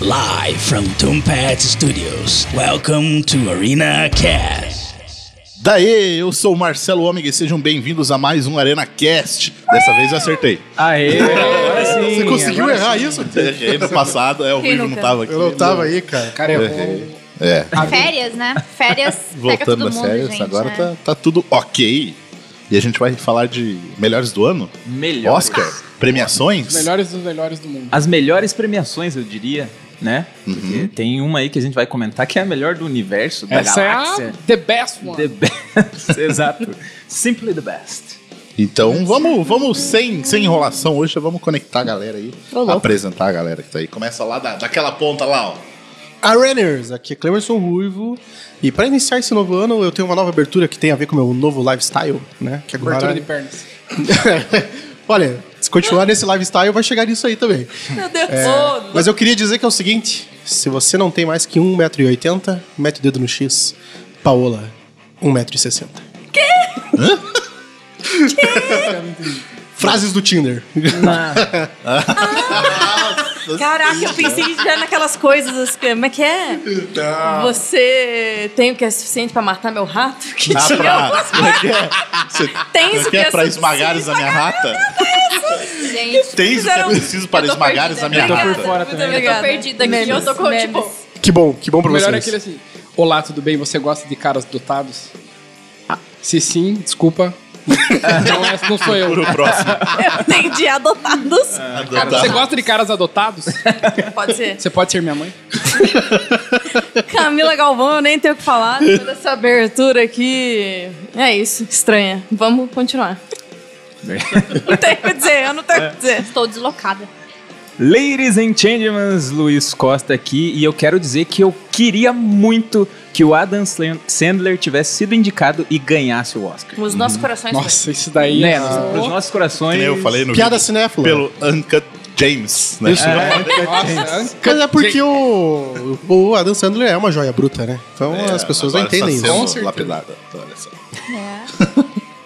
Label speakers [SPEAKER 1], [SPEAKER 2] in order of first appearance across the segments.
[SPEAKER 1] Live from Tombat Studios. Welcome to Arena Cast.
[SPEAKER 2] Daê, eu sou o Marcelo Ômega e sejam bem-vindos a mais um Arena Cast. Dessa vez eu acertei.
[SPEAKER 3] Aê, agora sim.
[SPEAKER 2] Você conseguiu
[SPEAKER 3] agora
[SPEAKER 2] errar isso? Errei no passado, é, o
[SPEAKER 4] Quem
[SPEAKER 2] Vivo não
[SPEAKER 4] nunca?
[SPEAKER 2] tava aqui.
[SPEAKER 5] Eu não tava aí, cara. Cara,
[SPEAKER 2] Errei. É,
[SPEAKER 4] Férias, né? Férias pega
[SPEAKER 2] voltando
[SPEAKER 4] todo
[SPEAKER 2] das
[SPEAKER 4] mundo,
[SPEAKER 2] férias,
[SPEAKER 4] gente.
[SPEAKER 2] agora
[SPEAKER 4] né?
[SPEAKER 2] tá, tá tudo ok. E a gente vai falar de melhores do ano?
[SPEAKER 3] Melhores.
[SPEAKER 2] Oscar? Premiações?
[SPEAKER 5] os melhores dos melhores do mundo.
[SPEAKER 3] As melhores premiações, eu diria, né? Porque
[SPEAKER 2] Uhum.
[SPEAKER 3] tem uma aí que a gente vai comentar que é a melhor do universo, da
[SPEAKER 5] Essa é a
[SPEAKER 3] galáxia.
[SPEAKER 5] The Best One.
[SPEAKER 3] The best, exato. Simply the best.
[SPEAKER 2] Então vamos, vamos sem, sem enrolação hoje, vamos conectar a galera aí. apresentar a galera que tá aí. Começa lá da, daquela ponta lá, ó.
[SPEAKER 5] Areners, aqui é Clemerson Ruivo. E pra iniciar esse novo ano, eu tenho uma nova abertura que tem a ver com o meu novo lifestyle, né? Que agora... Abertura de pernas. Olha, se continuar nesse lifestyle, vai chegar nisso aí também.
[SPEAKER 4] Meu Deus.
[SPEAKER 2] É.
[SPEAKER 5] Mas eu queria dizer que é o seguinte, se você não tem mais que 1,80m, mete o dedo no X. Paola, 1,60m. Frases do Tinder.
[SPEAKER 4] Caraca, eu pensei já naquelas coisas. assim, Como é que é?
[SPEAKER 2] Então.
[SPEAKER 4] Você tem o que é suficiente pra matar meu rato? Que
[SPEAKER 2] Dá
[SPEAKER 4] tinha
[SPEAKER 2] pra,
[SPEAKER 4] umas-
[SPEAKER 2] como é que é? Você-
[SPEAKER 4] Tens
[SPEAKER 2] como é
[SPEAKER 4] o
[SPEAKER 2] que
[SPEAKER 4] que
[SPEAKER 2] é
[SPEAKER 4] é
[SPEAKER 2] pra
[SPEAKER 4] suficiente
[SPEAKER 2] esmagares a minha rata?
[SPEAKER 6] Gente,
[SPEAKER 2] Tens o que é
[SPEAKER 4] Fizeram-
[SPEAKER 2] preciso para
[SPEAKER 4] Eu tô
[SPEAKER 2] esmagares a
[SPEAKER 4] perdida.
[SPEAKER 2] minha
[SPEAKER 4] né? Obrigada,
[SPEAKER 2] rata?
[SPEAKER 3] por fora
[SPEAKER 4] muito
[SPEAKER 3] também.
[SPEAKER 6] eu tô
[SPEAKER 4] obrigada.
[SPEAKER 6] perdida aqui. Eu tô com,
[SPEAKER 4] Memes.
[SPEAKER 6] tipo,
[SPEAKER 5] Que bom, que bom pra
[SPEAKER 7] O melhor é
[SPEAKER 5] vocês.
[SPEAKER 7] aquele assim: Olá, tudo bem? Você gosta de caras dotados? Ah, Se sim, desculpa. não, é- não sou eu.
[SPEAKER 2] Pro próximo. Ah, tá.
[SPEAKER 4] Eu entendi adotados.
[SPEAKER 7] Você gosta de caras adotados?
[SPEAKER 2] É.
[SPEAKER 4] Pode ser.
[SPEAKER 7] Você pode ser minha mãe?
[SPEAKER 4] Camila Galvão, eu nem tenho o que falar. Depois dessa abertura aqui. É isso, estranha. Vamos continuar. Não tenho o que dizer, eu não
[SPEAKER 2] É.
[SPEAKER 4] tenho o que dizer.
[SPEAKER 6] estou deslocada.
[SPEAKER 3] Ladies and gentlemen, Luiz Costa aqui e eu quero dizer que eu queria muito que o Adam Slan- Sandler tivesse sido indicado e ganhasse o Oscar.
[SPEAKER 4] Os
[SPEAKER 2] Uhum.
[SPEAKER 4] nossos corações.
[SPEAKER 7] Nossa, isso daí.
[SPEAKER 3] Né?
[SPEAKER 7] Ah,
[SPEAKER 3] Para os nossos corações.
[SPEAKER 2] Que nem eu falei no
[SPEAKER 5] Piada
[SPEAKER 2] vídeo,
[SPEAKER 5] cinéfila.
[SPEAKER 2] pelo Uncut James, né?
[SPEAKER 5] Isso.
[SPEAKER 7] nossa,
[SPEAKER 5] Mas é porque o, o Adam Sandler é uma joia bruta, né? Então as pessoas não
[SPEAKER 2] É, Agora
[SPEAKER 5] entendem
[SPEAKER 2] está sendo
[SPEAKER 5] isso.
[SPEAKER 2] lapidada. Então, olha só.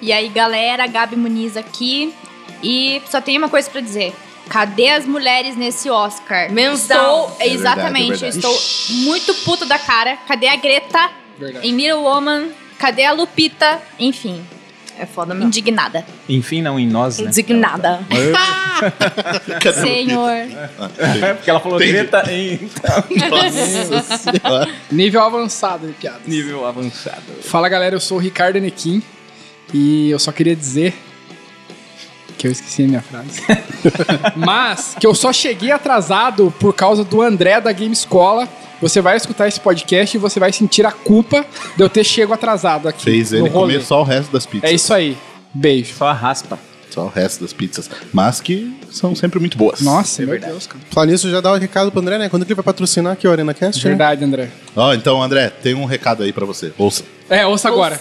[SPEAKER 6] E aí, galera, Gabi Muniz aqui. E só tem uma coisa pra dizer. Cadê as mulheres nesse Oscar?
[SPEAKER 4] Menos
[SPEAKER 6] Estou,
[SPEAKER 4] down.
[SPEAKER 6] é exatamente,
[SPEAKER 2] É verdade, é verdade.
[SPEAKER 6] estou muito puta da cara. Cadê a Greta
[SPEAKER 7] Verdade.
[SPEAKER 6] em Middle Woman? Cadê a Lupita? Enfim,
[SPEAKER 4] É foda mesmo.
[SPEAKER 6] indignada.
[SPEAKER 3] Enfim, não em nós, né?
[SPEAKER 4] Indignada.
[SPEAKER 7] é
[SPEAKER 2] Cadê o
[SPEAKER 6] Senhor.
[SPEAKER 3] É porque ela falou tá
[SPEAKER 2] Entendi.
[SPEAKER 3] treta em
[SPEAKER 2] Lupita? Nossa senhora.
[SPEAKER 7] nível avançado de piadas.
[SPEAKER 3] nível avançado.
[SPEAKER 7] Fala galera, eu sou o Ricardo Enequim e eu só queria dizer que eu esqueci a minha frase. Mas que eu só cheguei atrasado por causa do André da Game Escola. Você vai escutar esse podcast e você vai sentir a culpa de eu ter chego atrasado aqui.
[SPEAKER 2] Fez
[SPEAKER 7] no
[SPEAKER 2] ele
[SPEAKER 7] rolê.
[SPEAKER 2] comer só o resto das pizzas.
[SPEAKER 7] É isso aí. Beijo.
[SPEAKER 3] Só a raspa.
[SPEAKER 2] Só o resto das pizzas. Mas que são sempre muito boas.
[SPEAKER 7] Nossa, é verdade. Deus, cara.
[SPEAKER 5] Falar nisso, já dá o recado pro André, né? Quando ele vai patrocinar aqui o Arena Cast, né?
[SPEAKER 7] Verdade, André.
[SPEAKER 2] Ó, então, André, tem um recado aí pra você. Ouça.
[SPEAKER 7] É, ouça agora.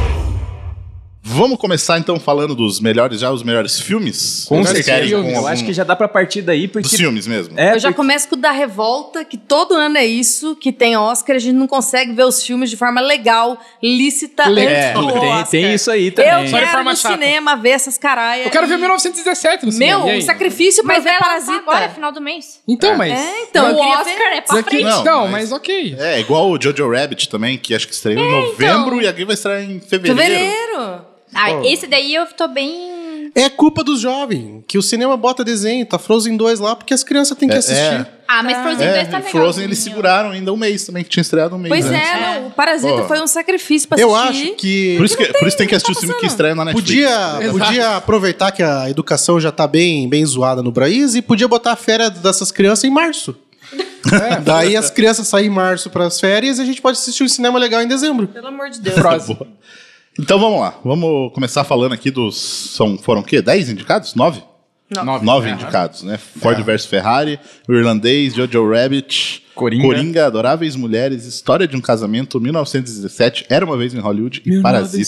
[SPEAKER 2] Vamos começar, então, falando dos melhores, já os melhores filmes?
[SPEAKER 3] Com
[SPEAKER 2] Vocês
[SPEAKER 3] certeza.
[SPEAKER 2] querem
[SPEAKER 3] Eu
[SPEAKER 2] com algum
[SPEAKER 3] acho que já dá pra partir daí, porque.
[SPEAKER 2] Dos filmes mesmo.
[SPEAKER 3] É,
[SPEAKER 4] Eu já
[SPEAKER 3] porque-
[SPEAKER 4] começo com o da revolta, que todo ano é isso, que tem Oscar, a gente não consegue ver os filmes de forma legal, lícita,
[SPEAKER 3] é,
[SPEAKER 4] antes do
[SPEAKER 3] tem,
[SPEAKER 4] Oscar.
[SPEAKER 3] tem isso aí
[SPEAKER 4] Eu
[SPEAKER 3] também.
[SPEAKER 7] Só de
[SPEAKER 4] quero
[SPEAKER 7] forma
[SPEAKER 4] no
[SPEAKER 7] chata.
[SPEAKER 4] cinema ver essas caralhas.
[SPEAKER 7] Eu quero ver
[SPEAKER 4] E-
[SPEAKER 7] 1917 no cinema.
[SPEAKER 4] Meu,
[SPEAKER 7] e aí?
[SPEAKER 4] um sacrifício pra
[SPEAKER 6] Mas
[SPEAKER 4] ver
[SPEAKER 6] vai
[SPEAKER 4] Parasita.
[SPEAKER 6] lançar agora, final do mês.
[SPEAKER 7] Então, mas.
[SPEAKER 4] É, então, eu
[SPEAKER 6] o
[SPEAKER 4] queria
[SPEAKER 6] Oscar
[SPEAKER 4] ver.
[SPEAKER 6] é pra
[SPEAKER 7] Aqui-
[SPEAKER 6] frente.
[SPEAKER 2] Não,
[SPEAKER 7] Não,
[SPEAKER 2] mas-
[SPEAKER 7] mas ok.
[SPEAKER 2] É, igual o Jojo Rabbit também, que acho que estreia em novembro e aqui vai estrear em fevereiro.
[SPEAKER 4] Fevereiro.
[SPEAKER 6] Ah, esse daí eu tô bem
[SPEAKER 5] É culpa dos jovens, que o cinema bota desenho, tá Frozen 2 lá, porque as crianças têm que
[SPEAKER 2] É,
[SPEAKER 5] assistir.
[SPEAKER 6] Ah, mas Frozen
[SPEAKER 2] É,
[SPEAKER 6] 2 tá
[SPEAKER 2] e
[SPEAKER 6] legal.
[SPEAKER 2] Frozen eles seguraram ainda um mês também, que tinha estreado um mês.
[SPEAKER 4] Pois
[SPEAKER 2] antes.
[SPEAKER 4] é, não, o Parasita
[SPEAKER 2] Ó.
[SPEAKER 4] foi um sacrifício pra
[SPEAKER 5] Eu
[SPEAKER 4] assistir.
[SPEAKER 5] acho que
[SPEAKER 2] Por isso, que, por isso tem que assistir o
[SPEAKER 4] tá
[SPEAKER 2] filme que
[SPEAKER 4] passando.
[SPEAKER 2] estreia na Netflix.
[SPEAKER 5] podia,
[SPEAKER 2] Exato.
[SPEAKER 5] podia aproveitar que a educação já tá bem, bem zoada no país e podia botar a férias dessas crianças em março. Daí as crianças saem em março pras férias e a gente pode assistir um cinema legal em dezembro.
[SPEAKER 4] Pelo amor de Deus.
[SPEAKER 7] Frozen.
[SPEAKER 2] Boa. Então vamos lá, vamos começar falando aqui dos. São, foram o quê? 10 indicados? 9?
[SPEAKER 4] Não.
[SPEAKER 7] Nove.
[SPEAKER 2] Nove
[SPEAKER 7] Aham.
[SPEAKER 2] indicados, né? Ford vs Ferrari, O Irlandês, Jojo Rabbit,
[SPEAKER 3] Coringa.
[SPEAKER 2] Adoráveis Mulheres, História de um Casamento, 1917, Era uma Vez em Hollywood e Parasita.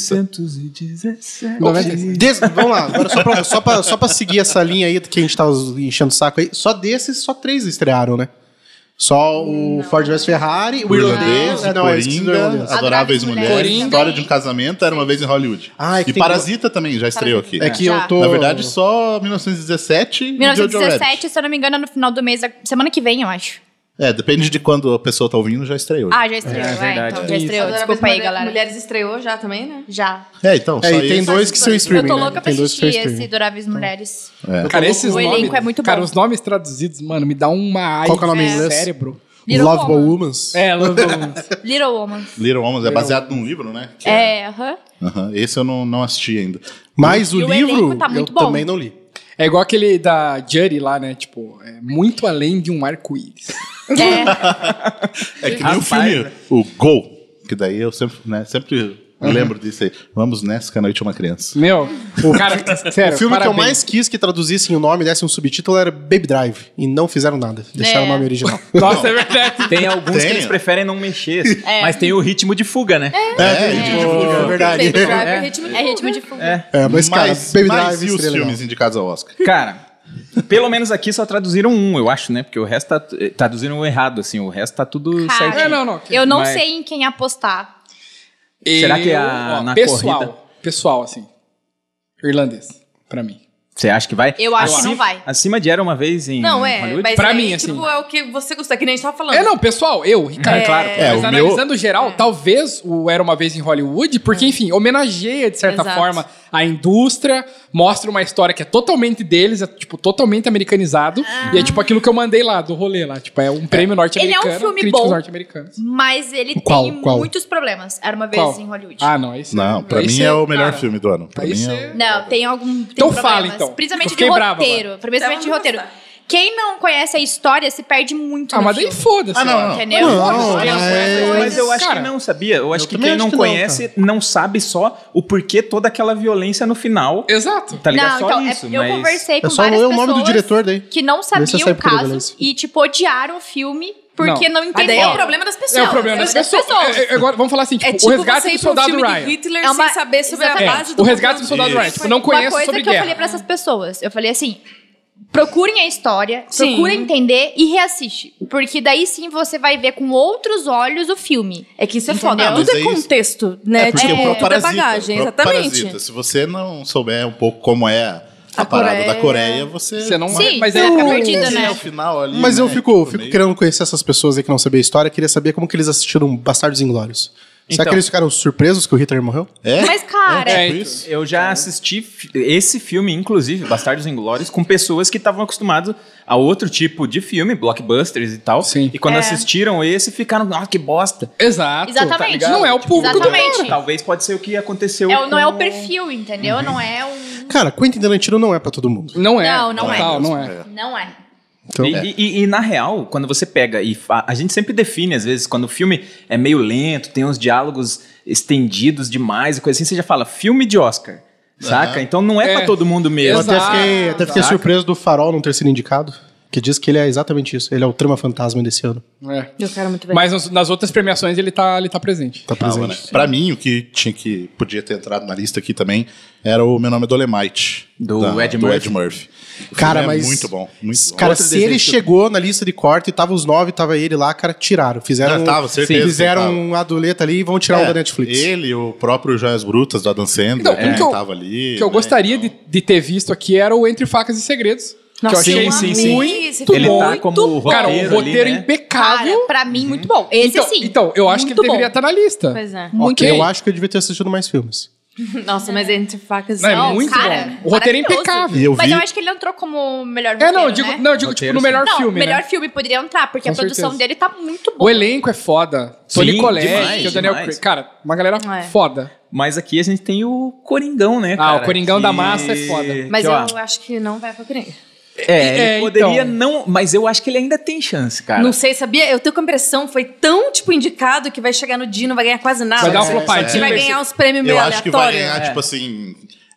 [SPEAKER 3] 1917.
[SPEAKER 5] Des- vamos lá, agora só pra, só, pra, só pra seguir essa linha aí que a gente tava enchendo o saco aí. Só desses, só três estrearam, né? Só o Ford vs Ferrari, o irlandês.
[SPEAKER 2] o
[SPEAKER 5] Ah, não, é esse do
[SPEAKER 2] Coringa,
[SPEAKER 5] irlandês.
[SPEAKER 2] Adoráveis
[SPEAKER 6] Adoráveis
[SPEAKER 2] Mulheres,
[SPEAKER 6] Mulheres.
[SPEAKER 2] História de um Casamento, Era uma Vez em Hollywood.
[SPEAKER 5] Ah, é que
[SPEAKER 2] e
[SPEAKER 5] tem-
[SPEAKER 2] Parasita também já estreou aqui.
[SPEAKER 5] É que eu
[SPEAKER 6] Já.
[SPEAKER 5] tô.
[SPEAKER 2] Na verdade, só 1917 e Jojo Rabbit.
[SPEAKER 6] 1917, se eu não me engano, é no final do mês, semana que vem, eu acho.
[SPEAKER 2] É, depende de quando a pessoa tá ouvindo, já estreou.
[SPEAKER 6] Ah, já estreou,
[SPEAKER 3] É,
[SPEAKER 6] vai,
[SPEAKER 3] verdade.
[SPEAKER 6] então, já estreou.
[SPEAKER 4] Adoráveis
[SPEAKER 6] Desculpa aí,
[SPEAKER 4] Mulher-
[SPEAKER 6] galera.
[SPEAKER 4] Mulheres estreou já também, né?
[SPEAKER 6] Já.
[SPEAKER 2] É, então,
[SPEAKER 5] É,
[SPEAKER 2] só
[SPEAKER 5] e tem
[SPEAKER 2] isso.
[SPEAKER 5] dois que são
[SPEAKER 6] Eu
[SPEAKER 5] streaming.
[SPEAKER 6] tô
[SPEAKER 5] né?
[SPEAKER 6] louca pra
[SPEAKER 5] Tem dois que são
[SPEAKER 6] assistir esse
[SPEAKER 5] streaming.
[SPEAKER 6] Adoráveis Mulheres.
[SPEAKER 7] Cara, esses
[SPEAKER 6] O
[SPEAKER 7] nomes,
[SPEAKER 6] elenco é muito
[SPEAKER 7] Cara,
[SPEAKER 6] bom.
[SPEAKER 7] os nomes traduzidos, mano, me dá uma
[SPEAKER 5] Qual que é o
[SPEAKER 7] AIDS
[SPEAKER 5] nome em
[SPEAKER 7] no
[SPEAKER 5] inglês?
[SPEAKER 7] cérebro.
[SPEAKER 6] Little
[SPEAKER 5] Lovable
[SPEAKER 6] Woman.
[SPEAKER 5] Woman.
[SPEAKER 7] É, Lovable
[SPEAKER 6] Little Woman.
[SPEAKER 2] Little Woman é baseado num livro, né? Que
[SPEAKER 6] É, aham.
[SPEAKER 2] Aham, Esse eu não, não assisti ainda.
[SPEAKER 5] Mas o,
[SPEAKER 6] E o
[SPEAKER 5] livro
[SPEAKER 6] elenco tá
[SPEAKER 5] eu
[SPEAKER 6] muito bom.
[SPEAKER 5] também não li.
[SPEAKER 7] É igual aquele da Jury lá, né? Tipo, é muito além de um arco-íris.
[SPEAKER 6] É,
[SPEAKER 2] É que nem o
[SPEAKER 3] Rapaz,
[SPEAKER 2] filme,
[SPEAKER 3] né?
[SPEAKER 2] o Gol, que daí eu sempre, né, sempre lembro disso aí. Vamos nessa que a noite é uma criança.
[SPEAKER 7] Meu, o cara, sério,
[SPEAKER 5] o filme que eu
[SPEAKER 7] parabéns.
[SPEAKER 5] mais quis que traduzissem o nome e dessem um subtítulo era Baby Drive. E não fizeram nada. Deixaram
[SPEAKER 6] É.
[SPEAKER 5] o nome original.
[SPEAKER 7] Nossa, é verdade.
[SPEAKER 3] Tem alguns
[SPEAKER 2] Tem.
[SPEAKER 3] que eles preferem não mexer, assim.
[SPEAKER 6] É.
[SPEAKER 3] mas tem o ritmo de fuga, né?
[SPEAKER 2] É,
[SPEAKER 5] É verdade.
[SPEAKER 4] Baby Driver,
[SPEAKER 3] É.
[SPEAKER 4] ritmo de
[SPEAKER 6] é
[SPEAKER 4] fuga.
[SPEAKER 6] ritmo de fuga.
[SPEAKER 5] É, mas, cara, Baby né?
[SPEAKER 2] mas
[SPEAKER 5] Drive
[SPEAKER 2] e os
[SPEAKER 5] seria legal.
[SPEAKER 2] filmes indicados ao Oscar?
[SPEAKER 3] Cara, pelo menos aqui só traduziram um, eu acho, né? Porque o resto tá, eh, traduziram errado, assim. O resto tá tudo
[SPEAKER 6] Cara,
[SPEAKER 3] certinho.
[SPEAKER 7] É, não, não.
[SPEAKER 6] Eu não
[SPEAKER 3] Mas-
[SPEAKER 6] sei em quem apostar.
[SPEAKER 3] Será que é
[SPEAKER 7] Eu,
[SPEAKER 3] a- na
[SPEAKER 7] pessoal,
[SPEAKER 3] corrida-
[SPEAKER 7] pessoal, assim, irlandês, pra mim.
[SPEAKER 3] Você acha que vai?
[SPEAKER 6] Eu acho que
[SPEAKER 3] Acima-
[SPEAKER 6] não vai.
[SPEAKER 3] Acima de Era Uma Vez em
[SPEAKER 4] Não, é,
[SPEAKER 3] Hollywood?
[SPEAKER 4] mas
[SPEAKER 7] Pra
[SPEAKER 4] aí,
[SPEAKER 7] mim,
[SPEAKER 4] tipo,
[SPEAKER 7] assim.
[SPEAKER 4] é o que você gostar, que nem a gente tava falando.
[SPEAKER 7] É, não, pessoal, eu, Ricardo.
[SPEAKER 4] É, claro.
[SPEAKER 2] É,
[SPEAKER 7] Mas
[SPEAKER 2] o meu-
[SPEAKER 7] analisando geral, talvez o Era Uma Vez em Hollywood,
[SPEAKER 6] É.
[SPEAKER 7] porque, enfim, homenageia, de certa
[SPEAKER 4] Exato.
[SPEAKER 7] forma, a indústria, mostra uma história que é totalmente deles, é, tipo, totalmente americanizado. E é, tipo, aquilo que eu mandei lá, do rolê lá. Tipo, é um prêmio norte-americano,
[SPEAKER 6] Ah. Ele é um filme
[SPEAKER 7] críticos
[SPEAKER 6] bom.
[SPEAKER 7] norte-americanos.
[SPEAKER 6] Mas ele
[SPEAKER 5] Qual?
[SPEAKER 6] tem
[SPEAKER 5] Qual?
[SPEAKER 6] muitos problemas. Era uma vez
[SPEAKER 7] Qual?
[SPEAKER 6] em Hollywood.
[SPEAKER 7] Ah, não, esse
[SPEAKER 2] Não, pra mim é o melhor filme do ano. Pra
[SPEAKER 7] aí
[SPEAKER 2] mim
[SPEAKER 7] cê-
[SPEAKER 2] é... o-
[SPEAKER 6] Não, tem algum. Tem
[SPEAKER 7] Então
[SPEAKER 6] problemas,
[SPEAKER 7] fala, então. Eu
[SPEAKER 6] Principalmente de
[SPEAKER 7] fiquei bravo
[SPEAKER 6] roteiro.
[SPEAKER 7] agora.
[SPEAKER 6] Principalmente
[SPEAKER 4] Então
[SPEAKER 6] de
[SPEAKER 4] vamos
[SPEAKER 6] roteiro.
[SPEAKER 4] gostar.
[SPEAKER 6] Quem não conhece a história se perde muito.
[SPEAKER 7] Ah,
[SPEAKER 6] no
[SPEAKER 7] mas daí
[SPEAKER 6] filme.
[SPEAKER 7] foda-se.
[SPEAKER 2] Ah, não,
[SPEAKER 7] ó.
[SPEAKER 2] não.
[SPEAKER 6] Entendeu?
[SPEAKER 5] Não, é,
[SPEAKER 6] Foda-se,
[SPEAKER 5] mas-
[SPEAKER 6] algumas coisas.
[SPEAKER 3] Mas eu acho
[SPEAKER 7] Cara,
[SPEAKER 3] que não, sabia? Eu acho que
[SPEAKER 5] também
[SPEAKER 3] quem
[SPEAKER 5] acho
[SPEAKER 3] não
[SPEAKER 5] que não,
[SPEAKER 3] conhece não, sabe só o porquê toda aquela violência no final.
[SPEAKER 7] Exato.
[SPEAKER 3] Tá ligado?
[SPEAKER 6] Não,
[SPEAKER 3] só
[SPEAKER 6] então, é-
[SPEAKER 3] isso,
[SPEAKER 6] eu
[SPEAKER 3] mas.
[SPEAKER 6] conversei com
[SPEAKER 5] É só
[SPEAKER 6] várias
[SPEAKER 5] ler o
[SPEAKER 6] pessoas
[SPEAKER 5] nome do diretor daí.
[SPEAKER 6] que não
[SPEAKER 5] Vê se
[SPEAKER 6] sabiam
[SPEAKER 5] sai
[SPEAKER 6] o
[SPEAKER 5] por
[SPEAKER 6] caso
[SPEAKER 5] violência.
[SPEAKER 6] e, tipo, odiaram o filme porque não,
[SPEAKER 7] Não.
[SPEAKER 4] A daí é o
[SPEAKER 6] entenderam.
[SPEAKER 4] problema das pessoas.
[SPEAKER 7] É o problema das pessoas. É, é, agora, vamos falar assim, tipo,
[SPEAKER 4] É tipo
[SPEAKER 7] o resgate
[SPEAKER 4] você ir
[SPEAKER 7] do
[SPEAKER 4] pra um
[SPEAKER 7] soldado
[SPEAKER 4] filme de
[SPEAKER 7] Ryan.
[SPEAKER 4] Hitler
[SPEAKER 6] É uma-
[SPEAKER 4] sem saber sobre a
[SPEAKER 6] Exatamente.
[SPEAKER 4] base
[SPEAKER 7] O
[SPEAKER 4] do
[SPEAKER 7] resgate do soldado
[SPEAKER 2] Isso.
[SPEAKER 7] Ryan. Tipo, não
[SPEAKER 6] Uma
[SPEAKER 7] conhece
[SPEAKER 6] coisa
[SPEAKER 7] sobre
[SPEAKER 6] que eu falei
[SPEAKER 7] guerra.
[SPEAKER 6] pra essas pessoas. Eu falei assim, procurem a história,
[SPEAKER 4] Sim.
[SPEAKER 6] procurem entender e reassiste. Porque daí sim você vai ver com outros olhos o filme.
[SPEAKER 4] É que isso é
[SPEAKER 6] Entendeu?
[SPEAKER 4] foda.
[SPEAKER 2] Ah, mas
[SPEAKER 4] Tudo
[SPEAKER 2] é
[SPEAKER 4] é
[SPEAKER 2] isso.
[SPEAKER 4] contexto, né?
[SPEAKER 2] porque
[SPEAKER 4] tipo,
[SPEAKER 2] o próprio
[SPEAKER 4] tudo é
[SPEAKER 2] Parasita,
[SPEAKER 4] bagagem,
[SPEAKER 2] o próprio Parasita,
[SPEAKER 4] exatamente.
[SPEAKER 2] se você não souber um pouco como é a, parada da Coreia, você...
[SPEAKER 7] Você não
[SPEAKER 6] Sim,
[SPEAKER 7] mas
[SPEAKER 6] você
[SPEAKER 7] é,
[SPEAKER 6] fica
[SPEAKER 7] é
[SPEAKER 6] perdido,
[SPEAKER 2] É o
[SPEAKER 6] né?
[SPEAKER 2] final ali,
[SPEAKER 5] Mas eu
[SPEAKER 2] né,
[SPEAKER 5] fico,
[SPEAKER 2] que
[SPEAKER 5] fico
[SPEAKER 2] meio-
[SPEAKER 5] querendo conhecer essas pessoas aí que não sabem a história. Queria saber como que eles assistiram Bastardos Inglórios. Será
[SPEAKER 3] Então.
[SPEAKER 5] que eles ficaram surpresos que o Hitler morreu?
[SPEAKER 2] É?
[SPEAKER 6] Mas, cara,
[SPEAKER 2] É,
[SPEAKER 7] É,
[SPEAKER 2] tipo
[SPEAKER 7] então.
[SPEAKER 2] isso.
[SPEAKER 3] Eu já assisti fi- esse filme, inclusive, Bastardos Inglórios, com pessoas que estavam acostumadas a outro tipo de filme, blockbusters e tal.
[SPEAKER 7] Sim.
[SPEAKER 3] E quando
[SPEAKER 6] É.
[SPEAKER 3] assistiram esse, ficaram, ah, que bosta. Tipo,
[SPEAKER 7] Exato.
[SPEAKER 6] Exatamente.
[SPEAKER 7] ligado? não é o público do
[SPEAKER 6] Exatamente.
[SPEAKER 7] cara.
[SPEAKER 3] Talvez pode ser o que aconteceu.
[SPEAKER 6] é o- não é o
[SPEAKER 3] com-
[SPEAKER 6] perfil, entendeu? Não é um...
[SPEAKER 5] Cara, Quentin Tarantino não é pra todo mundo.
[SPEAKER 7] Não é.
[SPEAKER 6] Não, não é.
[SPEAKER 7] Total, não é.
[SPEAKER 2] né?
[SPEAKER 6] Não é.
[SPEAKER 5] Então,
[SPEAKER 3] E, e- e- e, na real, quando você pega e fa- a gente sempre define, às vezes, quando o filme é meio lento, tem uns diálogos estendidos demais e coisa assim, você já fala filme de Oscar. Saca? Então não é,
[SPEAKER 7] É.
[SPEAKER 3] pra todo mundo
[SPEAKER 5] eu
[SPEAKER 3] mesmo.
[SPEAKER 5] até
[SPEAKER 7] Exato.
[SPEAKER 5] fiquei, até fiquei surpreso do Farol não ter sido indicado, que diz que ele é exatamente isso. Ele é o trama fantasma desse ano.
[SPEAKER 7] É.
[SPEAKER 4] Eu quero muito ver.
[SPEAKER 7] Mas nas, nas outras premiações ele tá, ele tá presente.
[SPEAKER 5] Tá
[SPEAKER 2] Calma,
[SPEAKER 5] presente.
[SPEAKER 2] né? Pra mim, o que tinha que podia ter entrado na lista aqui também era o Meu Nome é Dolemite.
[SPEAKER 3] Do Ed Murphy.
[SPEAKER 2] O
[SPEAKER 5] Cara,
[SPEAKER 2] filme é
[SPEAKER 5] mas-
[SPEAKER 2] muito bom, muito bom.
[SPEAKER 5] Cara,
[SPEAKER 3] Outro
[SPEAKER 5] se
[SPEAKER 3] desenho
[SPEAKER 5] ele
[SPEAKER 3] que eu-
[SPEAKER 5] chegou na lista de corte e tava os nove, tava ele lá, cara, tiraram. Fizeram,
[SPEAKER 2] Ah, tava, certeza que
[SPEAKER 5] fizeram
[SPEAKER 2] tava. É,
[SPEAKER 5] um aduleta ali e vão tirar um da Netflix.
[SPEAKER 2] Ele, o próprio Joias Brutas do Adam Sandler,
[SPEAKER 7] Então,
[SPEAKER 2] também
[SPEAKER 7] o que eu-
[SPEAKER 2] É, tava ali.
[SPEAKER 7] O que eu
[SPEAKER 2] né?
[SPEAKER 7] gostaria de, de ter visto aqui era o Entre Facas e Segredos.
[SPEAKER 4] Nossa,
[SPEAKER 7] que eu achei
[SPEAKER 4] eu
[SPEAKER 3] sim,
[SPEAKER 4] amei
[SPEAKER 3] sim.
[SPEAKER 4] esse
[SPEAKER 7] muito
[SPEAKER 4] filme.
[SPEAKER 3] Ele
[SPEAKER 7] bom.
[SPEAKER 3] tá como o
[SPEAKER 7] Cara, um
[SPEAKER 3] roteiro ali,
[SPEAKER 7] roteiro
[SPEAKER 3] né?
[SPEAKER 7] impecável.
[SPEAKER 6] Cara, pra mim, muito bom. Esse
[SPEAKER 7] então,
[SPEAKER 6] sim.
[SPEAKER 7] então, eu acho que ele
[SPEAKER 6] Muito
[SPEAKER 7] deveria
[SPEAKER 6] bom.
[SPEAKER 7] estar na lista.
[SPEAKER 4] Pois é.
[SPEAKER 5] Ok,
[SPEAKER 7] Muito bem.
[SPEAKER 5] eu acho que eu devia ter assistido mais filmes.
[SPEAKER 4] Nossa, mas entre facas
[SPEAKER 7] Não, é
[SPEAKER 4] Nossa,
[SPEAKER 7] muito
[SPEAKER 6] cara,
[SPEAKER 7] bom. O roteiro é
[SPEAKER 6] maravilhoso.
[SPEAKER 7] impecável.
[SPEAKER 2] E eu
[SPEAKER 6] Mas
[SPEAKER 2] vi.
[SPEAKER 6] eu acho que ele não entrou como o melhor
[SPEAKER 7] É,
[SPEAKER 6] roteiro,
[SPEAKER 7] não, eu digo,
[SPEAKER 6] né?
[SPEAKER 7] não, eu digo tipo,
[SPEAKER 3] Roteiro,
[SPEAKER 7] no melhor
[SPEAKER 6] Não,
[SPEAKER 7] filme,
[SPEAKER 6] melhor
[SPEAKER 7] né?
[SPEAKER 6] filme poderia entrar, porque a
[SPEAKER 7] Com
[SPEAKER 6] produção
[SPEAKER 7] certeza.
[SPEAKER 6] dele tá muito
[SPEAKER 7] O
[SPEAKER 6] boa.
[SPEAKER 7] elenco é foda.
[SPEAKER 3] Sim,
[SPEAKER 7] Tony Colette,
[SPEAKER 3] demais,
[SPEAKER 7] que é o Daniel
[SPEAKER 3] demais.
[SPEAKER 7] Craig. Cara, uma galera
[SPEAKER 4] É.
[SPEAKER 7] foda.
[SPEAKER 3] Mas aqui a gente tem o Coringão, né?
[SPEAKER 7] Ah, o
[SPEAKER 3] cara,
[SPEAKER 7] Coringão da massa é foda.
[SPEAKER 3] que,
[SPEAKER 4] Mas eu
[SPEAKER 3] ó,
[SPEAKER 4] acho que não vai pra Coringa.
[SPEAKER 3] É, ele
[SPEAKER 7] É,
[SPEAKER 3] poderia
[SPEAKER 7] então.
[SPEAKER 3] não. Mas eu acho que ele ainda tem chance, cara.
[SPEAKER 4] Não sei, sabia? Eu tenho com a impressão, foi tão, tipo, indicado que vai chegar no dia e não vai ganhar quase nada.
[SPEAKER 7] Vai dar uma
[SPEAKER 4] Só que
[SPEAKER 7] flopadinha,
[SPEAKER 4] vai
[SPEAKER 7] vai
[SPEAKER 4] ganhar uns prêmios meio né?
[SPEAKER 2] Eu acho que vai
[SPEAKER 4] aleatórios.
[SPEAKER 2] ganhar,
[SPEAKER 3] é.
[SPEAKER 2] tipo assim.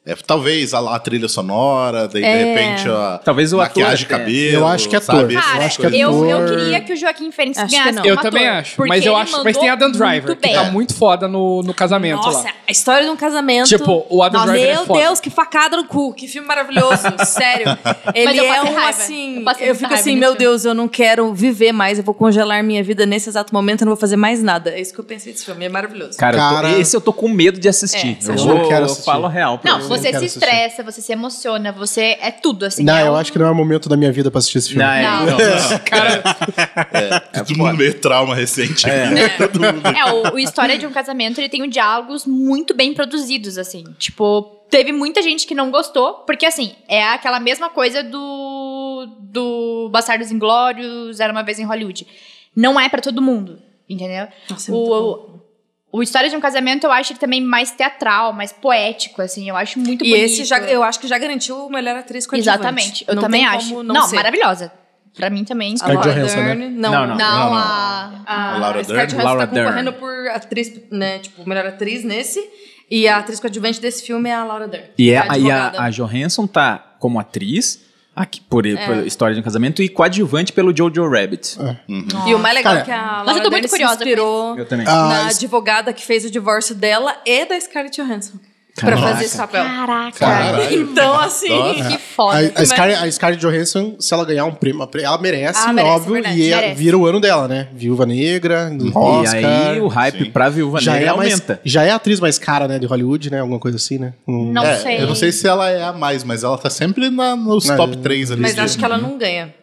[SPEAKER 2] é, talvez a, a trilha sonora, daí
[SPEAKER 4] É.
[SPEAKER 2] de repente a
[SPEAKER 3] Talvez o ator
[SPEAKER 2] maquiagem,
[SPEAKER 3] até.
[SPEAKER 2] cabelo.
[SPEAKER 5] Eu acho que é ator.
[SPEAKER 2] sabe?
[SPEAKER 5] Eu
[SPEAKER 6] Cara,
[SPEAKER 2] Essas
[SPEAKER 5] acho que é
[SPEAKER 6] eu,
[SPEAKER 2] coisas.
[SPEAKER 6] eu,
[SPEAKER 5] ator-
[SPEAKER 6] queria que o Joaquim Fênix
[SPEAKER 4] Acho que
[SPEAKER 6] ganhasse
[SPEAKER 4] não.
[SPEAKER 6] como
[SPEAKER 7] Eu também
[SPEAKER 6] ator,
[SPEAKER 7] acho.
[SPEAKER 6] porque
[SPEAKER 7] Mas eu
[SPEAKER 6] ele
[SPEAKER 7] acho. Mas tem
[SPEAKER 6] mandou
[SPEAKER 7] Adam Driver,
[SPEAKER 6] muito
[SPEAKER 7] que
[SPEAKER 6] bem.
[SPEAKER 7] tá muito foda no, no casamento
[SPEAKER 4] Nossa,
[SPEAKER 7] lá.
[SPEAKER 4] a história de um casamento.
[SPEAKER 7] Tipo, o Adam
[SPEAKER 4] Nossa,
[SPEAKER 7] Driver é
[SPEAKER 4] Meu
[SPEAKER 7] foda.
[SPEAKER 4] Deus, que facada no cu. Que filme maravilhoso. sério. Ele
[SPEAKER 6] eu
[SPEAKER 4] é
[SPEAKER 6] passei
[SPEAKER 4] um
[SPEAKER 6] raiva.
[SPEAKER 4] assim.
[SPEAKER 6] Eu passei
[SPEAKER 4] Eu,
[SPEAKER 6] muita
[SPEAKER 4] fico
[SPEAKER 6] raiva
[SPEAKER 4] assim,
[SPEAKER 6] nesse
[SPEAKER 4] meu
[SPEAKER 6] filme.
[SPEAKER 4] Deus, eu não quero viver mais. Eu vou congelar minha vida nesse exato momento. Eu não vou fazer mais nada. É isso que eu pensei desse filme. É maravilhoso.
[SPEAKER 3] Cara, eu tô-
[SPEAKER 5] Cara.
[SPEAKER 3] esse eu tô com medo de
[SPEAKER 4] É,
[SPEAKER 3] assistir.
[SPEAKER 4] você
[SPEAKER 3] eu,
[SPEAKER 5] acha?
[SPEAKER 3] vou,
[SPEAKER 5] Eu quero
[SPEAKER 3] eu
[SPEAKER 5] assistir.
[SPEAKER 3] falo real. pra
[SPEAKER 6] Não,
[SPEAKER 3] você.
[SPEAKER 5] Eu
[SPEAKER 6] você
[SPEAKER 5] quero
[SPEAKER 6] se
[SPEAKER 5] assistir.
[SPEAKER 6] estressa, você se emociona, você é tudo, assim.
[SPEAKER 5] não,
[SPEAKER 6] é
[SPEAKER 5] eu
[SPEAKER 6] um-
[SPEAKER 5] acho que não é o momento da minha vida pra assistir esse filme.
[SPEAKER 3] Não, é,
[SPEAKER 6] Não.
[SPEAKER 3] não, não.
[SPEAKER 2] É,
[SPEAKER 3] É
[SPEAKER 2] Todo mundo meio trauma recente. Todo mundo.
[SPEAKER 6] É, o, o História de um Casamento, ele tem um diálogos muito bem produzidos, assim. Tipo, teve muita gente que não gostou, porque, assim, é aquela mesma coisa do, do Bastardos Inglórios, Era Uma Vez em Hollywood. Não é pra todo mundo, entendeu?
[SPEAKER 4] Nossa, é muito bom.
[SPEAKER 6] O, o História de um Casamento, eu acho ele também mais teatral, mais poético, assim. Eu acho muito
[SPEAKER 4] E
[SPEAKER 6] bonito.
[SPEAKER 4] esse já, eu acho que já garantiu o melhor atriz coadjuvante.
[SPEAKER 6] Exatamente, eu
[SPEAKER 4] Não
[SPEAKER 6] também
[SPEAKER 4] tem
[SPEAKER 6] acho.
[SPEAKER 4] como
[SPEAKER 6] Não,
[SPEAKER 4] ser.
[SPEAKER 6] maravilhosa. Pra mim também.
[SPEAKER 4] A
[SPEAKER 5] Scarlett
[SPEAKER 4] Laura
[SPEAKER 5] Johansson, né?
[SPEAKER 4] Dern, não,
[SPEAKER 3] Não,
[SPEAKER 6] Não,
[SPEAKER 3] não.
[SPEAKER 2] Não, não.
[SPEAKER 6] a...
[SPEAKER 4] A
[SPEAKER 2] Laura
[SPEAKER 4] Scarlett
[SPEAKER 2] Dern?
[SPEAKER 4] Johansson
[SPEAKER 3] Laura
[SPEAKER 4] tá concorrendo
[SPEAKER 3] Dern.
[SPEAKER 4] por atriz, né? Tipo, melhor atriz nesse. E a atriz coadjuvante desse filme é a Laura Dern.
[SPEAKER 3] E é,
[SPEAKER 4] a
[SPEAKER 3] aí a,
[SPEAKER 4] advogada.
[SPEAKER 3] a Johansson tá como atriz, aqui por,
[SPEAKER 4] É.
[SPEAKER 3] por História de um Casamento, e coadjuvante pelo Jojo
[SPEAKER 5] É.
[SPEAKER 3] Rabbit.
[SPEAKER 4] E o mais legal
[SPEAKER 5] Cara,
[SPEAKER 4] é que a
[SPEAKER 6] Nossa, eu
[SPEAKER 4] Laura
[SPEAKER 6] tô
[SPEAKER 4] Dern
[SPEAKER 6] muito
[SPEAKER 4] se
[SPEAKER 6] curiosa com
[SPEAKER 4] inspirou
[SPEAKER 3] Eu também.
[SPEAKER 5] Ah,
[SPEAKER 4] na
[SPEAKER 5] isso-
[SPEAKER 4] advogada que fez o divórcio dela e da Scarlett Johansson. Pra fazer esse papel.
[SPEAKER 6] Caraca,
[SPEAKER 2] Caralho.
[SPEAKER 4] Então, assim...
[SPEAKER 2] Nossa.
[SPEAKER 6] que foda.
[SPEAKER 5] A, a, Scarlett, a Scarlett Johansson, se ela ganhar um prêmio, a pre- ela merece,
[SPEAKER 4] Ah, merece,
[SPEAKER 5] óbvio,
[SPEAKER 4] verdade,
[SPEAKER 5] e é-
[SPEAKER 6] merece.
[SPEAKER 5] vira o ano dela, né? Viúva Negra, no Oscar.
[SPEAKER 3] e aí o hype
[SPEAKER 2] sim.
[SPEAKER 3] pra Viúva
[SPEAKER 5] já é,
[SPEAKER 3] Negra
[SPEAKER 5] a mais,
[SPEAKER 3] aumenta.
[SPEAKER 5] já é a atriz mais cara, né, de Hollywood, né? Alguma coisa assim, né? Um-
[SPEAKER 6] Não
[SPEAKER 2] É,
[SPEAKER 6] sei.
[SPEAKER 2] Eu não sei se ela é a mais, mas ela tá sempre na- nos
[SPEAKER 5] Mas-
[SPEAKER 2] top 3 ali.
[SPEAKER 4] Mas
[SPEAKER 2] de-
[SPEAKER 4] acho que ela não ganha.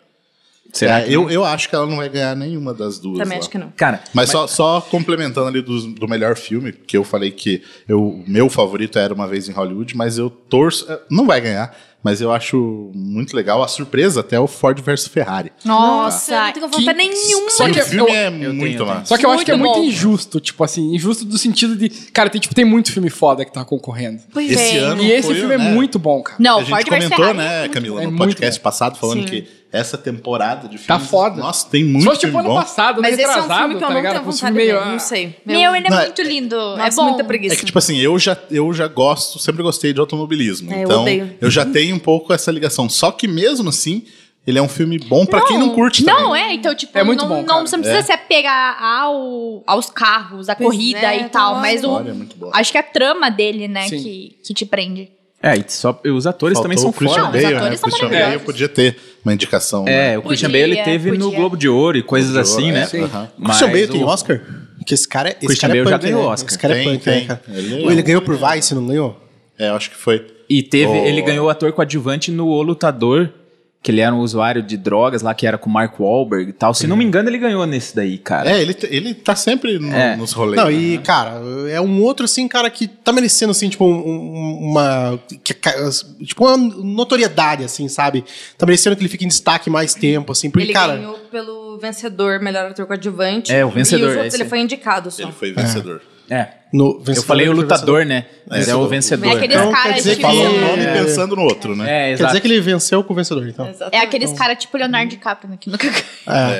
[SPEAKER 3] Será
[SPEAKER 2] É,
[SPEAKER 3] que...
[SPEAKER 2] eu, eu acho que ela não vai ganhar nenhuma das duas.
[SPEAKER 4] Também
[SPEAKER 2] lá.
[SPEAKER 4] acho que não.
[SPEAKER 3] Cara,
[SPEAKER 2] Mas, só, só complementando ali dos- do, melhor filme, que eu falei que eu- o meu favorito era Uma Vez em Hollywood, mas eu torço. eh, Não vai ganhar, mas eu acho muito legal a surpresa até o Ford versus Ferrari.
[SPEAKER 4] Nossa, eu não tenho vontade
[SPEAKER 7] que-
[SPEAKER 4] nenhuma.
[SPEAKER 7] Só que
[SPEAKER 2] o filme
[SPEAKER 7] eu-
[SPEAKER 2] é
[SPEAKER 3] tenho,
[SPEAKER 2] muito
[SPEAKER 3] eu tenho.
[SPEAKER 2] massa.
[SPEAKER 7] Só que eu acho que é
[SPEAKER 4] Muito
[SPEAKER 7] muito
[SPEAKER 4] bom.
[SPEAKER 7] injusto, tipo assim, injusto do sentido de. Cara, tem, tipo, tem muito filme foda que tá concorrendo.
[SPEAKER 4] Pois
[SPEAKER 2] Esse
[SPEAKER 4] é.
[SPEAKER 2] ano
[SPEAKER 7] E esse
[SPEAKER 2] foi,
[SPEAKER 7] filme
[SPEAKER 2] né,
[SPEAKER 7] é muito bom, cara.
[SPEAKER 6] Não,
[SPEAKER 2] a gente
[SPEAKER 6] Ford versus
[SPEAKER 2] comentou,
[SPEAKER 6] Ferrari.
[SPEAKER 2] né, Camila,
[SPEAKER 7] É
[SPEAKER 2] no
[SPEAKER 7] muito
[SPEAKER 2] podcast passado, falando
[SPEAKER 4] Sim.
[SPEAKER 2] que essa temporada de filmes...
[SPEAKER 7] Tá foda.
[SPEAKER 2] Nossa, tem
[SPEAKER 7] Só
[SPEAKER 2] muito
[SPEAKER 7] tipo
[SPEAKER 2] filme
[SPEAKER 7] ano
[SPEAKER 2] bom.
[SPEAKER 7] passado,
[SPEAKER 4] Mas esse
[SPEAKER 7] né,
[SPEAKER 4] é um
[SPEAKER 7] retrasado,
[SPEAKER 4] filme que eu
[SPEAKER 7] tá
[SPEAKER 4] não
[SPEAKER 7] ligado?
[SPEAKER 4] tenho
[SPEAKER 7] Foi um
[SPEAKER 4] vontade de
[SPEAKER 7] filme meio,
[SPEAKER 4] ver.
[SPEAKER 7] ah,
[SPEAKER 4] Não sei.
[SPEAKER 6] Meu, ele é
[SPEAKER 2] Não, é-
[SPEAKER 6] muito lindo.
[SPEAKER 4] Nossa,
[SPEAKER 6] é bom.
[SPEAKER 4] muita preguiça.
[SPEAKER 2] É que, tipo assim, eu já, eu já gosto, sempre gostei de automobilismo.
[SPEAKER 4] É, eu
[SPEAKER 2] então,
[SPEAKER 4] odeio.
[SPEAKER 2] eu já tenho um pouco essa ligação. Só que mesmo assim, ele é um filme bom pra
[SPEAKER 6] Não,
[SPEAKER 2] quem não curte também.
[SPEAKER 6] Não, é, então, tipo,
[SPEAKER 7] É muito
[SPEAKER 6] não,
[SPEAKER 7] bom,
[SPEAKER 6] não,
[SPEAKER 7] cara.
[SPEAKER 6] você não precisa se apegar ao, aos carros, à
[SPEAKER 4] Pois
[SPEAKER 6] corrida
[SPEAKER 4] é,
[SPEAKER 6] e tal,
[SPEAKER 4] claro.
[SPEAKER 6] mas
[SPEAKER 2] A
[SPEAKER 6] o,
[SPEAKER 2] história é muito boa.
[SPEAKER 6] acho que é a trama dele, né,
[SPEAKER 7] Sim.
[SPEAKER 6] que, que te prende.
[SPEAKER 3] é, e só, os atores
[SPEAKER 2] Faltou
[SPEAKER 3] também são
[SPEAKER 2] o Christian
[SPEAKER 3] foda.
[SPEAKER 6] fodas. Não, os
[SPEAKER 2] Bale, né?
[SPEAKER 6] atores
[SPEAKER 2] O
[SPEAKER 6] são
[SPEAKER 2] Christian Bale
[SPEAKER 6] maravilhosos.
[SPEAKER 2] podia ter uma indicação. né?
[SPEAKER 3] É, o Christian
[SPEAKER 6] Podia,
[SPEAKER 3] Bale ele teve no
[SPEAKER 6] podia.
[SPEAKER 3] Globo de Ouro e coisas
[SPEAKER 2] Globo de
[SPEAKER 3] assim,
[SPEAKER 2] Ouro,
[SPEAKER 3] né?
[SPEAKER 2] é, aham.
[SPEAKER 3] Mas
[SPEAKER 5] Christian Bale tem um
[SPEAKER 3] o-
[SPEAKER 5] Oscar? Porque esse cara, esse
[SPEAKER 3] Christian
[SPEAKER 5] cara é
[SPEAKER 3] Bale já
[SPEAKER 5] punk,
[SPEAKER 3] ganhou
[SPEAKER 5] né?
[SPEAKER 3] Oscar.
[SPEAKER 5] Esse cara
[SPEAKER 2] Tem,
[SPEAKER 5] é punk,
[SPEAKER 2] tem.
[SPEAKER 5] né, cara?
[SPEAKER 2] Ele é um
[SPEAKER 5] Ele,
[SPEAKER 2] ganhou.
[SPEAKER 5] ele ganhou por Vice, não ganhou?
[SPEAKER 2] É, eu acho que foi.
[SPEAKER 3] E teve,
[SPEAKER 2] Oh.
[SPEAKER 3] ele ganhou o ator coadjuvante no O Lutador, que ele era um usuário de drogas lá, que era com o Mark Wahlberg e tal. Se não me engano, ele ganhou nesse daí, cara.
[SPEAKER 2] É, ele, ele tá sempre no-
[SPEAKER 3] É.
[SPEAKER 2] nos rolês.
[SPEAKER 5] Não,
[SPEAKER 2] né?
[SPEAKER 5] e, cara, é um outro, assim, cara, que tá merecendo, assim, tipo, um- um- uma. que- que- tipo, uma notoriedade, assim, sabe? Tá merecendo que ele fique em destaque mais tempo, assim, porque,
[SPEAKER 4] Ele
[SPEAKER 5] cara.
[SPEAKER 4] ganhou pelo vencedor, melhor ator coadjuvante.
[SPEAKER 3] É, o vencedor,
[SPEAKER 4] E os
[SPEAKER 3] é
[SPEAKER 4] outros,
[SPEAKER 3] esse.
[SPEAKER 4] ele foi indicado só.
[SPEAKER 2] Ele foi vencedor.
[SPEAKER 3] É.
[SPEAKER 5] No
[SPEAKER 3] Eu
[SPEAKER 5] vencedor-
[SPEAKER 3] falei o
[SPEAKER 5] vencedor-
[SPEAKER 3] lutador, né? Mas é o vencedor.
[SPEAKER 6] É aqueles
[SPEAKER 5] Então, quer
[SPEAKER 6] caras,
[SPEAKER 5] dizer
[SPEAKER 6] tipo...
[SPEAKER 2] Falou o
[SPEAKER 5] É.
[SPEAKER 2] um nome pensando no outro, né?
[SPEAKER 3] É,
[SPEAKER 5] Quer
[SPEAKER 3] exato.
[SPEAKER 5] dizer que ele venceu com o vencedor, então.
[SPEAKER 6] É aqueles caras tipo Leonardo DiCaprio, que nunca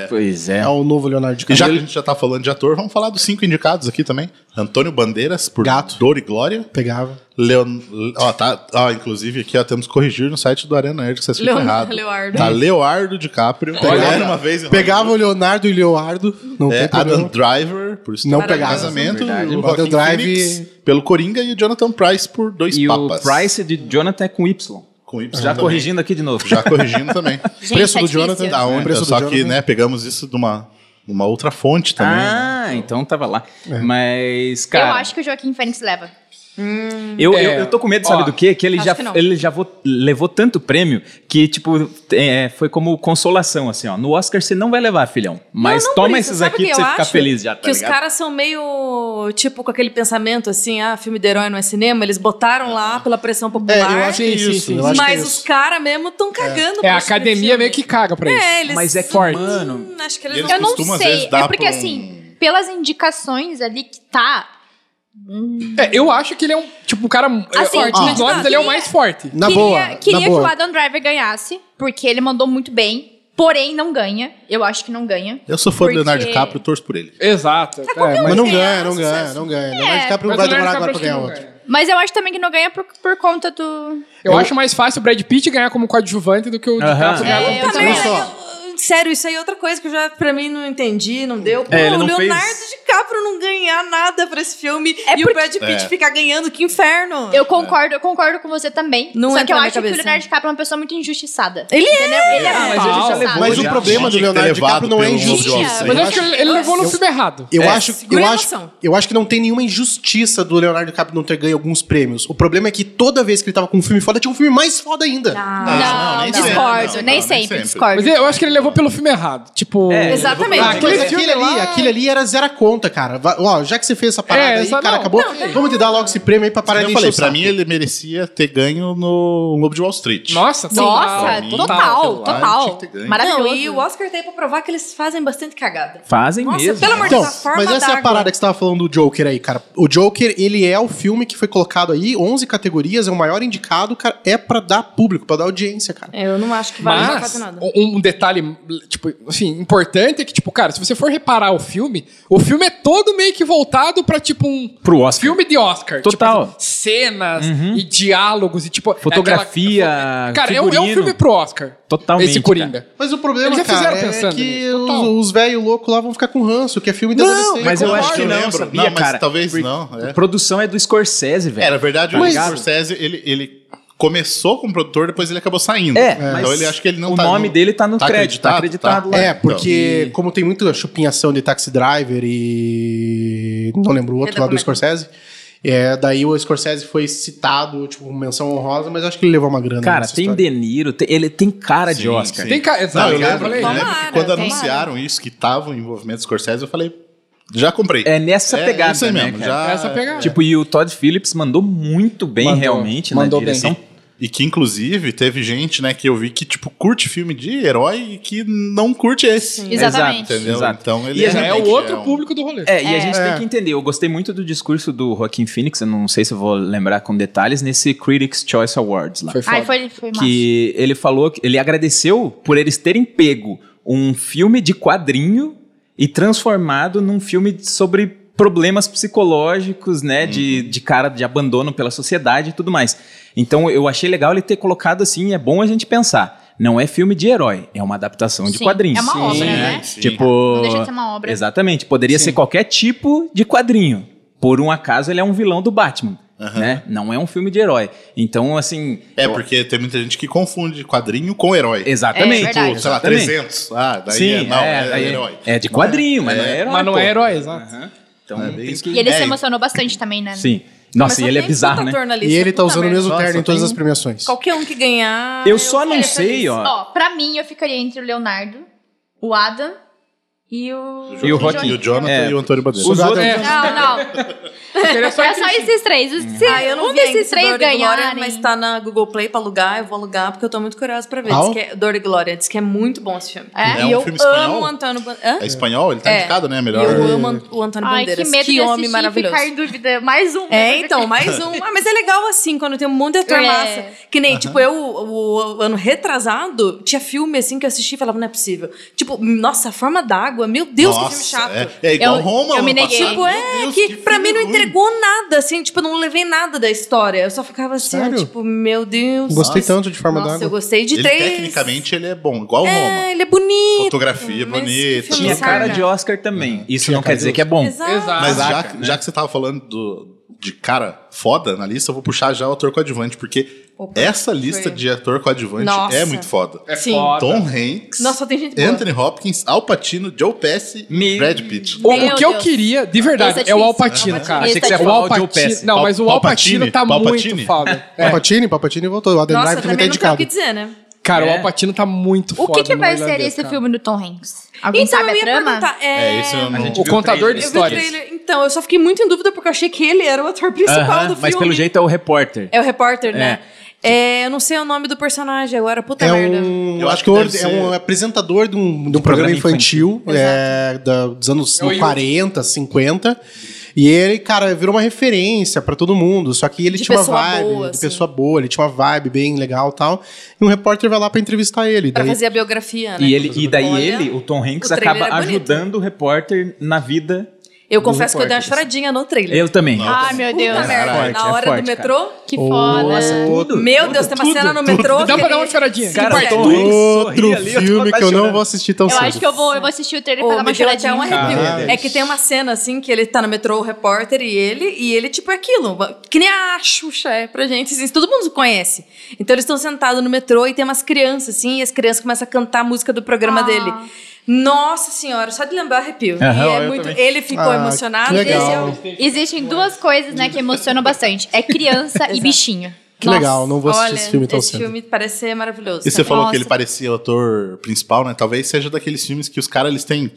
[SPEAKER 3] Pois é.
[SPEAKER 5] É o novo
[SPEAKER 2] E
[SPEAKER 5] Leonardo
[SPEAKER 2] já que a
[SPEAKER 5] DiCaprio.
[SPEAKER 2] gente já tá falando de ator, vamos falar dos cinco indicados aqui também. Antônio Bandeiras, por
[SPEAKER 5] Gato.
[SPEAKER 2] Dor e Glória.
[SPEAKER 5] Pegava.
[SPEAKER 2] Leon... Ó, tá... ó, inclusive aqui, ó, temos que corrigir no site do Arena Nerd, que vocês ficam
[SPEAKER 4] Leon-
[SPEAKER 2] errados.
[SPEAKER 4] Leonardo.
[SPEAKER 2] Tá Leonardo DiCaprio. Era uma vez... em
[SPEAKER 5] Pegava o Leonardo e o Leonardo. Não
[SPEAKER 2] É,
[SPEAKER 5] tem
[SPEAKER 2] Adam
[SPEAKER 5] problema.
[SPEAKER 2] Driver, por isso
[SPEAKER 5] Não
[SPEAKER 2] pegava
[SPEAKER 5] pegava.
[SPEAKER 2] casamento,
[SPEAKER 3] Verdade.
[SPEAKER 2] o
[SPEAKER 5] Adam
[SPEAKER 2] Joaquim
[SPEAKER 5] Drive-
[SPEAKER 2] Phoenix pelo Coringa e o Jonathan Price por dois
[SPEAKER 3] E o
[SPEAKER 2] papas.
[SPEAKER 3] Price de Jonathan é com Y.
[SPEAKER 2] com Y
[SPEAKER 3] Já
[SPEAKER 2] também.
[SPEAKER 3] corrigindo aqui de novo. Ah,
[SPEAKER 2] Já corrigindo também.
[SPEAKER 6] Gente, Preço é do difícil. Jonathan.
[SPEAKER 2] Da onde?
[SPEAKER 5] Preço do
[SPEAKER 2] Só que,
[SPEAKER 5] Jonathan.
[SPEAKER 2] né, pegamos isso de uma, uma outra fonte também. né?
[SPEAKER 3] Ah, então tava lá. Mas, cara.
[SPEAKER 6] Eu acho que o Joaquim Fênix leva.
[SPEAKER 3] Eu,
[SPEAKER 7] É.
[SPEAKER 3] eu, eu tô com medo, sabe
[SPEAKER 7] Ó,
[SPEAKER 3] do quê? Que ele
[SPEAKER 4] acho
[SPEAKER 3] já,
[SPEAKER 4] que não.
[SPEAKER 3] ele já vo- levou tanto prêmio que, tipo, é, foi como consolação, assim, ó. No Oscar você não vai levar, filhão. Mas
[SPEAKER 4] Não, não,
[SPEAKER 3] toma
[SPEAKER 4] Brisa,
[SPEAKER 3] esses
[SPEAKER 4] sabe o
[SPEAKER 3] aqui
[SPEAKER 4] que
[SPEAKER 3] pra
[SPEAKER 4] eu
[SPEAKER 3] você ficar
[SPEAKER 4] acho?
[SPEAKER 3] feliz já, tá
[SPEAKER 4] Que os
[SPEAKER 3] ligado?
[SPEAKER 4] caras são meio, tipo, com aquele pensamento assim, ah, filme de herói não é cinema, eles botaram lá pela pressão popular.
[SPEAKER 5] É, eu acho que é
[SPEAKER 7] Sim, sim,
[SPEAKER 5] isso.
[SPEAKER 7] sim.
[SPEAKER 5] Eu acho que é
[SPEAKER 4] mas os
[SPEAKER 5] isso.
[SPEAKER 4] caras mesmo estão cagando.
[SPEAKER 7] É,
[SPEAKER 4] pra
[SPEAKER 7] a
[SPEAKER 4] esse
[SPEAKER 7] academia
[SPEAKER 4] um filme.
[SPEAKER 7] meio que caga pra isso.
[SPEAKER 4] É, eles...
[SPEAKER 3] Mas é que,
[SPEAKER 4] Forte.
[SPEAKER 3] mano,
[SPEAKER 4] Hum, Acho que
[SPEAKER 2] e
[SPEAKER 4] eles
[SPEAKER 2] eles
[SPEAKER 4] não...
[SPEAKER 6] Eu não
[SPEAKER 2] costumam, às
[SPEAKER 6] sei,
[SPEAKER 2] vezes, dar
[SPEAKER 6] é porque
[SPEAKER 2] pra um-
[SPEAKER 6] assim, pelas indicações ali que tá,
[SPEAKER 7] É, eu acho que ele é um. Tipo, um cara.
[SPEAKER 6] Assim,
[SPEAKER 7] forte.
[SPEAKER 6] ó,
[SPEAKER 4] tipo,
[SPEAKER 7] Dos nomes, ele é o mais forte.
[SPEAKER 5] Na
[SPEAKER 6] queria,
[SPEAKER 5] boa.
[SPEAKER 6] queria
[SPEAKER 5] na
[SPEAKER 6] que o
[SPEAKER 5] boa.
[SPEAKER 6] Adam Driver ganhasse, porque ele mandou muito bem, porém não ganha. Eu acho que não ganha.
[SPEAKER 2] Eu sou fã
[SPEAKER 6] Porque-
[SPEAKER 2] do Leonardo DiCaprio, eu torço por ele.
[SPEAKER 7] Exato. É,
[SPEAKER 5] Mas
[SPEAKER 7] mas-
[SPEAKER 5] não
[SPEAKER 4] ganha,
[SPEAKER 5] ganha, não
[SPEAKER 4] sucesso.
[SPEAKER 5] ganha, não ganha. Leonardo DiCaprio
[SPEAKER 7] mas
[SPEAKER 5] vai
[SPEAKER 7] o Leonardo
[SPEAKER 5] demorar agora
[SPEAKER 7] DiCaprio
[SPEAKER 5] pra ganhar
[SPEAKER 7] acho que
[SPEAKER 5] outro.
[SPEAKER 7] não ganha.
[SPEAKER 6] Mas eu acho também que não ganha por, por conta do.
[SPEAKER 7] Eu, acho mais fácil o Brad Pitt ganhar como coadjuvante do que o
[SPEAKER 3] Aham.
[SPEAKER 7] DiCaprio ganhar
[SPEAKER 6] É,
[SPEAKER 7] como
[SPEAKER 6] eu
[SPEAKER 7] principal.
[SPEAKER 6] também
[SPEAKER 5] Olha
[SPEAKER 6] acho.
[SPEAKER 5] só,
[SPEAKER 4] Sério, isso aí é outra coisa que eu já, pra mim, não entendi, não deu. Pô,
[SPEAKER 3] É, ele
[SPEAKER 4] o
[SPEAKER 3] não fez-
[SPEAKER 4] Leonardo DiCaprio não ganhar nada pra esse filme
[SPEAKER 6] É
[SPEAKER 4] e o
[SPEAKER 6] porque-
[SPEAKER 4] Brad Pitt
[SPEAKER 2] É.
[SPEAKER 4] ficar ganhando, que inferno.
[SPEAKER 6] Eu concordo, eu concordo com você também.
[SPEAKER 4] Não
[SPEAKER 6] só
[SPEAKER 4] entra
[SPEAKER 6] que eu
[SPEAKER 4] na minha
[SPEAKER 6] acho que o
[SPEAKER 4] cabeça.
[SPEAKER 6] Leonardo DiCaprio é uma pessoa muito injustiçada.
[SPEAKER 4] Ele é!
[SPEAKER 6] Entendeu? Ele é
[SPEAKER 7] Ah,
[SPEAKER 6] muito
[SPEAKER 7] mas ele já
[SPEAKER 6] injustiçado.
[SPEAKER 7] levou,
[SPEAKER 5] Mas o
[SPEAKER 7] já.
[SPEAKER 2] Tinha
[SPEAKER 5] problema do
[SPEAKER 2] que ter
[SPEAKER 5] Leonardo DiCaprio
[SPEAKER 2] levado
[SPEAKER 5] não é
[SPEAKER 2] pelo
[SPEAKER 5] injusto.
[SPEAKER 2] Globo de Ouro,
[SPEAKER 6] Tinha,
[SPEAKER 2] sei
[SPEAKER 7] Mas
[SPEAKER 2] lá.
[SPEAKER 7] eu acho que ele ele levou no filme errado.
[SPEAKER 5] Eu
[SPEAKER 3] É.
[SPEAKER 5] acho,
[SPEAKER 4] Segura
[SPEAKER 5] eu
[SPEAKER 4] a
[SPEAKER 5] acho,
[SPEAKER 4] emoção.
[SPEAKER 5] eu acho que não tem nenhuma injustiça do Leonardo DiCaprio não ter ganho alguns prêmios. O problema é que toda vez que ele tava com um filme foda, tinha um filme mais foda ainda.
[SPEAKER 4] Ah,
[SPEAKER 6] Não,
[SPEAKER 2] Não, nem sempre,
[SPEAKER 6] discordo,
[SPEAKER 2] né? não,
[SPEAKER 6] nem
[SPEAKER 2] não,
[SPEAKER 6] sempre,
[SPEAKER 2] nem sempre.
[SPEAKER 6] discordo.
[SPEAKER 7] Mas eu acho que ele levou pelo filme errado. Tipo.
[SPEAKER 3] É, ele
[SPEAKER 4] Exatamente.
[SPEAKER 5] Ah, aquele,
[SPEAKER 7] Mas
[SPEAKER 5] aquele
[SPEAKER 7] aquele
[SPEAKER 5] ali,
[SPEAKER 7] lá-
[SPEAKER 5] aquele ali era zero a conta, cara. Va- Ó, já que você fez essa parada
[SPEAKER 7] É,
[SPEAKER 5] aí,
[SPEAKER 7] essa
[SPEAKER 5] cara,
[SPEAKER 7] não.
[SPEAKER 5] acabou. Vamos te dar logo esse prêmio aí pra parar
[SPEAKER 2] eu
[SPEAKER 5] de encher
[SPEAKER 2] falei,
[SPEAKER 5] o
[SPEAKER 2] pra
[SPEAKER 5] saco.
[SPEAKER 2] mim é- ele merecia ter ganho no Lobo de Wall Street.
[SPEAKER 7] Nossa, assim,
[SPEAKER 4] é
[SPEAKER 6] Nossa,
[SPEAKER 2] Sim.
[SPEAKER 6] total,
[SPEAKER 2] Total,
[SPEAKER 6] total.
[SPEAKER 2] tinha que ter ganho.
[SPEAKER 6] Maravilhoso.
[SPEAKER 4] Não, e o Oscar tem pra provar que eles fazem bastante cagada.
[SPEAKER 3] Fazem
[SPEAKER 4] Nossa,
[SPEAKER 3] mesmo.
[SPEAKER 4] pelo amor de
[SPEAKER 5] Então,
[SPEAKER 4] Essa forma
[SPEAKER 5] mas essa é a
[SPEAKER 4] d'água.
[SPEAKER 5] parada que você tava falando do Joker aí, cara. O Joker, ele é o filme que foi colocado aí, 11 categorias, é o maior indicado, cara. É pra dar público, pra dar audiência, cara.
[SPEAKER 4] Eu não acho que vale
[SPEAKER 7] Mas,
[SPEAKER 4] nada.
[SPEAKER 7] um um detalhe, tipo, assim, importante é que, tipo, cara, se você for reparar o filme, o filme é todo meio que voltado pra, tipo, um
[SPEAKER 3] Pro Oscar.
[SPEAKER 7] filme de Oscar.
[SPEAKER 3] Total.
[SPEAKER 7] Tipo, assim, cenas e diálogos e, tipo... é
[SPEAKER 3] Fotografia,
[SPEAKER 7] aquela- Cara, é um- é um
[SPEAKER 3] figurino.
[SPEAKER 7] filme pro Oscar.
[SPEAKER 3] Totalmente,
[SPEAKER 7] Esse Coringa.
[SPEAKER 5] Mas o problema,
[SPEAKER 7] Eles já
[SPEAKER 5] cara,
[SPEAKER 7] fizeram
[SPEAKER 5] é
[SPEAKER 7] pensando
[SPEAKER 5] que
[SPEAKER 7] nisso. Total.
[SPEAKER 5] os, os velhos loucos lá vão ficar com ranço, que é filme de
[SPEAKER 3] Não,
[SPEAKER 5] adolescente.
[SPEAKER 3] mas eu
[SPEAKER 5] Concordo.
[SPEAKER 3] acho que não,
[SPEAKER 2] lembro.
[SPEAKER 3] sabia,
[SPEAKER 2] Não, mas
[SPEAKER 3] cara?
[SPEAKER 2] talvez
[SPEAKER 3] Porque
[SPEAKER 2] não, é.
[SPEAKER 3] A produção é do Scorsese, velho.
[SPEAKER 2] É, na verdade, o
[SPEAKER 3] Mas-
[SPEAKER 2] Scorsese, ele, ele começou como produtor, depois ele acabou saindo.
[SPEAKER 3] É, mas
[SPEAKER 2] então ele acho que ele não
[SPEAKER 3] o
[SPEAKER 2] tá.
[SPEAKER 3] nome
[SPEAKER 2] não-
[SPEAKER 3] dele tá no crédito, tá acreditado lá.
[SPEAKER 5] É,
[SPEAKER 2] então.
[SPEAKER 5] porque como tem muita chupinhação de Taxi Driver e. Não lembro o outro
[SPEAKER 4] É
[SPEAKER 5] lá do
[SPEAKER 4] documento.
[SPEAKER 5] Scorsese. É, daí o Scorsese foi citado, tipo, menção honrosa, mas acho que ele levou uma grana.
[SPEAKER 3] Cara,
[SPEAKER 5] nessa
[SPEAKER 3] tem
[SPEAKER 5] história.
[SPEAKER 3] De Niro, tem- ele tem cara de
[SPEAKER 2] Sim,
[SPEAKER 3] Oscar.
[SPEAKER 2] sim.
[SPEAKER 7] Tem cara...
[SPEAKER 2] Não, é eu
[SPEAKER 7] Exato, né?
[SPEAKER 2] lembro, eu
[SPEAKER 4] Tomara,
[SPEAKER 2] lembro que quando
[SPEAKER 4] tomara.
[SPEAKER 2] anunciaram isso, que tava o envolvimento do Scorsese, eu falei, já comprei.
[SPEAKER 3] É nessa
[SPEAKER 2] É,
[SPEAKER 3] pegada,
[SPEAKER 2] isso aí
[SPEAKER 3] né,
[SPEAKER 2] mesmo,
[SPEAKER 3] cara?
[SPEAKER 2] já-
[SPEAKER 7] Essa é pegada.
[SPEAKER 3] Tipo, e o Todd Phillips mandou muito bem
[SPEAKER 7] Mandou,
[SPEAKER 3] realmente
[SPEAKER 7] mandou
[SPEAKER 3] na
[SPEAKER 7] bem.
[SPEAKER 3] direção.
[SPEAKER 2] E que, inclusive, teve gente, né, que eu vi que, tipo, curte filme de herói e que não curte esse.
[SPEAKER 6] Exatamente.
[SPEAKER 2] Entendeu?
[SPEAKER 3] Exato.
[SPEAKER 2] Então ele
[SPEAKER 3] E
[SPEAKER 7] já é o
[SPEAKER 2] realmente
[SPEAKER 7] outro
[SPEAKER 2] um-
[SPEAKER 7] público do rolê.
[SPEAKER 3] É, e a gente
[SPEAKER 5] É.
[SPEAKER 3] tem que entender. Eu gostei muito do discurso do Joaquim Phoenix, eu não sei se eu vou lembrar com detalhes, nesse Critics' Choice Awards lá.
[SPEAKER 7] Foi foda.
[SPEAKER 6] Ai, foi, foi massa.
[SPEAKER 3] que ele falou que ele agradeceu por eles terem pego um filme de quadrinho e transformado num filme sobre problemas psicológicos, né, de, de cara de abandono pela sociedade e tudo mais. Então eu achei legal ele ter colocado assim, é bom a gente pensar. Não é filme de herói, é uma adaptação de
[SPEAKER 6] Sim,
[SPEAKER 3] quadrinhos.
[SPEAKER 6] é uma Sim, obra, né?
[SPEAKER 2] sim.
[SPEAKER 3] Tipo,
[SPEAKER 6] Não deixa de ser uma obra.
[SPEAKER 3] Exatamente. Poderia ser qualquer tipo de quadrinho. Por um acaso, ele é um vilão do Batman.
[SPEAKER 2] Aham.
[SPEAKER 3] Né? Não é um filme de herói. Então, assim.
[SPEAKER 2] É,
[SPEAKER 3] eu-
[SPEAKER 2] porque tem muita gente que confunde quadrinho com herói.
[SPEAKER 3] Exatamente.
[SPEAKER 6] É verdade.
[SPEAKER 2] Tipo, sei lá,
[SPEAKER 3] Exatamente.
[SPEAKER 2] 300. Ah, daí
[SPEAKER 3] Sim,
[SPEAKER 2] é, não, é,
[SPEAKER 3] aí
[SPEAKER 2] herói.
[SPEAKER 3] é de quadrinho, mas não é herói.
[SPEAKER 7] Mas não
[SPEAKER 3] pô.
[SPEAKER 7] é herói, exato.
[SPEAKER 3] Aham. Então,
[SPEAKER 2] É,
[SPEAKER 3] tem
[SPEAKER 2] bem
[SPEAKER 3] que...
[SPEAKER 6] E ele se
[SPEAKER 2] É,
[SPEAKER 6] emocionou bastante também, né?
[SPEAKER 3] Sim. Nossa, e ele é bizarro, né?
[SPEAKER 5] E ele tá usando o mesmo
[SPEAKER 2] Nossa,
[SPEAKER 5] terno em todas
[SPEAKER 2] tem-
[SPEAKER 5] as premiações.
[SPEAKER 4] Qualquer um que ganhar.
[SPEAKER 3] né? Eu só não
[SPEAKER 4] ficaria
[SPEAKER 3] sei,
[SPEAKER 4] feliz.
[SPEAKER 3] ó.
[SPEAKER 6] Ó, pra mim, eu ficaria entre o Leonardo, o Adam e o...
[SPEAKER 3] E o Joaquim.
[SPEAKER 2] Joaquim. E o Jonathan
[SPEAKER 3] É.
[SPEAKER 2] e o Antônio Bandeira.
[SPEAKER 3] Os outros...
[SPEAKER 7] É.
[SPEAKER 6] Não, não.
[SPEAKER 7] Ele é só
[SPEAKER 6] É só
[SPEAKER 7] aquele-
[SPEAKER 6] esses três. Se
[SPEAKER 4] Ah, eu não
[SPEAKER 6] um
[SPEAKER 4] vi ainda
[SPEAKER 6] desses
[SPEAKER 4] esse
[SPEAKER 6] três
[SPEAKER 4] Dor e Glória,
[SPEAKER 6] ganharem...
[SPEAKER 4] mas tá na Google Play pra alugar, eu vou alugar, porque eu tô muito curiosa pra ver.
[SPEAKER 5] Qual?
[SPEAKER 4] Diz que é, Dor e Glória, diz que é muito bom esse filme.
[SPEAKER 2] É
[SPEAKER 6] É?
[SPEAKER 4] e
[SPEAKER 2] um
[SPEAKER 4] eu
[SPEAKER 2] filme
[SPEAKER 4] amo
[SPEAKER 2] espanhol?
[SPEAKER 4] o Antônio Bandeiras.
[SPEAKER 2] É espanhol? Ele tá
[SPEAKER 4] É.
[SPEAKER 2] indicado, né?
[SPEAKER 4] E
[SPEAKER 2] Melhor.
[SPEAKER 4] eu amo Ant- o Antônio
[SPEAKER 6] Ai, que
[SPEAKER 4] Bandeiras.
[SPEAKER 6] medo de
[SPEAKER 4] homem
[SPEAKER 6] assistir e
[SPEAKER 4] maravilhoso.
[SPEAKER 6] ficar em dúvida. Mais um.
[SPEAKER 4] É, então, mais um. Ah, mas é legal assim, quando tem um monte de ator
[SPEAKER 6] É.
[SPEAKER 4] massa. Que nem, tipo, eu, o, o ano retrasado, tinha filme assim que eu assisti e falava, não é possível. Tipo, nossa, Forma d'Água, meu Deus, que filme chato.
[SPEAKER 2] É, é igual
[SPEAKER 6] Eu-
[SPEAKER 2] Roma,
[SPEAKER 6] eu
[SPEAKER 2] ano
[SPEAKER 6] me neguei.
[SPEAKER 2] passado.
[SPEAKER 4] Tipo,
[SPEAKER 2] Meu
[SPEAKER 4] é,
[SPEAKER 2] Deus,
[SPEAKER 4] que, pra
[SPEAKER 2] filme
[SPEAKER 4] mim não
[SPEAKER 2] ruim.
[SPEAKER 4] entregou nada, assim, tipo, eu não levei nada da história. Eu só ficava assim, ó,
[SPEAKER 5] Sério?
[SPEAKER 4] tipo, meu Deus.
[SPEAKER 5] Gostei
[SPEAKER 2] Nossa.
[SPEAKER 5] tanto de Forma
[SPEAKER 4] Nossa, eu
[SPEAKER 5] d'Água.
[SPEAKER 4] gostei de
[SPEAKER 2] Ele,
[SPEAKER 4] três.
[SPEAKER 2] tecnicamente, ele é bom, igual Roma.
[SPEAKER 4] É, ele é bonito.
[SPEAKER 2] Fotografia é
[SPEAKER 4] mas que
[SPEAKER 2] bonita.
[SPEAKER 4] filme é
[SPEAKER 3] Tinha
[SPEAKER 4] Sarna.
[SPEAKER 3] cara de Oscar também. Isso não quer dizer que é bom.
[SPEAKER 4] Exato.
[SPEAKER 7] Exato.
[SPEAKER 2] Mas já,
[SPEAKER 3] Saca, né?
[SPEAKER 2] já que você tava falando do- de cara foda na lista, eu vou puxar já o ator coadjuvante, porque
[SPEAKER 4] Opa,
[SPEAKER 2] Essa lista
[SPEAKER 4] foi.
[SPEAKER 2] de ator coadjuvante
[SPEAKER 4] Nossa.
[SPEAKER 2] é muito foda.
[SPEAKER 7] É
[SPEAKER 4] Sim.
[SPEAKER 7] foda.
[SPEAKER 2] Tom Hanks,
[SPEAKER 4] Nossa, só tem gente boa.
[SPEAKER 2] Anthony Hopkins, Al Pacino, Joe Pesci e
[SPEAKER 3] Me-
[SPEAKER 2] Brad Pitt.
[SPEAKER 7] O, o
[SPEAKER 6] Meu
[SPEAKER 7] que eu
[SPEAKER 6] Deus.
[SPEAKER 7] queria, de verdade,
[SPEAKER 6] Esse é
[SPEAKER 7] é o
[SPEAKER 6] difícil.
[SPEAKER 7] Alpatino, cara.
[SPEAKER 6] Achei que você ia
[SPEAKER 7] o
[SPEAKER 3] falar o
[SPEAKER 7] Alpatino.
[SPEAKER 3] Joe Pesci.
[SPEAKER 7] Não,
[SPEAKER 2] Pal-
[SPEAKER 7] mas o
[SPEAKER 2] Palpatine?
[SPEAKER 7] Alpatino tá muito
[SPEAKER 2] Palpatine?
[SPEAKER 7] foda. É.
[SPEAKER 5] Palpatine, Palpatine voltou. O Adam
[SPEAKER 4] Nossa,
[SPEAKER 5] Drive também tá
[SPEAKER 4] também não tem o que
[SPEAKER 5] indicado.
[SPEAKER 4] dizer, né?
[SPEAKER 7] Cara, o
[SPEAKER 3] É.
[SPEAKER 7] Alpatino tá muito
[SPEAKER 6] O
[SPEAKER 7] foda.
[SPEAKER 6] que, que
[SPEAKER 7] no
[SPEAKER 6] vai ser
[SPEAKER 7] irlandês,
[SPEAKER 6] esse
[SPEAKER 7] cara.
[SPEAKER 6] filme do Tom Hanks? Alguém
[SPEAKER 4] então
[SPEAKER 6] sabe
[SPEAKER 4] eu
[SPEAKER 6] a
[SPEAKER 4] ia
[SPEAKER 6] trama?
[SPEAKER 4] perguntar. É,
[SPEAKER 2] É, esse eu não...
[SPEAKER 3] gente
[SPEAKER 7] O
[SPEAKER 3] viu o
[SPEAKER 7] contador de
[SPEAKER 3] trailer.
[SPEAKER 4] eu vi o
[SPEAKER 7] histórias.
[SPEAKER 4] trailer. Então, eu só fiquei muito em dúvida porque eu achei que ele era o ator principal
[SPEAKER 3] Aham,
[SPEAKER 4] do filme.
[SPEAKER 3] mas pelo jeito é o repórter.
[SPEAKER 4] É o repórter, né? É, eu não sei o nome do personagem agora, puta
[SPEAKER 5] É
[SPEAKER 4] merda.
[SPEAKER 5] um,
[SPEAKER 2] Eu acho que
[SPEAKER 5] ator-
[SPEAKER 2] deve ser-
[SPEAKER 5] é um apresentador de um, de um programa infantil, é, da- dos anos
[SPEAKER 7] É o Yuri.
[SPEAKER 5] 40, 50. E ele, cara, virou uma referência pra todo mundo. Só que ele
[SPEAKER 4] De
[SPEAKER 5] tinha uma
[SPEAKER 4] pessoa
[SPEAKER 5] vibe
[SPEAKER 4] boa,
[SPEAKER 5] de
[SPEAKER 4] assim.
[SPEAKER 5] pessoa boa, ele tinha uma vibe bem legal e tal. E um repórter vai lá pra entrevistar ele.
[SPEAKER 4] Pra
[SPEAKER 5] Daí-
[SPEAKER 4] fazer a biografia, né?
[SPEAKER 3] E, ele, e daí
[SPEAKER 4] Olha,
[SPEAKER 3] ele, o Tom Hanks,
[SPEAKER 4] o trailer
[SPEAKER 3] acaba
[SPEAKER 4] é bonito.
[SPEAKER 3] ajudando o repórter na vida.
[SPEAKER 4] Eu confesso que eu dei uma
[SPEAKER 3] repórter. assim.
[SPEAKER 4] choradinha no trailer.
[SPEAKER 3] Eu também.
[SPEAKER 6] Ai, meu Deus.
[SPEAKER 4] Puta merda,
[SPEAKER 3] forte,
[SPEAKER 4] na
[SPEAKER 3] é
[SPEAKER 4] hora
[SPEAKER 3] forte,
[SPEAKER 4] do metrô.
[SPEAKER 6] Que foda.
[SPEAKER 4] Meu Deus, tem uma cena no metrô.
[SPEAKER 7] Dá
[SPEAKER 4] que
[SPEAKER 7] pra dar uma
[SPEAKER 4] ele-
[SPEAKER 7] choradinha.
[SPEAKER 4] Sim,
[SPEAKER 3] Cara,
[SPEAKER 4] é.
[SPEAKER 3] Tom Hanks
[SPEAKER 5] Outro
[SPEAKER 3] sorri ali, eu tô quase
[SPEAKER 5] filme que eu não
[SPEAKER 3] chorando.
[SPEAKER 5] vou assistir tão
[SPEAKER 6] Eu
[SPEAKER 5] cedo.
[SPEAKER 6] acho que eu vou, eu vou assistir o trailer pra
[SPEAKER 4] Ô,
[SPEAKER 6] dar uma
[SPEAKER 4] me deu até
[SPEAKER 6] choradinha.
[SPEAKER 4] um arrepio.
[SPEAKER 3] Caralho.
[SPEAKER 4] É que tem uma cena assim que ele tá no metrô, o repórter e ele, e ele, tipo, é aquilo. Que nem a Xuxa é pra gente, assim, todo mundo conhece. Então eles estão sentados no metrô e tem umas crianças, assim, e as crianças começam a cantar a música do programa
[SPEAKER 6] Ah.
[SPEAKER 4] dele. Nossa senhora, só de lembrar arrepio. E
[SPEAKER 3] Aham,
[SPEAKER 4] é
[SPEAKER 3] eu
[SPEAKER 4] muito-
[SPEAKER 3] também.
[SPEAKER 4] ele ficou
[SPEAKER 5] Ah,
[SPEAKER 4] emocionado.
[SPEAKER 5] que
[SPEAKER 4] e esse é o-
[SPEAKER 5] legal.
[SPEAKER 6] Existem duas coisas, né, que emocionam bastante. É criança e bichinho.
[SPEAKER 5] Que legal, não vou assistir
[SPEAKER 4] Olha,
[SPEAKER 5] esse filme tão
[SPEAKER 4] esse
[SPEAKER 5] cedo.
[SPEAKER 4] filme parece ser maravilhoso. tá
[SPEAKER 2] E você
[SPEAKER 4] também.
[SPEAKER 2] falou
[SPEAKER 6] Nossa.
[SPEAKER 2] que ele parecia o ator principal, né? Talvez seja daqueles filmes que os caras eles têm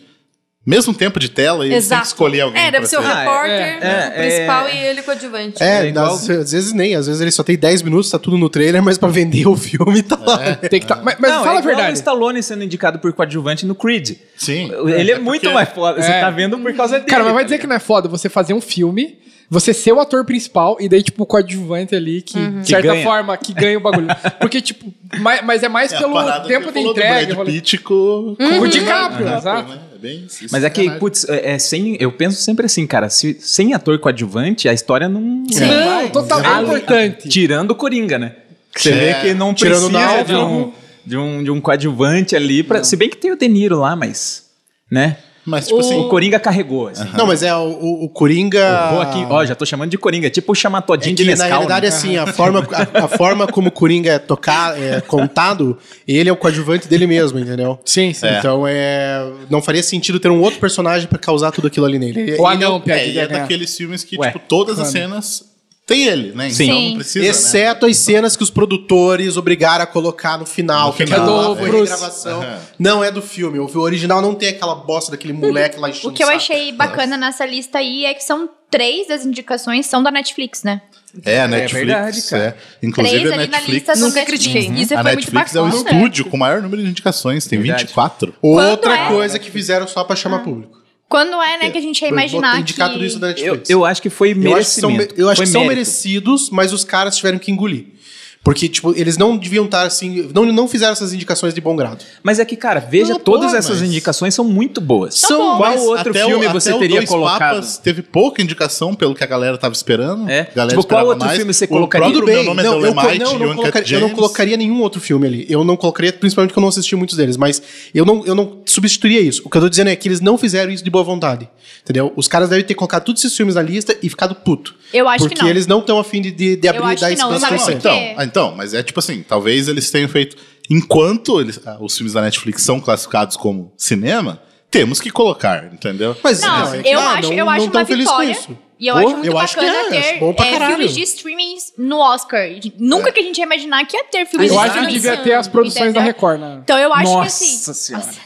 [SPEAKER 2] mesmo tempo de tela e eles têm que
[SPEAKER 4] Exato.
[SPEAKER 2] escolher alguém.
[SPEAKER 4] É, deve
[SPEAKER 2] pra
[SPEAKER 4] ser o
[SPEAKER 2] ser.
[SPEAKER 4] repórter,
[SPEAKER 3] é,
[SPEAKER 4] o
[SPEAKER 3] é.
[SPEAKER 4] principal e ele coadjuvante.
[SPEAKER 5] É,
[SPEAKER 3] É igual-
[SPEAKER 5] às, às vezes nem, às vezes ele só tem 10 minutos, tá tudo no trailer, mas pra vender o filme tá lá.
[SPEAKER 7] Tem que tá... Mas, mas
[SPEAKER 3] Não,
[SPEAKER 7] fala
[SPEAKER 3] é
[SPEAKER 7] a
[SPEAKER 3] igual O
[SPEAKER 7] verdade.
[SPEAKER 3] Stallone sendo indicado por coadjuvante no Creed.
[SPEAKER 2] Sim.
[SPEAKER 3] Ele é, muito
[SPEAKER 2] porque-
[SPEAKER 3] mais foda. Você
[SPEAKER 7] É.
[SPEAKER 3] tá vendo por causa dele.
[SPEAKER 7] Cara, mas vai
[SPEAKER 3] tá
[SPEAKER 7] dizer que
[SPEAKER 3] ligado?
[SPEAKER 7] não é foda você fazer um filme, você ser o ator principal e daí, tipo, o coadjuvante ali que,
[SPEAKER 6] Uhum.
[SPEAKER 7] de certa
[SPEAKER 3] ganha.
[SPEAKER 7] forma, que ganha o bagulho. Porque, tipo, mas, mas é mais
[SPEAKER 2] É a
[SPEAKER 7] pelo
[SPEAKER 2] parada que
[SPEAKER 7] tempo
[SPEAKER 2] eu
[SPEAKER 7] de
[SPEAKER 2] falo do
[SPEAKER 7] entrega.
[SPEAKER 2] Brad
[SPEAKER 7] rolê.
[SPEAKER 2] Pitt
[SPEAKER 4] Uhum.
[SPEAKER 2] com...
[SPEAKER 7] Com
[SPEAKER 6] Uhum.
[SPEAKER 7] o DiCaprio, exato.
[SPEAKER 2] Né? É bem isso,
[SPEAKER 3] Mas é que,
[SPEAKER 2] verdade.
[SPEAKER 3] putz, é, é sem, eu penso sempre assim, cara, se, sem ator coadjuvante, a história não.
[SPEAKER 4] Sim.
[SPEAKER 7] Não, totalmente
[SPEAKER 3] Ali-
[SPEAKER 7] importante.
[SPEAKER 3] Tirando o Coringa, né? Você
[SPEAKER 2] É,
[SPEAKER 3] vê que não
[SPEAKER 5] tirando
[SPEAKER 3] precisa
[SPEAKER 5] o
[SPEAKER 3] de um, de, um, de um coadjuvante ali. Pra, se bem que tem o De Niro lá, mas. Né?
[SPEAKER 2] Mas, tipo assim,
[SPEAKER 3] O Coringa carregou. Assim.
[SPEAKER 5] Não, mas é o, o- o Coringa.
[SPEAKER 3] Vou aqui, ó, já tô chamando de Coringa. Tipo chamar
[SPEAKER 5] É
[SPEAKER 3] Todinho de
[SPEAKER 5] que,
[SPEAKER 3] Nescau.
[SPEAKER 5] na realidade,
[SPEAKER 3] né?
[SPEAKER 5] assim, a forma, a, a forma como o Coringa é, tocar, é contado, ele é o coadjuvante dele mesmo, entendeu?
[SPEAKER 7] Sim, sim.
[SPEAKER 2] É.
[SPEAKER 5] Então é. Não faria sentido ter um outro personagem pra causar tudo aquilo ali nele.
[SPEAKER 7] O anão,
[SPEAKER 2] é, e
[SPEAKER 7] piadinha.
[SPEAKER 2] é
[SPEAKER 7] né?
[SPEAKER 2] daqueles filmes que,
[SPEAKER 3] Ué.
[SPEAKER 2] tipo, todas as cenas tem ele, né?
[SPEAKER 3] Sim.
[SPEAKER 2] Então
[SPEAKER 6] Sim.
[SPEAKER 2] não precisa, né?
[SPEAKER 5] Exceto as cenas que os produtores obrigaram a colocar no final, né?
[SPEAKER 2] No
[SPEAKER 5] que
[SPEAKER 2] final,
[SPEAKER 5] aquilo lá
[SPEAKER 7] é.
[SPEAKER 5] foi
[SPEAKER 7] Bruce.
[SPEAKER 5] regravação.
[SPEAKER 2] Aham.
[SPEAKER 5] Não é do filme. O original não tem aquela bosta daquele moleque lá enchendo
[SPEAKER 6] O que eu
[SPEAKER 5] saco.
[SPEAKER 6] achei bacana nessa lista aí é que são três das indicações são da Netflix, né?
[SPEAKER 2] É, a Netflix.
[SPEAKER 3] verdade, cara.
[SPEAKER 2] é. Inclusive,
[SPEAKER 6] três
[SPEAKER 2] a
[SPEAKER 6] ali
[SPEAKER 2] Netflix,
[SPEAKER 6] na lista são
[SPEAKER 4] Nunca
[SPEAKER 6] Netflix.
[SPEAKER 4] critiquei.
[SPEAKER 6] Isso
[SPEAKER 2] a
[SPEAKER 6] foi
[SPEAKER 2] Netflix é o
[SPEAKER 6] muito bacana.
[SPEAKER 2] estúdio com o maior número de indicações, tem
[SPEAKER 3] Verdade.
[SPEAKER 2] 24.
[SPEAKER 5] Outra
[SPEAKER 6] Quando é?
[SPEAKER 5] coisa que fizeram só pra chamar público.
[SPEAKER 6] Quando é, né, que a gente ia imaginar
[SPEAKER 5] Vou indicar
[SPEAKER 6] que...
[SPEAKER 5] tudo isso da
[SPEAKER 3] Eu,
[SPEAKER 5] Netflix.
[SPEAKER 3] eu acho que foi
[SPEAKER 5] Eu acho que são,
[SPEAKER 3] merecimento.
[SPEAKER 5] eu acho
[SPEAKER 3] Foi
[SPEAKER 5] que são
[SPEAKER 3] mérito.
[SPEAKER 5] merecidos, mas os caras tiveram que engolir. Porque, tipo, eles não deviam estar assim. Não, não fizeram essas indicações de bom grado.
[SPEAKER 3] Mas é que, cara, veja,
[SPEAKER 2] Não,
[SPEAKER 3] todas
[SPEAKER 2] porra,
[SPEAKER 3] essas
[SPEAKER 2] mas-
[SPEAKER 3] indicações são muito boas.
[SPEAKER 6] São boas.
[SPEAKER 3] Qual
[SPEAKER 2] Mas
[SPEAKER 3] outro
[SPEAKER 2] até
[SPEAKER 3] filme
[SPEAKER 2] o,
[SPEAKER 3] você
[SPEAKER 2] até o
[SPEAKER 3] teria
[SPEAKER 2] Dois
[SPEAKER 3] colocado?
[SPEAKER 2] Papas teve pouca indicação pelo que a galera tava esperando.
[SPEAKER 3] É.
[SPEAKER 2] A galera
[SPEAKER 3] Tipo, qual
[SPEAKER 2] esperava
[SPEAKER 3] outro
[SPEAKER 2] mais.
[SPEAKER 3] filme você
[SPEAKER 2] O
[SPEAKER 3] colocaria?
[SPEAKER 2] próprio
[SPEAKER 5] Tudo bem,
[SPEAKER 2] Meu Nome é
[SPEAKER 5] não, eu, co-
[SPEAKER 2] Dolomite,
[SPEAKER 5] não, eu
[SPEAKER 2] de
[SPEAKER 5] não
[SPEAKER 2] Uncut
[SPEAKER 5] colocaria, eu não
[SPEAKER 2] Gems.
[SPEAKER 5] colocaria nenhum outro filme ali. Eu não colocaria, principalmente porque eu não assisti muitos deles, mas eu não, eu não substituiria isso. O que eu tô dizendo é que eles não fizeram isso de boa vontade. Entendeu? Os caras devem ter colocado todos esses filmes na lista e ficado puto.
[SPEAKER 6] Eu acho que
[SPEAKER 5] porque
[SPEAKER 6] não.
[SPEAKER 5] eles não estão afim de, de, de
[SPEAKER 6] Eu
[SPEAKER 5] abrir e
[SPEAKER 6] acho
[SPEAKER 5] dar
[SPEAKER 6] que não,
[SPEAKER 5] espaço
[SPEAKER 6] sabe
[SPEAKER 5] pra
[SPEAKER 6] por
[SPEAKER 5] isso.
[SPEAKER 2] Não,
[SPEAKER 6] quê?
[SPEAKER 5] Então,
[SPEAKER 2] então, ah, então, mas é tipo assim, talvez eles tenham feito. Enquanto eles, ah, os filmes da Netflix são classificados como cinema, temos que colocar, entendeu?
[SPEAKER 5] Mas
[SPEAKER 6] Não,
[SPEAKER 5] é que
[SPEAKER 6] eu
[SPEAKER 5] tá,
[SPEAKER 6] acho,
[SPEAKER 5] não-
[SPEAKER 6] eu
[SPEAKER 5] não
[SPEAKER 6] acho
[SPEAKER 5] tão
[SPEAKER 6] uma
[SPEAKER 5] feliz com
[SPEAKER 6] vitória.
[SPEAKER 5] isso.
[SPEAKER 6] E eu
[SPEAKER 5] Pô,
[SPEAKER 6] acho muito
[SPEAKER 5] eu acho que
[SPEAKER 6] bacana
[SPEAKER 5] é,
[SPEAKER 6] ter
[SPEAKER 5] bom pra
[SPEAKER 6] eh,
[SPEAKER 5] caralho. É.
[SPEAKER 6] filmes de streaming no Oscar. Nunca que a gente ia imaginar que ia ter filmes
[SPEAKER 7] Eu
[SPEAKER 6] de
[SPEAKER 7] acho que
[SPEAKER 6] streaming.
[SPEAKER 7] devia ter as produções da
[SPEAKER 6] Entendeu?
[SPEAKER 7] Record, né?
[SPEAKER 6] Uhum. Então eu acho que
[SPEAKER 3] Nossa
[SPEAKER 2] Ah,
[SPEAKER 6] assim.
[SPEAKER 3] Senhora.
[SPEAKER 6] Nossa.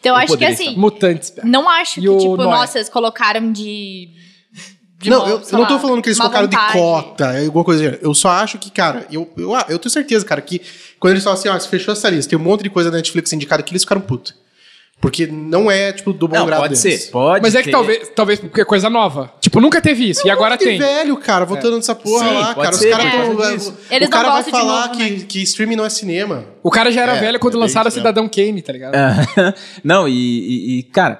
[SPEAKER 6] Então eu, acho que
[SPEAKER 3] poderia
[SPEAKER 6] assim.
[SPEAKER 7] Mutantes. pera.
[SPEAKER 6] Não acho
[SPEAKER 7] E
[SPEAKER 6] que,
[SPEAKER 7] o
[SPEAKER 6] tipo,
[SPEAKER 7] Noé?
[SPEAKER 6] nossa, eles colocaram de. de
[SPEAKER 5] não,
[SPEAKER 6] uma-
[SPEAKER 5] eu,
[SPEAKER 6] sei
[SPEAKER 5] eu não tô
[SPEAKER 6] lá,
[SPEAKER 5] falando que eles
[SPEAKER 6] uma
[SPEAKER 5] colocaram
[SPEAKER 6] vontade.
[SPEAKER 5] de cota, alguma coisa. assim. Eu só acho que, cara, eu, eu, ah, eu tenho certeza, cara, que quando eles falam assim, ó, se fechou essa lista, tem um monte de coisa da Netflix indicada que eles ficaram putos. Porque não é, tipo, do bom
[SPEAKER 3] Não,
[SPEAKER 5] grado
[SPEAKER 3] pode
[SPEAKER 5] deles.
[SPEAKER 3] ser. Pode
[SPEAKER 7] Mas é que
[SPEAKER 3] ter.
[SPEAKER 7] talvez, talvez porque é coisa nova. Tipo, nunca teve isso. e agora
[SPEAKER 5] Que
[SPEAKER 7] tem.
[SPEAKER 5] velho, cara, voltando nessa porra
[SPEAKER 3] É. Sim,
[SPEAKER 5] lá,
[SPEAKER 3] pode
[SPEAKER 5] cara.
[SPEAKER 3] ser,
[SPEAKER 5] os
[SPEAKER 6] por
[SPEAKER 5] caras tão-
[SPEAKER 3] causa
[SPEAKER 5] o-
[SPEAKER 3] disso.
[SPEAKER 6] Eles não
[SPEAKER 5] O cara vai
[SPEAKER 6] gostam de
[SPEAKER 5] falar
[SPEAKER 6] novo, né?
[SPEAKER 5] que, que streaming não é cinema.
[SPEAKER 7] O cara já era
[SPEAKER 2] É,
[SPEAKER 7] velho quando
[SPEAKER 2] é bem
[SPEAKER 7] lançaram
[SPEAKER 2] isso mesmo.
[SPEAKER 7] Cidadão Kane, tá ligado?
[SPEAKER 3] Ah, Não, e, e- e, cara,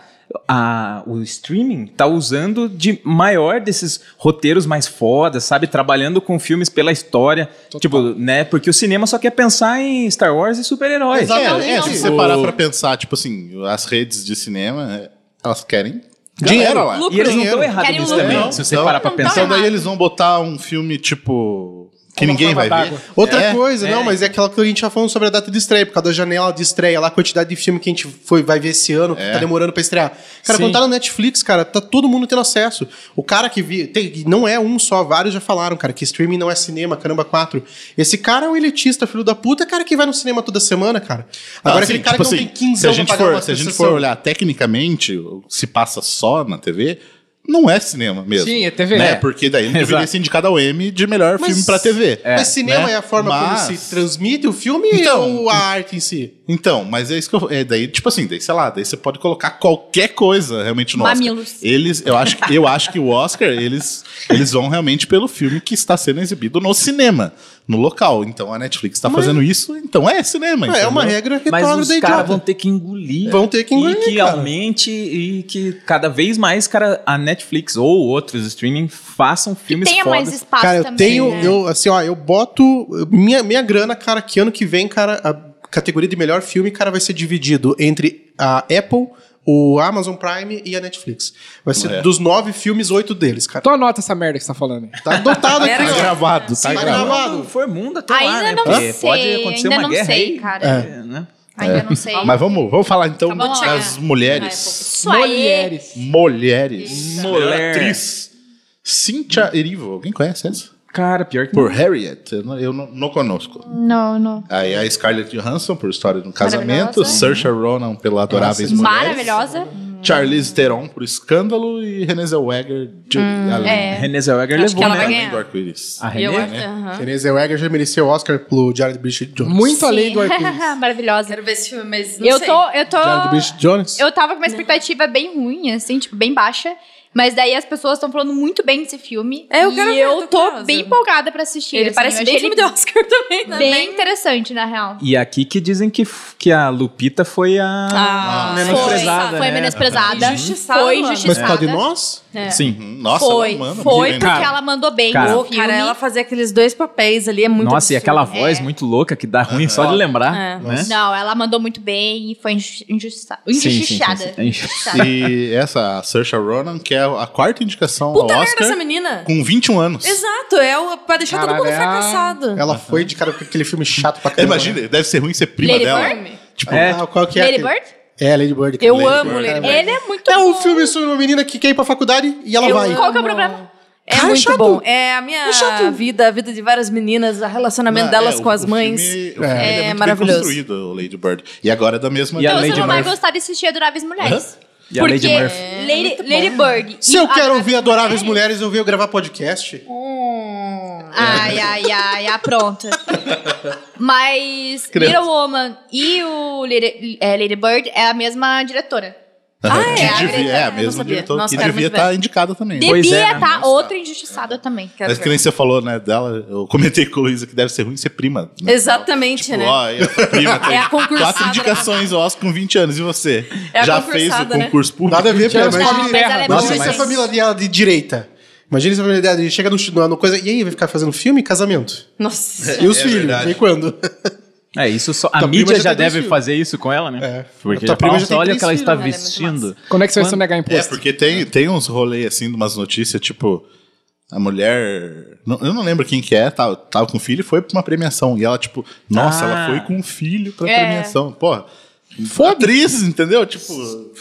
[SPEAKER 3] a- o streaming tá usando de maior desses roteiros mais fodas, sabe? Trabalhando com filmes pela história. Tipo, né? Porque o cinema só quer pensar em Star Wars e super-heróis.
[SPEAKER 2] É,
[SPEAKER 6] Não, um.
[SPEAKER 2] é,
[SPEAKER 6] não.
[SPEAKER 2] se você parar pra pensar, tipo assim, as redes de cinema, é, elas querem
[SPEAKER 5] Dinheiro.
[SPEAKER 2] dinheiro lá.
[SPEAKER 4] Lucro.
[SPEAKER 3] E eles não
[SPEAKER 4] Dinheiro.
[SPEAKER 3] estão errados
[SPEAKER 6] Querem
[SPEAKER 3] nisso
[SPEAKER 6] lucro.
[SPEAKER 3] também.
[SPEAKER 2] Não,
[SPEAKER 3] se você
[SPEAKER 2] então-
[SPEAKER 3] parar pra
[SPEAKER 6] não
[SPEAKER 3] pensar.
[SPEAKER 6] tá
[SPEAKER 2] Então daí
[SPEAKER 6] errado.
[SPEAKER 2] eles vão botar um filme tipo. Que ninguém vai ver.
[SPEAKER 5] Outra
[SPEAKER 2] É,
[SPEAKER 5] coisa, não, mas é aquela que a gente já falou sobre a data de estreia, por causa da janela de estreia, lá a quantidade de filme que a gente foi, vai ver esse ano,
[SPEAKER 2] É.
[SPEAKER 5] que tá demorando pra estrear. Cara,
[SPEAKER 7] Sim.
[SPEAKER 5] quando tá na Netflix, cara, tá todo mundo tendo acesso. O cara que vi, tem- e não é um só, vários já falaram, cara, que streaming não é cinema, caramba, quatro. Esse cara é um elitista, filho da puta, cara que vai no cinema toda semana, cara. Agora
[SPEAKER 2] Assim,
[SPEAKER 5] aquele cara
[SPEAKER 2] tipo
[SPEAKER 5] que não
[SPEAKER 2] assim,
[SPEAKER 5] tem 15
[SPEAKER 2] se a gente
[SPEAKER 5] pra pagar
[SPEAKER 2] for,
[SPEAKER 5] uma
[SPEAKER 2] Se a gente
[SPEAKER 5] prestação.
[SPEAKER 2] for olhar tecnicamente, o que se passa só na TV, não é cinema mesmo.
[SPEAKER 7] Sim, é TV.
[SPEAKER 2] Né?
[SPEAKER 7] É.
[SPEAKER 2] Porque daí ele deveria
[SPEAKER 3] Exato.
[SPEAKER 2] ser indicado ao M de melhor
[SPEAKER 5] Mas-
[SPEAKER 2] filme pra TV.
[SPEAKER 5] Mas cinema
[SPEAKER 2] né?
[SPEAKER 5] é a forma como
[SPEAKER 2] Mas-
[SPEAKER 5] se transmite o filme
[SPEAKER 2] Então,
[SPEAKER 5] ou a arte em si?
[SPEAKER 2] Então, mas é isso que eu. É, daí, tipo assim, daí, sei lá, daí você pode colocar qualquer coisa realmente no
[SPEAKER 6] Mamilos.
[SPEAKER 2] Oscar. Eles, eu acho, que- eu acho que o Oscar, eles, eles vão realmente pelo filme que está sendo exibido no cinema, no local. Então a Netflix está fazendo isso, então é cinema.
[SPEAKER 5] É uma
[SPEAKER 2] entendeu?
[SPEAKER 5] regra
[SPEAKER 3] Mas
[SPEAKER 5] retrógrada
[SPEAKER 3] os
[SPEAKER 5] da
[SPEAKER 3] caras vão
[SPEAKER 5] idiota.
[SPEAKER 3] ter que engolir.
[SPEAKER 5] Vão ter que engolir,
[SPEAKER 3] E que
[SPEAKER 5] cara.
[SPEAKER 3] aumente e que cada vez mais, cara, a Netflix ou outros streaming façam filmes
[SPEAKER 6] Tenha
[SPEAKER 3] fodas.
[SPEAKER 6] mais espaço
[SPEAKER 5] Cara, eu
[SPEAKER 6] também.
[SPEAKER 5] tenho,
[SPEAKER 6] né?
[SPEAKER 5] eu, assim, ó, eu boto minha, minha grana, cara, que ano que vem, cara, a categoria de melhor filme, cara, vai ser dividido entre a Apple, o Amazon Prime e a Netflix. Vai ser
[SPEAKER 2] É.
[SPEAKER 5] dos nove filmes, oito deles, cara.
[SPEAKER 7] Então anota essa merda que você tá falando aí.
[SPEAKER 5] Tá dotado aqui,
[SPEAKER 4] Era
[SPEAKER 2] Tá
[SPEAKER 5] ó.
[SPEAKER 2] gravado, tá
[SPEAKER 5] Sim, é
[SPEAKER 2] gravado.
[SPEAKER 5] gravado.
[SPEAKER 3] Quando for mundo até
[SPEAKER 6] Ainda
[SPEAKER 3] lá, né?
[SPEAKER 6] não sei,
[SPEAKER 3] Porque pode acontecer
[SPEAKER 6] ainda
[SPEAKER 3] uma
[SPEAKER 6] não
[SPEAKER 3] guerra
[SPEAKER 6] sei,
[SPEAKER 3] aí,
[SPEAKER 6] cara.
[SPEAKER 3] é, né?
[SPEAKER 6] Ainda não sei.
[SPEAKER 2] Mas vamos, vamos falar então
[SPEAKER 6] Acabou de
[SPEAKER 2] das
[SPEAKER 6] Tá chegar. Ah, é
[SPEAKER 2] mulheres.
[SPEAKER 6] Isso aí.
[SPEAKER 7] Mulheres.
[SPEAKER 2] Mulheres.
[SPEAKER 3] Mulher.
[SPEAKER 2] Atriz. Cynthia Erivo. Alguém conhece essa?
[SPEAKER 3] Cara, pior que
[SPEAKER 2] Por Harriet. Eu não, eu não- não conosco.
[SPEAKER 6] Não, não.
[SPEAKER 2] Aí a Scarlett Johansson por História de um Casamento,
[SPEAKER 6] Maravilhosa.
[SPEAKER 2] Saoirse Ronan pela Adoráveis Mulheres,
[SPEAKER 6] Maravilhosa.
[SPEAKER 2] Charlize Theron por Escândalo e Renée Zellweger de Além
[SPEAKER 3] a
[SPEAKER 6] É.
[SPEAKER 3] Renée Zellweger
[SPEAKER 4] Hum, Acho
[SPEAKER 3] levou,
[SPEAKER 4] que ela vai
[SPEAKER 3] né?
[SPEAKER 2] Além
[SPEAKER 4] ganhar.
[SPEAKER 2] do Arco-Íris.
[SPEAKER 3] A
[SPEAKER 4] Eu
[SPEAKER 3] Renée,
[SPEAKER 4] acho- aham.
[SPEAKER 5] Renée Zellweger já mereceu o Oscar pelo Jared Bridget Jones.
[SPEAKER 7] Muito
[SPEAKER 6] Sim.
[SPEAKER 7] além do arco-íris.
[SPEAKER 6] Maravilhosa.
[SPEAKER 4] Quero ver esse filme, mas não
[SPEAKER 6] Eu
[SPEAKER 4] sei.
[SPEAKER 6] tô, eu tô.
[SPEAKER 5] Jared Bridget Jones.
[SPEAKER 3] Né?
[SPEAKER 6] Eu tava com uma expectativa bem ruim, assim, tipo, bem baixa. Mas daí as pessoas estão falando muito bem desse filme.
[SPEAKER 4] É, eu
[SPEAKER 6] e
[SPEAKER 4] quero ver,
[SPEAKER 6] eu
[SPEAKER 4] tô
[SPEAKER 6] tô
[SPEAKER 4] curiosa.
[SPEAKER 6] bem empolgada pra assistir.
[SPEAKER 4] Ele
[SPEAKER 6] assim,
[SPEAKER 4] parece
[SPEAKER 6] eu
[SPEAKER 4] bem
[SPEAKER 6] achei
[SPEAKER 4] filme
[SPEAKER 6] ele
[SPEAKER 4] de Oscar também, né?
[SPEAKER 6] bem interessante, na real.
[SPEAKER 3] E aqui que dizem que, f- que a Lupita foi a...
[SPEAKER 4] Ah,
[SPEAKER 3] menosprezada,
[SPEAKER 6] foi, foi
[SPEAKER 3] né?
[SPEAKER 6] menosprezada.
[SPEAKER 4] Injustiçada,
[SPEAKER 6] Foi
[SPEAKER 4] mano.
[SPEAKER 5] Mas por
[SPEAKER 6] injustiçada.
[SPEAKER 5] causa de nós?
[SPEAKER 4] é.
[SPEAKER 2] Sim. Hum, Nossa,
[SPEAKER 6] foi,
[SPEAKER 2] ela manda
[SPEAKER 6] foi
[SPEAKER 2] muito
[SPEAKER 6] porque
[SPEAKER 2] bem. né?
[SPEAKER 3] Cara,
[SPEAKER 6] ela mandou bem
[SPEAKER 3] cara.
[SPEAKER 6] no
[SPEAKER 4] Pô,
[SPEAKER 6] filme.
[SPEAKER 4] cara, ela fazer aqueles dois papéis ali é muito
[SPEAKER 3] Nossa, e
[SPEAKER 4] absurdo.
[SPEAKER 3] aquela voz muito louca que dá ruim só de lembrar,
[SPEAKER 4] É.
[SPEAKER 3] né?
[SPEAKER 6] Não, ela mandou muito bem e foi injusti- injustiça- injustiçada.
[SPEAKER 5] É
[SPEAKER 3] sim, sim.
[SPEAKER 6] Injustiçada.
[SPEAKER 2] E essa, a Saoirse Ronan, que é a quarta indicação
[SPEAKER 4] Puta
[SPEAKER 2] ao
[SPEAKER 4] merda essa
[SPEAKER 2] Oscar,
[SPEAKER 4] menina.
[SPEAKER 2] com 21 anos.
[SPEAKER 4] Exato, é o, pra deixar
[SPEAKER 7] Caralho,
[SPEAKER 4] todo mundo
[SPEAKER 7] é a-
[SPEAKER 4] fracassado.
[SPEAKER 5] Ela foi de cara com aquele filme chato pra caramba.
[SPEAKER 2] Imagina, deve ser ruim ser prima
[SPEAKER 6] Lady
[SPEAKER 2] dela.
[SPEAKER 6] Bird?
[SPEAKER 2] Tipo,
[SPEAKER 3] É.
[SPEAKER 5] Ah, qual que é?
[SPEAKER 6] Lady
[SPEAKER 5] aquele?
[SPEAKER 6] Bird?
[SPEAKER 5] É, Lady Bird.
[SPEAKER 4] Eu
[SPEAKER 5] cara.
[SPEAKER 4] amo Lady Bird.
[SPEAKER 6] Ele é muito
[SPEAKER 5] É
[SPEAKER 6] bom.
[SPEAKER 5] um filme sobre uma menina que quer ir pra faculdade e ela
[SPEAKER 4] Eu
[SPEAKER 5] vai.
[SPEAKER 6] Qual que é o
[SPEAKER 4] amo.
[SPEAKER 6] problema?
[SPEAKER 4] É
[SPEAKER 5] Cara, é
[SPEAKER 4] muito
[SPEAKER 5] chato.
[SPEAKER 4] bom. É a minha
[SPEAKER 5] É chato.
[SPEAKER 4] vida, a vida de várias meninas, o relacionamento
[SPEAKER 2] Não,
[SPEAKER 4] delas
[SPEAKER 2] é, o-
[SPEAKER 4] com as
[SPEAKER 2] o
[SPEAKER 4] mães.
[SPEAKER 2] filme- o filme,
[SPEAKER 4] é,
[SPEAKER 2] ele muito
[SPEAKER 4] maravilhoso.
[SPEAKER 2] Bem construído, o Lady Bird. E agora é da mesma.
[SPEAKER 3] E a
[SPEAKER 6] Então
[SPEAKER 3] Lady
[SPEAKER 6] você não vai
[SPEAKER 3] Murphy.
[SPEAKER 6] gostar de assistir Adoráveis Mulheres.
[SPEAKER 3] E a Lady Murphy.
[SPEAKER 6] Lady, Lady Bird.
[SPEAKER 5] Se eu quero ouvir Adoráveis Mulheres, eu venho gravar podcast.
[SPEAKER 6] Ai, ai, ai, ah, pronto. Mas Little Woman e o Lady, é, Lady Bird é a mesma diretora.
[SPEAKER 2] Ah,
[SPEAKER 4] é?
[SPEAKER 2] que
[SPEAKER 4] Ah, é, a
[SPEAKER 2] devia,
[SPEAKER 4] Greta,
[SPEAKER 2] é,
[SPEAKER 4] eu
[SPEAKER 2] a
[SPEAKER 4] não
[SPEAKER 2] mesma
[SPEAKER 4] sabia.
[SPEAKER 2] diretora
[SPEAKER 4] Nossa,
[SPEAKER 2] que
[SPEAKER 4] cara,
[SPEAKER 2] devia
[SPEAKER 4] muito bem.
[SPEAKER 2] estar indicada também. né?
[SPEAKER 3] Pois
[SPEAKER 6] Devia
[SPEAKER 3] é, né?
[SPEAKER 6] tá outra injustiçada também. é
[SPEAKER 4] Quero
[SPEAKER 2] Mas que
[SPEAKER 4] ver.
[SPEAKER 2] nem você falou, né, dela, eu comentei com o Luísa que deve ser ruim ser prima. né?
[SPEAKER 4] Exatamente,
[SPEAKER 2] Tipo,
[SPEAKER 4] né?
[SPEAKER 2] ó, e a sua prima tem
[SPEAKER 4] É a concursada.
[SPEAKER 2] quatro indicações, ó, com 20 anos, e você?
[SPEAKER 4] É a
[SPEAKER 2] Já fez o
[SPEAKER 4] concursada, né?
[SPEAKER 2] concurso público?
[SPEAKER 5] Nada a ver, pelo
[SPEAKER 7] Tiago
[SPEAKER 5] menos.
[SPEAKER 7] Scott
[SPEAKER 6] mas ela é
[SPEAKER 7] Nossa,
[SPEAKER 5] Imagina
[SPEAKER 6] boa,
[SPEAKER 5] se a
[SPEAKER 6] mas-
[SPEAKER 5] família dela de direita. Imagina se a família dela de- chega no, no, no coisa. E aí, vai ficar fazendo filme e casamento?
[SPEAKER 4] Nossa.
[SPEAKER 5] E os
[SPEAKER 2] é
[SPEAKER 5] filhos?
[SPEAKER 2] verdade.
[SPEAKER 5] Vem quando?
[SPEAKER 3] É, isso só. A
[SPEAKER 5] Tua prima
[SPEAKER 3] mídia
[SPEAKER 5] já
[SPEAKER 3] já
[SPEAKER 5] tem dois
[SPEAKER 3] deve
[SPEAKER 5] filhos.
[SPEAKER 3] fazer isso com ela, né?
[SPEAKER 5] É.
[SPEAKER 3] Porque
[SPEAKER 5] Tua
[SPEAKER 3] já
[SPEAKER 5] prima
[SPEAKER 3] fala,
[SPEAKER 5] já
[SPEAKER 3] "Nossa,
[SPEAKER 5] tem
[SPEAKER 3] olha o
[SPEAKER 5] três
[SPEAKER 3] que ela
[SPEAKER 5] filhos,
[SPEAKER 3] está
[SPEAKER 4] né? Ela é muito
[SPEAKER 3] vestindo.
[SPEAKER 7] Quando é que você vai
[SPEAKER 3] Quando-
[SPEAKER 7] sonegar
[SPEAKER 2] É,
[SPEAKER 7] imposto?
[SPEAKER 2] porque tem, tem uns rolês, assim, de umas notícias, tipo, a mulher... não- eu não lembro quem que é, tava, tava com filho e foi pra uma premiação. E ela, tipo, nossa,
[SPEAKER 3] Ah.
[SPEAKER 2] ela foi com o filho pra
[SPEAKER 6] É.
[SPEAKER 2] premiação. Porra, atriz, entendeu? Tipo...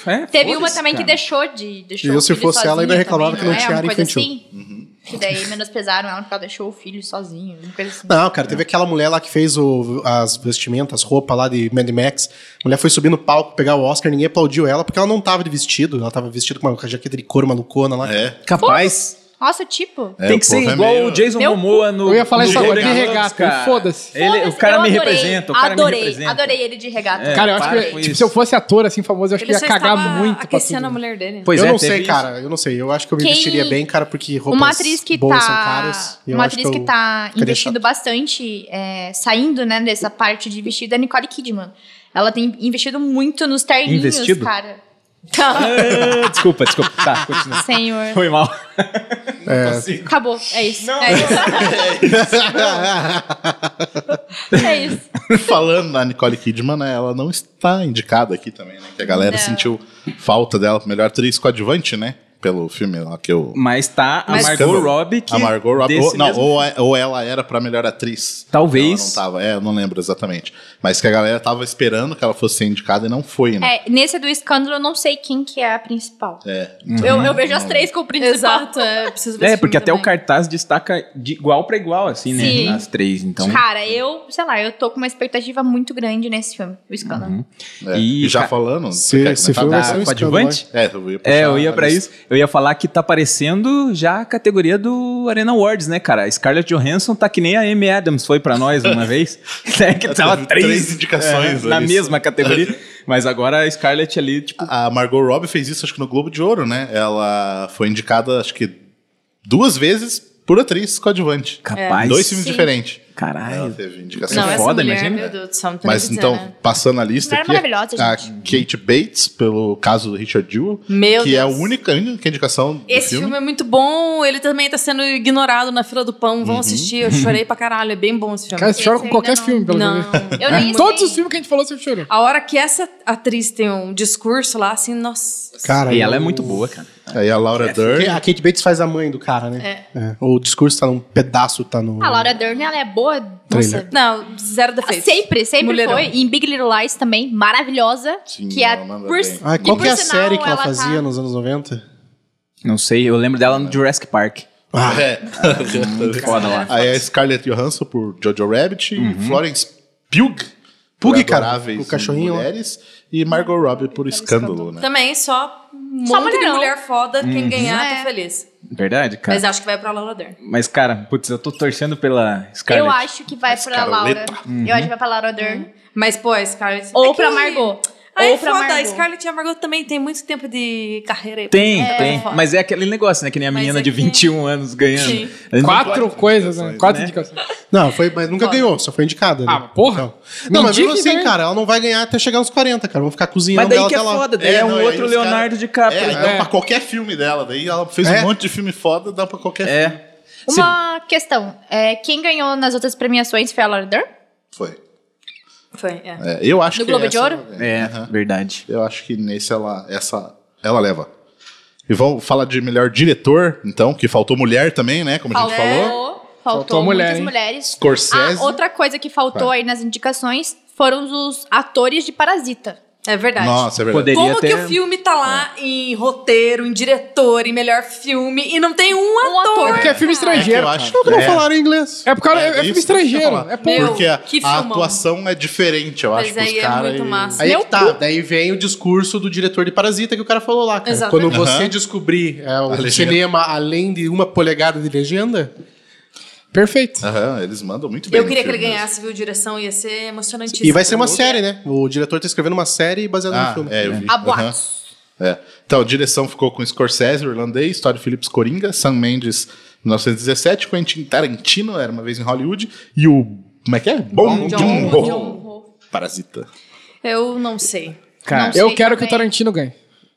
[SPEAKER 3] É,
[SPEAKER 6] Teve
[SPEAKER 3] foda-se,
[SPEAKER 6] uma também que
[SPEAKER 3] cara.
[SPEAKER 6] deixou de. Deixou
[SPEAKER 5] Eu, se
[SPEAKER 6] o filho
[SPEAKER 5] fosse ela, ainda
[SPEAKER 6] sozinho
[SPEAKER 5] reclamava
[SPEAKER 6] também,
[SPEAKER 5] que não
[SPEAKER 6] é?
[SPEAKER 5] tinha
[SPEAKER 6] Uma
[SPEAKER 5] área
[SPEAKER 6] coisa
[SPEAKER 5] infantil.
[SPEAKER 6] Assim,
[SPEAKER 2] Uhum.
[SPEAKER 6] Que daí menosprezaram ela porque ela deixou o filho sozinho. Uma coisa assim.
[SPEAKER 5] Não, cara, teve aquela mulher lá que fez o- as vestimentas, as roupas lá de Mad Max. A mulher foi subir no palco pegar o Oscar, ninguém aplaudiu ela porque ela não tava de vestido. Ela tava vestida com uma jaqueta de couro malucona lá.
[SPEAKER 2] É.
[SPEAKER 3] Capaz.
[SPEAKER 6] Nossa, tipo.
[SPEAKER 2] É,
[SPEAKER 3] tem
[SPEAKER 2] o
[SPEAKER 3] que ser
[SPEAKER 2] povo é
[SPEAKER 3] igual
[SPEAKER 2] meio-
[SPEAKER 3] o Jason
[SPEAKER 6] Meu
[SPEAKER 3] Momoa no.
[SPEAKER 7] Eu ia falar
[SPEAKER 3] no
[SPEAKER 7] isso agora, ele
[SPEAKER 3] Golden
[SPEAKER 7] regata,
[SPEAKER 3] Globes, cara.
[SPEAKER 7] foda-se.
[SPEAKER 3] Ele- O
[SPEAKER 6] Foda-se,
[SPEAKER 3] cara
[SPEAKER 6] eu
[SPEAKER 3] me
[SPEAKER 6] adorei,
[SPEAKER 3] representa, o cara me
[SPEAKER 6] adorei,
[SPEAKER 3] representa.
[SPEAKER 6] Adorei ele de regata.
[SPEAKER 3] É.
[SPEAKER 7] Cara, eu acho
[SPEAKER 3] para
[SPEAKER 7] que
[SPEAKER 3] com
[SPEAKER 7] tipo,
[SPEAKER 3] isso.
[SPEAKER 7] se eu fosse ator, assim, famoso, eu acho
[SPEAKER 4] Ele
[SPEAKER 7] que
[SPEAKER 4] só
[SPEAKER 7] ia cagar
[SPEAKER 4] estava
[SPEAKER 7] muito pra
[SPEAKER 4] aquecendo
[SPEAKER 7] tudo.
[SPEAKER 4] a mulher dele.
[SPEAKER 3] Pois
[SPEAKER 5] eu
[SPEAKER 3] é,
[SPEAKER 5] não
[SPEAKER 3] teve
[SPEAKER 5] sei,
[SPEAKER 3] isso.
[SPEAKER 5] cara. Eu não sei. Eu acho que eu me
[SPEAKER 6] Quem-
[SPEAKER 5] vestiria bem, cara, porque roupas
[SPEAKER 6] Uma atriz que
[SPEAKER 5] boas
[SPEAKER 6] tá,
[SPEAKER 5] são caras. e eu
[SPEAKER 6] uma
[SPEAKER 5] acho
[SPEAKER 6] atriz que,
[SPEAKER 5] eu
[SPEAKER 6] tá
[SPEAKER 5] ficaria
[SPEAKER 6] investindo bastante, é, saindo né, dessa parte de vestido é Nicole Kidman. Ela tem investido muito nos terninhos,
[SPEAKER 3] Investido?
[SPEAKER 6] cara.
[SPEAKER 3] Ah, Desculpa, desculpa. Tá, continua.
[SPEAKER 6] Senhor.
[SPEAKER 3] Foi mal.
[SPEAKER 6] Acabou. É isso. É isso. é isso.
[SPEAKER 2] Falando na Nicole Kidman, né, ela não está indicada aqui também, né? Que a galera sentiu falta dela, melhor atriz coadjuvante, né? pelo filme lá que eu.
[SPEAKER 3] Mas tá
[SPEAKER 4] Mas-
[SPEAKER 3] a Margot Robbie que
[SPEAKER 2] A Margot Robbie.
[SPEAKER 3] desse
[SPEAKER 2] Ou, não,
[SPEAKER 3] mesmo-
[SPEAKER 2] ou, é- ou ela era pra melhor atriz.
[SPEAKER 3] Talvez.
[SPEAKER 2] Ela não tava, é, eu não lembro exatamente. Mas que a galera tava esperando que ela fosse ser indicada e não foi, né?
[SPEAKER 6] É, nesse do escândalo, eu não sei quem que é a principal.
[SPEAKER 2] É.
[SPEAKER 5] Uhum.
[SPEAKER 6] Eu, eu vejo as três com o principal.
[SPEAKER 4] Exato, é, preciso ver
[SPEAKER 3] É,
[SPEAKER 4] esse
[SPEAKER 3] porque
[SPEAKER 4] filme
[SPEAKER 3] até o
[SPEAKER 4] também.
[SPEAKER 3] cartaz destaca de igual pra igual, assim, né?
[SPEAKER 6] Sim.
[SPEAKER 3] As três, então.
[SPEAKER 6] Cara, eu, sei lá, eu tô com uma expectativa muito grande nesse filme, o
[SPEAKER 5] Uhum.
[SPEAKER 6] escândalo.
[SPEAKER 2] é.
[SPEAKER 3] E
[SPEAKER 2] E, já
[SPEAKER 3] ca-
[SPEAKER 2] falando.
[SPEAKER 5] Se-
[SPEAKER 2] comentar?
[SPEAKER 5] se foi
[SPEAKER 3] Da
[SPEAKER 5] Vai ser um
[SPEAKER 3] coadjuvante?
[SPEAKER 2] É, eu ia, puxar
[SPEAKER 3] É, eu ia
[SPEAKER 2] a
[SPEAKER 3] pra
[SPEAKER 2] lista.
[SPEAKER 3] isso. Eu ia falar que tá aparecendo já a categoria do Arena Awards, né, cara? A Scarlett Johansson tá que nem a Amy Adams foi pra nós uma vez. né, que
[SPEAKER 2] Ela
[SPEAKER 3] tava
[SPEAKER 2] teve
[SPEAKER 3] três,
[SPEAKER 2] Tá três indicações
[SPEAKER 3] é, na
[SPEAKER 2] ali.
[SPEAKER 3] mesma categoria. Mas agora a Scarlett ali,
[SPEAKER 4] É.
[SPEAKER 3] tipo,
[SPEAKER 2] A Margot Robbie fez isso, acho que no Globo de Ouro, né? Ela foi indicada, acho que duas vezes por atriz coadjuvante.
[SPEAKER 3] capaz.
[SPEAKER 2] Em dois filmes
[SPEAKER 6] Sim.
[SPEAKER 2] diferentes. Ela
[SPEAKER 3] Caralho.
[SPEAKER 2] teve indicação.
[SPEAKER 4] Não, essa
[SPEAKER 3] foda,
[SPEAKER 4] mulher,
[SPEAKER 3] imagina.
[SPEAKER 4] meu Deus do céu, não tô nem
[SPEAKER 2] é Mas
[SPEAKER 4] dizendo,
[SPEAKER 2] então,
[SPEAKER 4] né?
[SPEAKER 2] passando a lista
[SPEAKER 6] Mulher
[SPEAKER 2] aqui,
[SPEAKER 6] maravilhosa,
[SPEAKER 2] a
[SPEAKER 6] gente.
[SPEAKER 2] Kate Bates, pelo caso do Richard Jewell,
[SPEAKER 4] Meu
[SPEAKER 2] que é a
[SPEAKER 4] Deus.
[SPEAKER 2] única, a única indicação do
[SPEAKER 4] Esse filme.
[SPEAKER 2] filme.
[SPEAKER 4] é muito bom, ele também tá sendo ignorado na fila do pão. Vão assistir, eu chorei pra caralho, é bem bom esse filme.
[SPEAKER 7] Cara, você chora com
[SPEAKER 6] ainda
[SPEAKER 7] qualquer
[SPEAKER 6] não.
[SPEAKER 7] filme, pelo que eu
[SPEAKER 4] não.
[SPEAKER 7] vi.
[SPEAKER 6] Eu nem
[SPEAKER 7] Todos
[SPEAKER 6] sei.
[SPEAKER 7] os filmes que a gente falou, você chorou.
[SPEAKER 4] A hora que essa atriz tem um discurso lá, assim, nossa.
[SPEAKER 5] Cara,
[SPEAKER 3] E ela é
[SPEAKER 5] eu-
[SPEAKER 3] muito boa, cara.
[SPEAKER 2] Aí a Laura
[SPEAKER 3] É
[SPEAKER 2] Dern.
[SPEAKER 5] Porque A Kate Bates faz a mãe do cara, né? É. O discurso tá num pedaço, tá no.
[SPEAKER 6] A Laura Dern, ela é boa.
[SPEAKER 5] Trailer.
[SPEAKER 6] Nossa.
[SPEAKER 4] Não, zero
[SPEAKER 6] Ah,
[SPEAKER 4] defeito.
[SPEAKER 6] Sempre, sempre
[SPEAKER 4] Mulherão.
[SPEAKER 6] foi. E em Big Little Lies também, maravilhosa.
[SPEAKER 2] Sim,
[SPEAKER 6] que é
[SPEAKER 2] ela manda
[SPEAKER 6] por-
[SPEAKER 2] bem.
[SPEAKER 5] Ah,
[SPEAKER 6] e
[SPEAKER 5] qual
[SPEAKER 6] por
[SPEAKER 5] que é a
[SPEAKER 6] sinal,
[SPEAKER 5] série que ela,
[SPEAKER 6] tá-
[SPEAKER 5] fazia nos anos 90?
[SPEAKER 3] Não sei, eu lembro dela no Jurassic Park.
[SPEAKER 5] Ah,
[SPEAKER 2] É.
[SPEAKER 3] Muito foda Uhum. lá.
[SPEAKER 2] Aí a Scarlett Johansson por Jojo Rabbit e Florence Pugh. por
[SPEAKER 5] Pugh, cara,
[SPEAKER 2] Adoráveis
[SPEAKER 5] o cachorrinho lá.
[SPEAKER 2] Mulheres e Margot Robbie por Escândalo, né?
[SPEAKER 4] Também, só um
[SPEAKER 6] Só
[SPEAKER 4] monte de
[SPEAKER 6] mulherão.
[SPEAKER 4] mulher foda, quem ganhar,
[SPEAKER 6] É.
[SPEAKER 4] tô feliz.
[SPEAKER 3] Verdade, cara.
[SPEAKER 4] Mas
[SPEAKER 3] Mas,
[SPEAKER 4] acho que vai pra Laura Dern.
[SPEAKER 3] cara, putz, eu tô torcendo pela Scarlett.
[SPEAKER 6] Eu acho que vai pra Laura.
[SPEAKER 2] Escarleta.
[SPEAKER 6] Eu acho que vai pra Laura Dern.
[SPEAKER 4] Mas, pô, a Scarlett...
[SPEAKER 6] Ou
[SPEAKER 4] Uhum. é que-
[SPEAKER 6] pra Margot.
[SPEAKER 4] Ai,
[SPEAKER 6] Ou pra
[SPEAKER 4] foda, a
[SPEAKER 6] Margot.
[SPEAKER 4] Scarlett e a Margot também tem muito tempo de carreira aí.
[SPEAKER 3] Tem,
[SPEAKER 4] É,
[SPEAKER 3] tem.
[SPEAKER 4] foda.
[SPEAKER 3] Mas é aquele negócio, né? Que nem a
[SPEAKER 4] Mas
[SPEAKER 3] menina
[SPEAKER 4] é
[SPEAKER 3] de
[SPEAKER 4] que-
[SPEAKER 3] 21 anos ganhando.
[SPEAKER 4] Sim.
[SPEAKER 3] Ela não-
[SPEAKER 7] Quatro coisas, né? Quatro
[SPEAKER 3] né?
[SPEAKER 7] indicações.
[SPEAKER 5] Não, foi, mas nunca ganhou, só foi indicada. né?
[SPEAKER 7] Ah, porra.
[SPEAKER 5] Então. Não, mas
[SPEAKER 7] Indica
[SPEAKER 5] mesmo
[SPEAKER 7] e
[SPEAKER 5] assim,
[SPEAKER 7] ganha.
[SPEAKER 5] cara, ela não vai ganhar até chegar nos 40, cara. Vamos ficar cozinhando
[SPEAKER 3] Mas daí
[SPEAKER 5] ela
[SPEAKER 3] que é
[SPEAKER 5] até lá.
[SPEAKER 3] foda, daí é,
[SPEAKER 2] não,
[SPEAKER 3] um
[SPEAKER 2] aí
[SPEAKER 3] outro
[SPEAKER 2] os cara-
[SPEAKER 3] Leonardo DiCaprio.
[SPEAKER 2] É,
[SPEAKER 3] né?
[SPEAKER 2] dá pra qualquer filme dela. Daí ela fez
[SPEAKER 5] É.
[SPEAKER 2] um monte de filme foda, dá pra qualquer filme.
[SPEAKER 3] É.
[SPEAKER 6] Uma questão. é, quem ganhou nas outras premiações foi a Laura Dern?
[SPEAKER 2] Foi.
[SPEAKER 4] Foi, é.
[SPEAKER 2] É, eu acho
[SPEAKER 6] No
[SPEAKER 2] que
[SPEAKER 6] Globo de
[SPEAKER 2] essa
[SPEAKER 6] Ouro?
[SPEAKER 2] ela ganha.
[SPEAKER 3] É,
[SPEAKER 2] Aham.
[SPEAKER 3] verdade.
[SPEAKER 2] Eu acho que nesse ela, essa, ela leva. E vamos falar de melhor diretor, então, que faltou mulher também, né? Como a gente falou.
[SPEAKER 6] Faltou. Faltou
[SPEAKER 7] a mulher,
[SPEAKER 6] muitas
[SPEAKER 7] hein?
[SPEAKER 6] mulheres.
[SPEAKER 2] Scorsese.
[SPEAKER 6] Ah, outra coisa que faltou
[SPEAKER 2] Vai.
[SPEAKER 6] aí nas indicações foram os atores de Parasita.
[SPEAKER 4] É verdade.
[SPEAKER 2] Nossa, é verdade.
[SPEAKER 3] Poderia
[SPEAKER 4] Como
[SPEAKER 3] ter...
[SPEAKER 4] que o filme tá lá em roteiro, em diretor, em melhor filme, e não tem um, ator?
[SPEAKER 7] Porque é filme
[SPEAKER 2] É que
[SPEAKER 7] estrangeiro.
[SPEAKER 2] eu
[SPEAKER 7] cara.
[SPEAKER 2] acho.
[SPEAKER 5] Por que não
[SPEAKER 2] é.
[SPEAKER 5] falaram em inglês?
[SPEAKER 7] É por causa. É, é
[SPEAKER 2] isso
[SPEAKER 7] filme
[SPEAKER 2] que eu
[SPEAKER 7] estrangeiro.
[SPEAKER 2] ia falar.
[SPEAKER 7] É porra.
[SPEAKER 4] Meu,
[SPEAKER 2] Porque a,
[SPEAKER 4] que
[SPEAKER 2] a
[SPEAKER 4] filmão.
[SPEAKER 2] atuação é diferente, eu acho.
[SPEAKER 4] Pois
[SPEAKER 2] que os
[SPEAKER 4] aí é
[SPEAKER 2] caras
[SPEAKER 4] muito
[SPEAKER 2] e-
[SPEAKER 4] massa.
[SPEAKER 5] Aí
[SPEAKER 6] Meu
[SPEAKER 5] que tá, daí vem o discurso do diretor de Parasita que o cara falou lá. cara.
[SPEAKER 4] Exatamente.
[SPEAKER 5] Quando você
[SPEAKER 2] Aham.
[SPEAKER 5] descobrir é, o
[SPEAKER 2] legenda.
[SPEAKER 5] cinema além de uma polegada de legenda,
[SPEAKER 7] Perfeito.
[SPEAKER 2] Aham, eles mandam muito bem.
[SPEAKER 4] Eu
[SPEAKER 2] no
[SPEAKER 4] queria que ele
[SPEAKER 2] é filme né?
[SPEAKER 4] ganhasse, viu, direção, ia ser emocionantíssimo.
[SPEAKER 5] e vai ser uma série, né? O diretor tá escrevendo uma série
[SPEAKER 2] mesmo.
[SPEAKER 5] baseada
[SPEAKER 2] Ah,
[SPEAKER 5] no filme.
[SPEAKER 2] é, eu vi.
[SPEAKER 6] A
[SPEAKER 2] Aham.
[SPEAKER 6] boatos.
[SPEAKER 2] É. Então, a direção ficou com Scorsese, irlandês, Todd Phillips, Coringa, Sam Mendes, 1917, Quentin Tarantino, era uma vez em Hollywood, e o... Como é que é? Bom
[SPEAKER 4] Joon-ho.
[SPEAKER 2] Joon-ho. Parasita.
[SPEAKER 4] Eu não sei.
[SPEAKER 6] Não
[SPEAKER 7] Cara,
[SPEAKER 6] sei
[SPEAKER 7] eu quero que
[SPEAKER 6] também.
[SPEAKER 7] o Tarantino ganhe.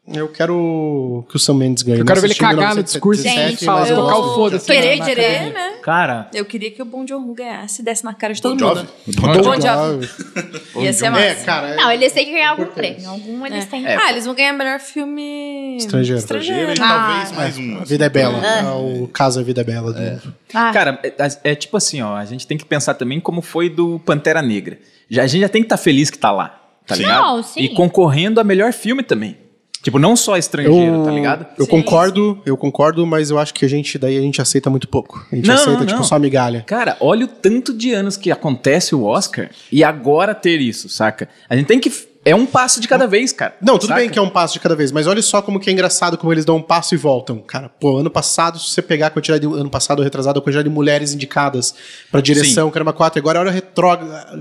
[SPEAKER 5] Eu quero que o Sam Mendes ganhe.
[SPEAKER 7] Eu quero ver ele
[SPEAKER 5] Assisti em
[SPEAKER 7] cagar no
[SPEAKER 5] 1917,
[SPEAKER 7] discurso
[SPEAKER 6] Gente,
[SPEAKER 7] e falar,
[SPEAKER 6] eu-
[SPEAKER 7] tocar o foda-se. na-
[SPEAKER 4] Querer,
[SPEAKER 7] na
[SPEAKER 4] querer,
[SPEAKER 7] academia.
[SPEAKER 4] né?
[SPEAKER 3] Cara,
[SPEAKER 4] Eu queria que o Bon Joon desse, desse na cara de
[SPEAKER 2] Bon
[SPEAKER 4] todo
[SPEAKER 2] Jovi?
[SPEAKER 4] mundo.
[SPEAKER 5] Bon
[SPEAKER 4] Bon
[SPEAKER 5] Jovi.
[SPEAKER 4] Ia ser massa.
[SPEAKER 5] É, cara. é-
[SPEAKER 6] Não, eles têm que ganhar algum prêmio. Algum eles têm.
[SPEAKER 4] Ah, eles vão ganhar melhor filme...
[SPEAKER 5] Estrangeiro.
[SPEAKER 2] Estrangeiro e talvez
[SPEAKER 4] Ah.
[SPEAKER 2] mais um.
[SPEAKER 5] A
[SPEAKER 2] assim.
[SPEAKER 5] Vida é Bela. É o Casa Vida é Bela.
[SPEAKER 6] Ah,
[SPEAKER 3] Cara, é, é tipo assim, ó, a gente tem que pensar também como foi do Pantera Negra. Já, a gente já tem que estar feliz que tá lá, tá
[SPEAKER 2] Sim.
[SPEAKER 3] ligado?
[SPEAKER 6] Não, sim.
[SPEAKER 3] E concorrendo a melhor filme também. Tipo, não só estrangeiro, tá ligado?
[SPEAKER 5] Eu concordo, eu concordo, mas eu acho que a gente daí a gente aceita muito pouco. A gente
[SPEAKER 3] Não,
[SPEAKER 5] aceita
[SPEAKER 3] não,
[SPEAKER 5] tipo
[SPEAKER 3] não.
[SPEAKER 5] só a migalha.
[SPEAKER 3] Cara, olha o tanto de anos que acontece o Oscar e agora ter isso, saca? A gente tem que. É um passo de cada vez, cara.
[SPEAKER 5] Não, tudo bem que é um passo de cada vez, mas olha só como que é engraçado como eles dão um passo e voltam, cara. Pô, ano passado, se você pegar a quantidade de ano passado ou retrasado, a quantidade de mulheres indicadas pra direção, caramba, quatro, agora olha o retro,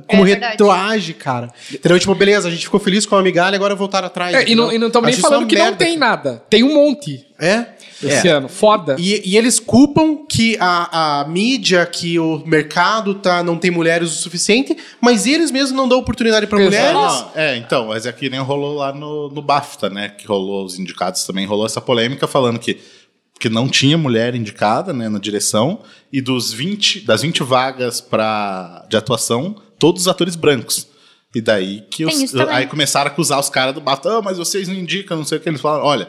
[SPEAKER 5] como
[SPEAKER 6] É verdade.
[SPEAKER 5] retroage, cara. Entendeu? Tipo, beleza, a gente ficou feliz com a migalha, agora voltaram atrás.
[SPEAKER 7] É, e não, e não estamos nem falando que não tem
[SPEAKER 5] nada.
[SPEAKER 7] nada. Tem um monte
[SPEAKER 5] É?
[SPEAKER 7] esse
[SPEAKER 3] É.
[SPEAKER 7] ano. Foda.
[SPEAKER 5] E, e eles culpam que a, a mídia, que o mercado tá, não tem mulheres o suficiente, mas eles mesmos não dão oportunidade pra
[SPEAKER 7] Exato.
[SPEAKER 5] mulheres.
[SPEAKER 2] Não, é, então, mas é que nem rolou lá no, no BAFTA, né? Que rolou os indicados também, rolou essa polêmica falando que, que não tinha mulher indicada né, na direção, e dos 20, das 20 vagas pra, de atuação, todos os atores brancos. E daí que
[SPEAKER 6] Tem
[SPEAKER 2] os,
[SPEAKER 6] isso também.
[SPEAKER 2] aí começaram a acusar os caras do BAFTA, ah, mas vocês não indicam, não sei o que. Eles falaram, olha.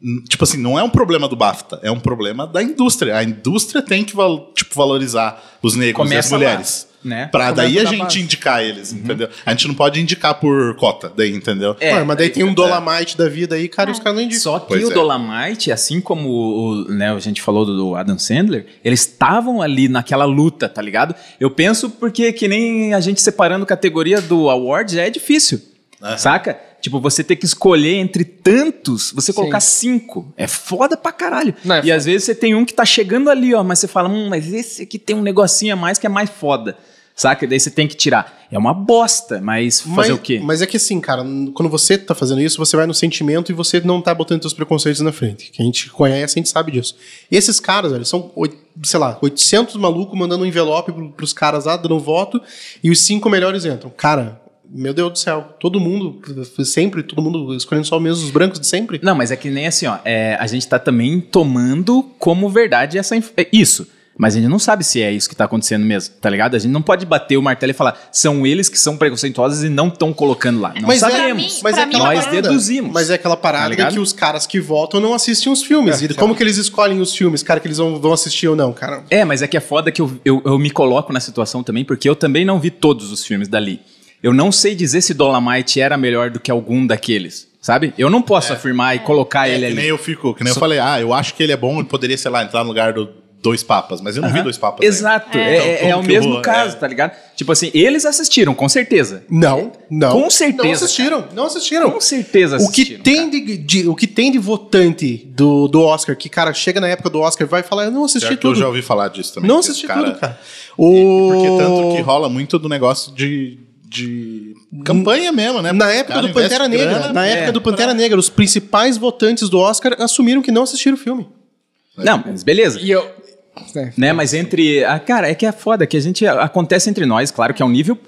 [SPEAKER 2] n- Tipo assim, não é um problema do BAFTA, é um problema da indústria. A indústria tem que val- tipo, valorizar os negros e as
[SPEAKER 3] Começa lá,
[SPEAKER 2] mulheres.
[SPEAKER 3] né?
[SPEAKER 2] Pra
[SPEAKER 7] Começa
[SPEAKER 2] daí a
[SPEAKER 7] da
[SPEAKER 2] gente
[SPEAKER 7] base.
[SPEAKER 2] indicar eles, entendeu? A gente não pode indicar por cota, daí, entendeu?
[SPEAKER 3] Uhum. É,
[SPEAKER 5] Ué, mas daí tem um Dolomite da vida aí, cara, e os caras não indicam.
[SPEAKER 3] Só que
[SPEAKER 2] Pois
[SPEAKER 3] o
[SPEAKER 2] é.
[SPEAKER 3] Dolomite, assim como o- o- né, a gente falou do, do Adam Sandler, eles estavam ali naquela luta, tá ligado? Eu penso porque que nem a gente separando categoria do awards é difícil,
[SPEAKER 2] Aham.
[SPEAKER 3] saca? Tipo, você ter que escolher entre tantos, você colocar cinco. É foda pra caralho.
[SPEAKER 7] Não, é
[SPEAKER 3] e às vezes você tem um que tá chegando ali, ó, mas você fala, hum, mas esse aqui tem um negocinho a mais que é mais foda. Saca? Daí você tem que tirar. É uma bosta, mas fazer
[SPEAKER 5] mas,
[SPEAKER 3] o quê?
[SPEAKER 5] Mas é que assim, cara, n- quando você tá fazendo isso, você vai no sentimento e você não tá botando seus preconceitos na frente. Que a gente conhece, a gente sabe disso. Esses caras, velho, são, oi- sei lá, 800 malucos mandando um envelope pro, pros caras lá, dando um voto, e os cinco melhores entram. Cara, meu Deus do céu, todo mundo, sempre, todo mundo escolhendo só mesmo os brancos de sempre.
[SPEAKER 3] Não, mas é que nem assim, ó. é, a gente tá também tomando como verdade essa inf- é isso. Mas a gente não sabe se é isso que tá acontecendo mesmo, tá ligado? A gente não pode bater o martelo e falar, são eles que são preconceituosos e não estão colocando lá. Não
[SPEAKER 5] Mas é-
[SPEAKER 3] sabemos.
[SPEAKER 6] Pra mim- pra mim é uma
[SPEAKER 3] Nós
[SPEAKER 6] parada.
[SPEAKER 3] deduzimos. Tá
[SPEAKER 5] Mas é aquela parada
[SPEAKER 3] ligado? É,
[SPEAKER 5] que os caras que votam não assistem os filmes. e como que eles escolhem os filmes, cara, que eles vão, vão assistir ou não, cara?
[SPEAKER 3] É, mas é que é foda que eu, eu, eu me coloco na situação também, porque eu também não vi todos os filmes dali. Eu não sei dizer se Dolomite era melhor do que algum daqueles, sabe? Eu não posso afirmar e colocar ele
[SPEAKER 2] É, que
[SPEAKER 3] ali.
[SPEAKER 2] nem eu fico, que nem eu falei, ah, eu acho que ele é bom, ele poderia, sei lá, entrar no lugar do Dois Papas, mas eu não vi Dois Papas. ainda.
[SPEAKER 3] Exato, é,
[SPEAKER 2] Então,
[SPEAKER 3] é-
[SPEAKER 2] como
[SPEAKER 3] é o
[SPEAKER 2] que
[SPEAKER 3] mesmo
[SPEAKER 2] eu vou-
[SPEAKER 3] caso,
[SPEAKER 2] é.
[SPEAKER 3] tá ligado? Tipo assim, eles assistiram, com certeza.
[SPEAKER 5] Não, não.
[SPEAKER 3] Com certeza,
[SPEAKER 5] Não assistiram, não assistiram.
[SPEAKER 3] Com certeza
[SPEAKER 5] O que,
[SPEAKER 3] assistiram,
[SPEAKER 5] tem de, de- o que tem de votante do, do Oscar, que, cara, chega na época do Oscar e vai falar, eu não assisti
[SPEAKER 2] Pior que
[SPEAKER 5] tudo.
[SPEAKER 2] Eu já ouvi falar disso também.
[SPEAKER 5] não
[SPEAKER 2] que os
[SPEAKER 5] assisti tudo, cara.
[SPEAKER 2] E-
[SPEAKER 5] O...
[SPEAKER 2] Porque tanto que rola muito do negócio de, de
[SPEAKER 3] Hum.
[SPEAKER 2] campanha mesmo, né?
[SPEAKER 5] Na
[SPEAKER 2] Os
[SPEAKER 5] época
[SPEAKER 2] cara
[SPEAKER 5] do Pantera
[SPEAKER 2] investe
[SPEAKER 5] Negra,
[SPEAKER 2] grana,
[SPEAKER 5] na
[SPEAKER 2] né,
[SPEAKER 3] É.
[SPEAKER 5] época do
[SPEAKER 2] pra-
[SPEAKER 5] Pantera Negra, os principais votantes do Oscar assumiram que não assistiram o filme.
[SPEAKER 3] Não, mas beleza.
[SPEAKER 7] E eu. É,
[SPEAKER 3] Né, mas entre. Ah, cara, é que é foda, que a gente. Acontece entre nós, claro que é um nível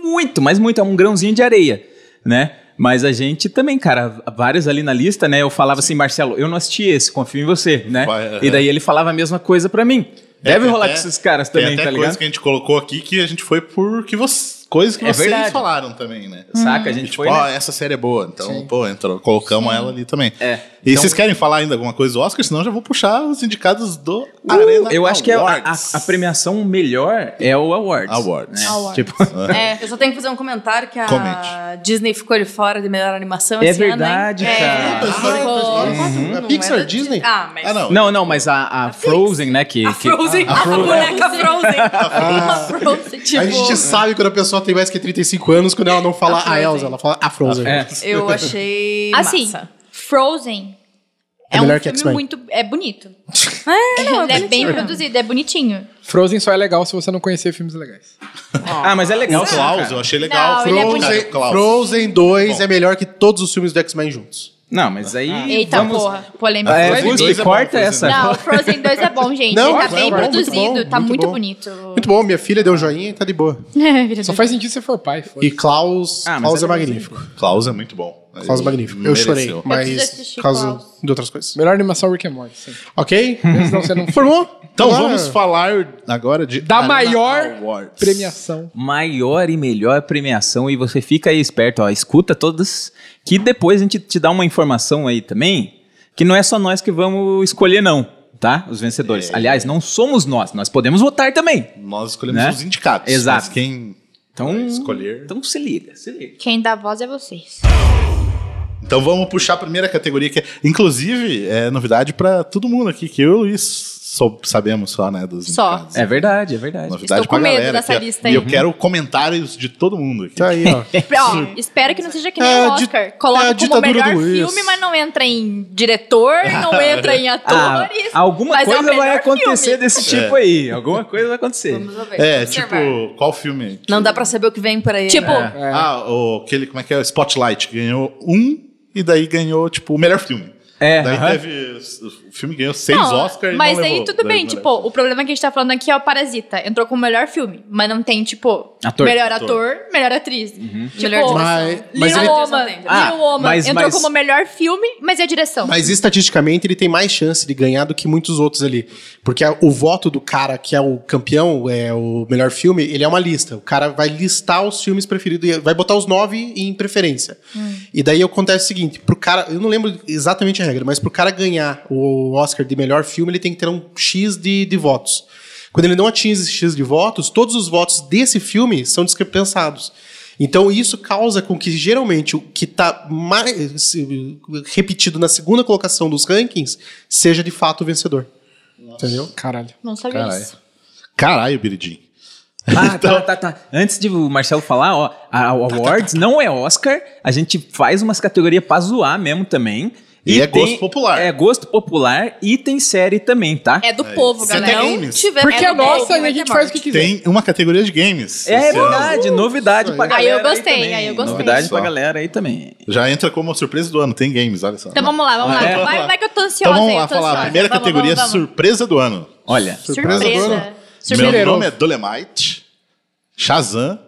[SPEAKER 3] muito, mas muito, é um grãozinho de areia, né? Mas a gente também, cara, vários ali na lista, né? Eu falava assim, Marcelo, eu não assisti esse, confio em você, né?
[SPEAKER 2] Vai, aham. É,
[SPEAKER 3] E daí ele falava a mesma coisa pra mim. É, Deve
[SPEAKER 2] tem
[SPEAKER 3] rolar
[SPEAKER 2] até-
[SPEAKER 3] com esses caras
[SPEAKER 2] tem
[SPEAKER 3] também,
[SPEAKER 2] até
[SPEAKER 3] tá
[SPEAKER 2] coisas
[SPEAKER 3] ligado?
[SPEAKER 2] que a gente colocou aqui que a gente foi por que você, coisas que
[SPEAKER 3] É
[SPEAKER 2] vocês
[SPEAKER 3] verdade.
[SPEAKER 2] falaram também, né?
[SPEAKER 3] Saca? A gente
[SPEAKER 2] tipo,
[SPEAKER 3] foi.
[SPEAKER 2] ó,
[SPEAKER 3] né?
[SPEAKER 2] essa série é boa, então, pô, entrou, colocamos ela ali também.
[SPEAKER 3] É.
[SPEAKER 2] E
[SPEAKER 3] Então-
[SPEAKER 2] vocês querem falar ainda alguma coisa do Oscar? Senão eu já vou puxar os indicados do
[SPEAKER 3] Uh,
[SPEAKER 2] Arena
[SPEAKER 3] eu acho que é a, a,
[SPEAKER 2] Awards.
[SPEAKER 3] a premiação melhor é o Awards.
[SPEAKER 2] Awards.
[SPEAKER 3] né?
[SPEAKER 6] Awards.
[SPEAKER 3] Tipo,
[SPEAKER 6] É.
[SPEAKER 4] Eu só tenho que fazer um comentário que a
[SPEAKER 2] Comente.
[SPEAKER 4] Disney ficou de fora de melhor animação
[SPEAKER 3] É
[SPEAKER 4] esse
[SPEAKER 3] verdade,
[SPEAKER 4] ano, hein?
[SPEAKER 3] cara.
[SPEAKER 4] É,
[SPEAKER 2] Toy Story,
[SPEAKER 4] ficou-
[SPEAKER 2] Toy Story
[SPEAKER 4] Uhum.
[SPEAKER 5] É
[SPEAKER 4] Não
[SPEAKER 5] Pixar,
[SPEAKER 4] da
[SPEAKER 5] Disney?
[SPEAKER 4] Ah, mas...
[SPEAKER 2] Ah, não.
[SPEAKER 3] não, não, mas a, a Frozen, né? Que,
[SPEAKER 4] A
[SPEAKER 3] que-
[SPEAKER 4] Frozen, a,
[SPEAKER 2] Frozen.
[SPEAKER 4] boneca Frozen. Uma Frozen,
[SPEAKER 6] Ah,
[SPEAKER 4] tipo...
[SPEAKER 5] A gente sabe quando a pessoa tem mais que 35 anos, quando ela não fala a,
[SPEAKER 4] Frozen.
[SPEAKER 5] Elsa, ela fala a Frozen.
[SPEAKER 3] É.
[SPEAKER 4] Eu achei
[SPEAKER 6] Assim,
[SPEAKER 4] massa.
[SPEAKER 6] Frozen
[SPEAKER 5] É
[SPEAKER 6] é, um
[SPEAKER 5] melhor que
[SPEAKER 6] filme
[SPEAKER 5] X-Men.
[SPEAKER 6] muito... É bonito.
[SPEAKER 4] É, não,
[SPEAKER 6] Ele é bem
[SPEAKER 4] bonitinho.
[SPEAKER 6] produzido, é bonitinho.
[SPEAKER 7] Frozen só é legal se você não conhecer filmes legais.
[SPEAKER 3] Ah, mas é legal.
[SPEAKER 2] O Klaus,
[SPEAKER 3] cara.
[SPEAKER 2] eu achei legal.
[SPEAKER 6] Não, ele é
[SPEAKER 2] Frozen,
[SPEAKER 6] bonito.
[SPEAKER 2] Klaus.
[SPEAKER 5] Frozen 2
[SPEAKER 2] Bom.
[SPEAKER 5] é melhor que todos os filmes do X-Men juntos.
[SPEAKER 3] Não, mas aí.
[SPEAKER 6] Eita
[SPEAKER 3] vamos-
[SPEAKER 6] porra, polêmica.
[SPEAKER 3] Ah, é,
[SPEAKER 2] Frozen
[SPEAKER 3] Gusti,
[SPEAKER 2] dois é bom,
[SPEAKER 3] corta
[SPEAKER 2] Frozen
[SPEAKER 3] essa.
[SPEAKER 6] Não, Frozen 2 é bom, gente.
[SPEAKER 5] Não,
[SPEAKER 6] ele tá
[SPEAKER 5] é
[SPEAKER 6] bem
[SPEAKER 5] bom, muito
[SPEAKER 6] produzido,
[SPEAKER 5] bom,
[SPEAKER 6] tá
[SPEAKER 5] muito
[SPEAKER 6] muito,
[SPEAKER 5] bom.
[SPEAKER 6] bonito.
[SPEAKER 5] Muito bom, minha filha deu um joinha e tá de boa.
[SPEAKER 7] Só faz sentido se for pai. foda.
[SPEAKER 5] E Klaus,
[SPEAKER 3] Ah, mas
[SPEAKER 5] Klaus é,
[SPEAKER 3] é
[SPEAKER 5] magnífico.
[SPEAKER 2] Klaus é muito bom.
[SPEAKER 5] Klaus é
[SPEAKER 2] Ele
[SPEAKER 5] magnífico. Eu chorei,
[SPEAKER 2] mereceu.
[SPEAKER 6] Eu preciso
[SPEAKER 5] mas
[SPEAKER 6] assistir
[SPEAKER 5] por causa
[SPEAKER 6] Klaus.
[SPEAKER 5] de outras coisas.
[SPEAKER 7] Melhor animação Rick and Morty, sim.
[SPEAKER 5] Ok?
[SPEAKER 7] Senão você não
[SPEAKER 5] um Formou?
[SPEAKER 2] Então
[SPEAKER 5] Agora-
[SPEAKER 2] vamos falar agora de
[SPEAKER 7] Da maior
[SPEAKER 2] Awards.
[SPEAKER 7] premiação.
[SPEAKER 3] Maior e melhor premiação. E você fica aí esperto, ó. Escuta todos. Que depois a gente te dá uma informação aí também. Que não é só nós que vamos escolher, não. Tá? Os vencedores. Aliás, não somos nós. Nós podemos votar também.
[SPEAKER 2] Nós escolhemos
[SPEAKER 3] Né?
[SPEAKER 2] os indicados.
[SPEAKER 3] Exato.
[SPEAKER 2] Mas quem
[SPEAKER 3] Então.
[SPEAKER 2] escolher.
[SPEAKER 3] Então se liga, se liga.
[SPEAKER 6] Quem dá voz é vocês.
[SPEAKER 2] Então vamos puxar a primeira categoria que é, inclusive, é novidade pra todo mundo aqui que eu e o Luiz sou- sabemos só, né, dos
[SPEAKER 6] Só.
[SPEAKER 2] indicados.
[SPEAKER 3] É verdade, é verdade.
[SPEAKER 2] Novidade
[SPEAKER 6] Estou com
[SPEAKER 2] pra
[SPEAKER 6] medo
[SPEAKER 2] galera
[SPEAKER 6] dessa
[SPEAKER 2] aqui, ó.
[SPEAKER 6] lista
[SPEAKER 2] E
[SPEAKER 6] aí.
[SPEAKER 2] eu quero comentários de todo mundo aqui.
[SPEAKER 5] Tá aí, ó.
[SPEAKER 6] Ó, espero que não seja que nem
[SPEAKER 5] É
[SPEAKER 6] o
[SPEAKER 5] a di-
[SPEAKER 6] Oscar.
[SPEAKER 5] é a
[SPEAKER 6] Coloca como
[SPEAKER 5] ditadura
[SPEAKER 6] melhor
[SPEAKER 5] do Luiz.
[SPEAKER 6] filme, mas não entra em diretor, não entra em
[SPEAKER 3] Ah,
[SPEAKER 6] atores.
[SPEAKER 3] alguma
[SPEAKER 6] mas é o
[SPEAKER 3] coisa vai
[SPEAKER 6] melhor
[SPEAKER 3] acontecer
[SPEAKER 6] filme.
[SPEAKER 3] desse tipo aí. Alguma coisa vai acontecer.
[SPEAKER 4] Vamos ver,
[SPEAKER 2] É,
[SPEAKER 4] vamos observar.
[SPEAKER 2] tipo, qual filme? que-
[SPEAKER 4] Não dá pra saber o que vem por aí.
[SPEAKER 6] Tipo,
[SPEAKER 5] É.
[SPEAKER 4] né?
[SPEAKER 2] Ah, o, aquele, como é que é? Spotlight, que ganhou um e daí ganhou, tipo, o melhor filme.
[SPEAKER 3] É,
[SPEAKER 2] Daí
[SPEAKER 3] aham.
[SPEAKER 2] teve, o filme ganhou seis
[SPEAKER 6] Não,
[SPEAKER 2] Oscars
[SPEAKER 6] Mas
[SPEAKER 2] e não
[SPEAKER 6] aí
[SPEAKER 2] levou.
[SPEAKER 6] tudo
[SPEAKER 2] Daí
[SPEAKER 6] bem,
[SPEAKER 2] não
[SPEAKER 6] tipo, o problema que a gente tá falando aqui é o Parasita. Entrou como melhor filme, mas não tem, tipo,
[SPEAKER 3] Ator.
[SPEAKER 6] melhor
[SPEAKER 2] Ator.
[SPEAKER 6] ator, melhor atriz. Tipo,
[SPEAKER 4] Melhor direção.
[SPEAKER 5] Mas- mas
[SPEAKER 6] Little
[SPEAKER 5] ele-
[SPEAKER 6] Woman,
[SPEAKER 3] Ah,
[SPEAKER 6] Little Woman
[SPEAKER 3] mas-
[SPEAKER 6] entrou
[SPEAKER 3] mas-
[SPEAKER 6] como melhor filme, mas é a direção.
[SPEAKER 5] Mas estatisticamente ele tem mais chance de ganhar do que muitos outros ali. Porque a- o voto do cara que é o campeão, é o melhor filme, ele é uma lista. O cara vai listar os filmes preferidos, e vai botar os nove em preferência. E daí acontece o seguinte, pro cara, eu não lembro exatamente a regra, mas pro cara ganhar o Oscar de melhor filme, ele tem que ter um X de, de votos. Quando ele não atinge esse X de votos, todos os votos desse filme são dispensados. Então isso causa com que geralmente o que está mais repetido na segunda colocação dos rankings seja de fato o vencedor. Entendeu?
[SPEAKER 7] Caralho.
[SPEAKER 6] Não sabia
[SPEAKER 2] Caralho.
[SPEAKER 6] isso.
[SPEAKER 2] Caralho, Biridim.
[SPEAKER 3] Ah, tá, tá, tá. Antes de o Marcelo falar, ó, a a Awards não é Oscar, a gente faz umas categorias pra zoar mesmo também.
[SPEAKER 2] E é gosto popular.
[SPEAKER 3] É gosto popular e tem série também, tá?
[SPEAKER 6] É do povo,
[SPEAKER 2] Senta
[SPEAKER 6] galera.
[SPEAKER 2] aí.
[SPEAKER 4] Não tiver
[SPEAKER 7] Porque
[SPEAKER 6] É
[SPEAKER 7] a
[SPEAKER 6] do povo,
[SPEAKER 7] nossa,
[SPEAKER 6] vai
[SPEAKER 7] a
[SPEAKER 6] ter
[SPEAKER 7] gente faz o
[SPEAKER 6] morte.
[SPEAKER 7] que quiser.
[SPEAKER 2] Tem uma categoria de games.
[SPEAKER 3] É,
[SPEAKER 2] esse ano.
[SPEAKER 3] verdade, novidade pra
[SPEAKER 6] Aí eu
[SPEAKER 3] galera.
[SPEAKER 6] gostei,
[SPEAKER 3] também.
[SPEAKER 6] aí eu gostei.
[SPEAKER 3] Novidade pra
[SPEAKER 2] Olha só.
[SPEAKER 3] galera aí também.
[SPEAKER 2] Já entra como surpresa do ano, tem games, olha só.
[SPEAKER 6] Então vamos lá, vamos
[SPEAKER 3] Ah,
[SPEAKER 6] lá.
[SPEAKER 3] é?
[SPEAKER 6] Vai, vai que eu tô ansiosa.
[SPEAKER 2] Então vamos
[SPEAKER 6] eu
[SPEAKER 2] lá
[SPEAKER 6] tô
[SPEAKER 2] falar.
[SPEAKER 6] ansiosa.
[SPEAKER 2] Primeira
[SPEAKER 6] Vamos,
[SPEAKER 2] categoria,
[SPEAKER 6] vamos, vamos.
[SPEAKER 2] surpresa do ano.
[SPEAKER 3] Olha,
[SPEAKER 5] Surpresa do ano.
[SPEAKER 6] Surpresa.
[SPEAKER 2] Meu
[SPEAKER 6] Surpresa.
[SPEAKER 2] nome é Dolemite, Shazam,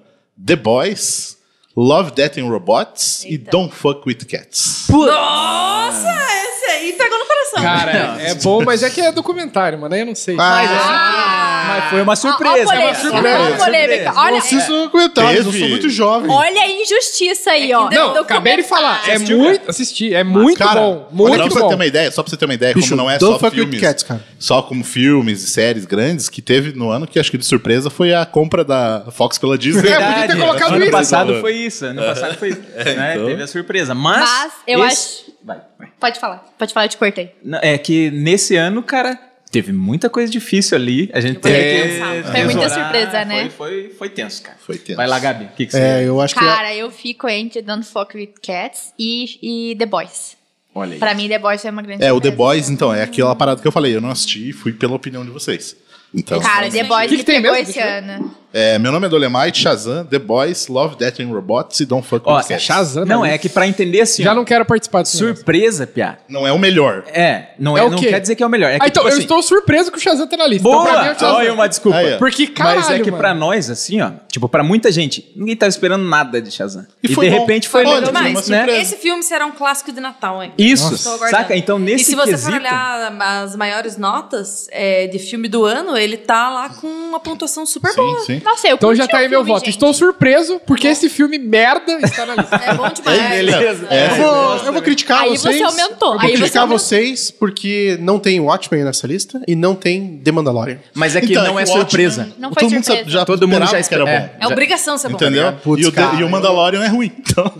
[SPEAKER 2] The Boys, Love, Death and Robots e Don't Fuck With Cats.
[SPEAKER 4] Nossa, esse aí pegou no coração.
[SPEAKER 7] Cara, é bom, mas é que é documentário, mano. Aí eu não sei.
[SPEAKER 3] Ah,
[SPEAKER 2] Ah!
[SPEAKER 6] Ah!
[SPEAKER 3] mas foi uma surpresa. é
[SPEAKER 6] Ó, ó,
[SPEAKER 3] uma
[SPEAKER 6] polêmica,
[SPEAKER 3] surpresa.
[SPEAKER 6] ó, polêmica. Olha, é.
[SPEAKER 5] Preciso comentar, eu
[SPEAKER 2] Teve.
[SPEAKER 5] sou muito jovem.
[SPEAKER 6] olha a injustiça aí, ó.
[SPEAKER 7] Não, acabei de falar. É muito. Assisti, é muito
[SPEAKER 2] Cara,
[SPEAKER 7] bom.
[SPEAKER 2] olha,
[SPEAKER 7] Muito
[SPEAKER 2] só pra você ter
[SPEAKER 7] bom.
[SPEAKER 2] uma ideia, só pra você ter uma ideia,
[SPEAKER 5] Bicho,
[SPEAKER 2] como não é
[SPEAKER 5] Don't
[SPEAKER 2] só
[SPEAKER 5] Fuck With
[SPEAKER 2] filmes,
[SPEAKER 5] Cats, cara.
[SPEAKER 2] só como filmes e séries grandes, que teve no ano que acho que de surpresa foi a compra da Fox pela Disney.
[SPEAKER 7] É, podia ter colocado
[SPEAKER 3] ano
[SPEAKER 7] isso.
[SPEAKER 3] passado foi isso. Ano passado foi isso. né?
[SPEAKER 2] então.
[SPEAKER 3] Teve a surpresa. Mas.
[SPEAKER 6] Mas eu
[SPEAKER 3] acho. Vai, vai.
[SPEAKER 6] Pode falar. Pode falar, eu te cortei.
[SPEAKER 3] Não, É que nesse ano, cara, teve muita coisa difícil ali. A gente
[SPEAKER 4] Foi
[SPEAKER 3] teve
[SPEAKER 4] tenso.
[SPEAKER 3] que
[SPEAKER 6] Foi muita
[SPEAKER 3] tesourar,
[SPEAKER 6] surpresa, né?
[SPEAKER 3] Foi, foi, foi tenso, cara.
[SPEAKER 2] Foi tenso.
[SPEAKER 3] Vai lá, Gabi. O que, que você.
[SPEAKER 5] É, eu acho que.
[SPEAKER 6] Cara, eu fico entre Don't Fuck With Cats e, e The Boys.
[SPEAKER 3] Olha aí.
[SPEAKER 6] Pra mim, The Boys foi uma grande
[SPEAKER 2] É, o The
[SPEAKER 6] surpresa.
[SPEAKER 2] Boys, então, é aquela parada que eu falei, eu não assisti e fui pela opinião de vocês. Então,
[SPEAKER 6] Cara, The Boys
[SPEAKER 7] que
[SPEAKER 6] me
[SPEAKER 7] tem
[SPEAKER 6] pegou
[SPEAKER 7] mesmo?
[SPEAKER 6] esse
[SPEAKER 7] Deixa eu
[SPEAKER 6] ano.
[SPEAKER 2] é, meu nome é Dolemite, Shazam, The Boys, Love, Death and Robots e Don't Fuck
[SPEAKER 3] Ó,
[SPEAKER 2] With Cats.
[SPEAKER 7] Shazam,
[SPEAKER 3] Não,
[SPEAKER 7] né?
[SPEAKER 3] é que pra entender assim.
[SPEAKER 7] Já
[SPEAKER 3] ó,
[SPEAKER 7] não quero participar disso.
[SPEAKER 3] Surpresa, Piá.
[SPEAKER 2] Não é o melhor.
[SPEAKER 3] É, não,
[SPEAKER 7] É
[SPEAKER 3] é,
[SPEAKER 7] o
[SPEAKER 3] não
[SPEAKER 7] quê?
[SPEAKER 3] quer dizer que é o melhor. É que,
[SPEAKER 7] Ah, então,
[SPEAKER 3] tipo
[SPEAKER 7] eu
[SPEAKER 3] assim,
[SPEAKER 7] estou surpreso que o Shazam tá na lista.
[SPEAKER 3] Boa!
[SPEAKER 7] Então, pra mim, é o Shazam.
[SPEAKER 3] Olha uma desculpa.
[SPEAKER 2] Aí, ó.
[SPEAKER 7] Porque, caralho,
[SPEAKER 3] Mas é que
[SPEAKER 7] mano.
[SPEAKER 3] pra nós, assim, ó, tipo, pra muita gente, ninguém tava esperando nada de Shazam.
[SPEAKER 2] E
[SPEAKER 3] E,
[SPEAKER 2] foi
[SPEAKER 3] de
[SPEAKER 2] bom.
[SPEAKER 3] repente foi
[SPEAKER 2] Olha,
[SPEAKER 3] legal
[SPEAKER 2] foi uma
[SPEAKER 3] demais,
[SPEAKER 2] surpresa.
[SPEAKER 3] né?
[SPEAKER 4] Esse filme será um clássico de Natal, hein?
[SPEAKER 3] Isso,
[SPEAKER 4] Estou aguardando.
[SPEAKER 3] saca? Então, nesse
[SPEAKER 4] E se você
[SPEAKER 3] quesito,
[SPEAKER 4] for olhar as maiores notas é, de filme do ano, ele tá lá com uma pontuação super
[SPEAKER 2] Sim,
[SPEAKER 4] boa.
[SPEAKER 2] sim.
[SPEAKER 6] Nossa, eu
[SPEAKER 7] Então
[SPEAKER 6] curti
[SPEAKER 7] já tá
[SPEAKER 6] o
[SPEAKER 7] aí meu
[SPEAKER 6] filme,
[SPEAKER 7] voto.
[SPEAKER 6] gente.
[SPEAKER 7] Estou surpreso porque esse filme merda está na lista.
[SPEAKER 4] É bom demais.
[SPEAKER 2] Beleza. É,
[SPEAKER 5] Eu vou, eu vou criticar
[SPEAKER 6] Aí você
[SPEAKER 5] vocês.
[SPEAKER 6] aumentou,
[SPEAKER 5] Eu vou
[SPEAKER 6] aí você
[SPEAKER 5] criticar
[SPEAKER 6] aumentou.
[SPEAKER 5] vocês porque não tem Watchmen nessa lista e não tem The Mandalorian.
[SPEAKER 3] Mas é que
[SPEAKER 2] Então,
[SPEAKER 3] não é
[SPEAKER 2] o Watchmen,
[SPEAKER 3] surpresa.
[SPEAKER 6] Não foi
[SPEAKER 2] todo mundo
[SPEAKER 6] surpresa.
[SPEAKER 2] sabe- já
[SPEAKER 3] Todo mundo
[SPEAKER 2] esperava
[SPEAKER 3] já
[SPEAKER 2] que era
[SPEAKER 3] espera- Tá
[SPEAKER 2] bom.
[SPEAKER 4] É obrigação ser bom. né?
[SPEAKER 2] Entendeu?
[SPEAKER 5] Putz,
[SPEAKER 2] e, o,
[SPEAKER 5] cara,
[SPEAKER 2] e o Mandalorian é ruim. Então,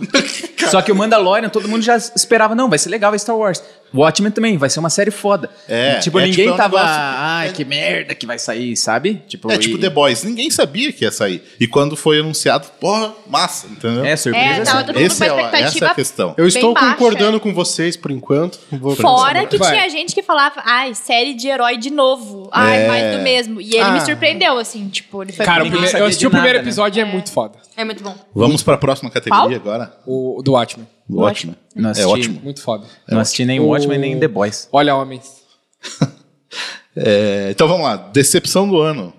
[SPEAKER 3] Só que o Mandalorian, todo mundo já esperava, não, vai ser legal, vai Star Wars. Watchmen também, vai ser uma série foda.
[SPEAKER 2] É,
[SPEAKER 3] tipo,
[SPEAKER 2] é
[SPEAKER 3] ninguém
[SPEAKER 2] tipo, é um
[SPEAKER 3] tava,
[SPEAKER 2] negócio-
[SPEAKER 3] ai, que merda que vai sair, sabe? Tipo,
[SPEAKER 2] é tipo
[SPEAKER 3] e-
[SPEAKER 2] The Boys. Ninguém sabia que ia sair. E quando foi anunciado, porra, massa, entendeu?
[SPEAKER 3] É, surpresa.
[SPEAKER 7] tá
[SPEAKER 6] É, tava
[SPEAKER 3] sim.
[SPEAKER 6] todo mundo
[SPEAKER 2] Esse
[SPEAKER 6] com
[SPEAKER 2] é,
[SPEAKER 6] uma
[SPEAKER 2] o- essa é
[SPEAKER 6] expectativa
[SPEAKER 2] a questão.
[SPEAKER 5] Eu
[SPEAKER 6] Bem
[SPEAKER 5] estou
[SPEAKER 6] baixa.
[SPEAKER 5] concordando com vocês por enquanto. Vou-
[SPEAKER 6] Fora que
[SPEAKER 7] Vai.
[SPEAKER 6] tinha gente que falava, ai, série de herói de novo. Ai,
[SPEAKER 2] É.
[SPEAKER 6] mais do mesmo. E ele me
[SPEAKER 5] Ah.
[SPEAKER 6] surpreendeu, assim, tipo, ele foi
[SPEAKER 7] Cara, o
[SPEAKER 6] bem
[SPEAKER 7] primeiro-
[SPEAKER 6] rápido.
[SPEAKER 7] eu assisti o
[SPEAKER 3] nada,
[SPEAKER 7] primeiro
[SPEAKER 3] né?
[SPEAKER 7] episódio e é muito foda.
[SPEAKER 4] É muito bom.
[SPEAKER 2] Vamos pra próxima categoria agora.
[SPEAKER 7] O o do Watchmen.
[SPEAKER 2] Ótimo.
[SPEAKER 3] Não
[SPEAKER 2] É
[SPEAKER 3] assisti.
[SPEAKER 2] ótimo.
[SPEAKER 7] Muito foda.
[SPEAKER 3] Não assisti nem
[SPEAKER 7] O-
[SPEAKER 3] Watchmen, nem The Boys.
[SPEAKER 7] Olha, homens.
[SPEAKER 2] É, então vamos lá. Decepção do ano.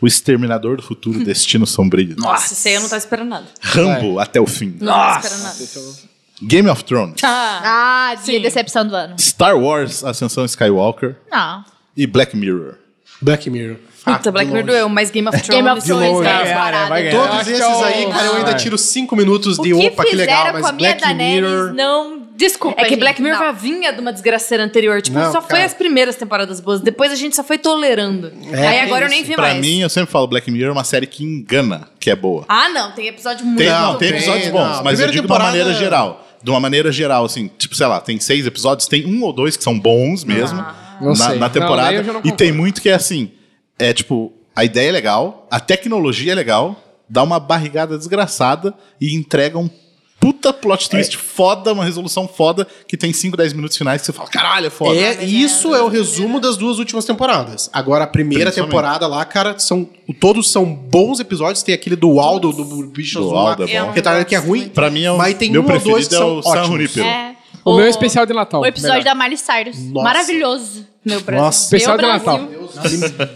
[SPEAKER 2] O Exterminador do Futuro, Destino Sombrio.
[SPEAKER 4] Hum. Nossa, esse aí eu não tava esperando nada.
[SPEAKER 2] Rambo até o fim.
[SPEAKER 4] Não tava esperando nada.
[SPEAKER 2] Game of Thrones.
[SPEAKER 4] Ah,
[SPEAKER 6] Ah, de decepção do ano.
[SPEAKER 2] Star Wars, Ascensão Skywalker
[SPEAKER 6] Não.
[SPEAKER 2] e Black Mirror.
[SPEAKER 5] Black Mirror.
[SPEAKER 4] puta, Black Mirror doeu, mas Game of Thrones...
[SPEAKER 6] Game of Thrones,
[SPEAKER 7] longe,
[SPEAKER 6] né?
[SPEAKER 7] é,
[SPEAKER 6] disparado.
[SPEAKER 7] vai ganhar.
[SPEAKER 5] Todos
[SPEAKER 7] acho que
[SPEAKER 5] esses
[SPEAKER 7] é o-
[SPEAKER 5] aí, cara, eu ainda tiro cinco minutos
[SPEAKER 6] O
[SPEAKER 5] de
[SPEAKER 6] que
[SPEAKER 5] opa, que legal,
[SPEAKER 6] fizeram com
[SPEAKER 5] mas
[SPEAKER 6] a minha
[SPEAKER 5] Black
[SPEAKER 6] Daenerys
[SPEAKER 5] Mirror.
[SPEAKER 6] não... Desculpa,
[SPEAKER 4] É que
[SPEAKER 6] gente,
[SPEAKER 4] Black Mirror
[SPEAKER 6] não.
[SPEAKER 4] já vinha de uma desgraceira anterior. Tipo,
[SPEAKER 5] Não,
[SPEAKER 4] só foi
[SPEAKER 5] cara.
[SPEAKER 4] as primeiras temporadas boas. Depois a gente só foi tolerando.
[SPEAKER 5] É,
[SPEAKER 4] aí
[SPEAKER 5] tem
[SPEAKER 4] agora eu nem
[SPEAKER 5] isso.
[SPEAKER 4] vi
[SPEAKER 2] Pra
[SPEAKER 4] mais.
[SPEAKER 2] mim, eu sempre falo, Black Mirror é uma série que engana, que é boa.
[SPEAKER 4] Ah, não. Tem episódio muito
[SPEAKER 2] Tem,
[SPEAKER 5] Não,
[SPEAKER 2] não, tem
[SPEAKER 5] tem,
[SPEAKER 2] episódios
[SPEAKER 5] não.
[SPEAKER 2] bons, mas eu
[SPEAKER 5] Primeira
[SPEAKER 2] digo
[SPEAKER 5] temporada-
[SPEAKER 2] de uma maneira geral. De uma maneira geral, assim, tipo, sei lá, tem seis episódios, tem um ou dois que são bons mesmo
[SPEAKER 7] Não
[SPEAKER 2] na,
[SPEAKER 7] sei.
[SPEAKER 2] na
[SPEAKER 7] Não, daí
[SPEAKER 2] temporada.
[SPEAKER 7] eu já não
[SPEAKER 2] e
[SPEAKER 7] concordo.
[SPEAKER 2] tem muito que é assim, é tipo, a ideia é legal, a tecnologia é legal, dá uma barrigada desgraçada e entrega um puta
[SPEAKER 5] É.
[SPEAKER 2] plot twist foda, uma resolução foda, que tem 5, 10 minutos finais que você fala, caralho, é foda.
[SPEAKER 5] É, isso é o resumo das duas últimas temporadas. Agora, a primeira
[SPEAKER 2] Principalmente.
[SPEAKER 5] temporada lá, cara, são, todos são bons episódios. Tem aquele do Aldo, do bicho
[SPEAKER 2] Do
[SPEAKER 5] azul
[SPEAKER 2] Aldo
[SPEAKER 5] lá,
[SPEAKER 2] é
[SPEAKER 6] um
[SPEAKER 2] bom.
[SPEAKER 5] que, tá, que é
[SPEAKER 6] assim.
[SPEAKER 5] ruim.
[SPEAKER 2] Pra mim, é o
[SPEAKER 5] Mas tem
[SPEAKER 2] meu
[SPEAKER 5] um ou
[SPEAKER 2] preferido
[SPEAKER 5] dois que
[SPEAKER 2] é
[SPEAKER 5] são
[SPEAKER 2] o San
[SPEAKER 5] ótimos.
[SPEAKER 2] Junipero.
[SPEAKER 6] É.
[SPEAKER 7] O meu é especial de Natal,
[SPEAKER 6] O episódio
[SPEAKER 7] melhor.
[SPEAKER 6] da Miley Cyrus.
[SPEAKER 5] Nossa.
[SPEAKER 6] Maravilhoso.
[SPEAKER 4] Meu Brasil.
[SPEAKER 5] Nossa,
[SPEAKER 7] Especial de
[SPEAKER 6] Meu
[SPEAKER 7] Natal.
[SPEAKER 6] Brasil.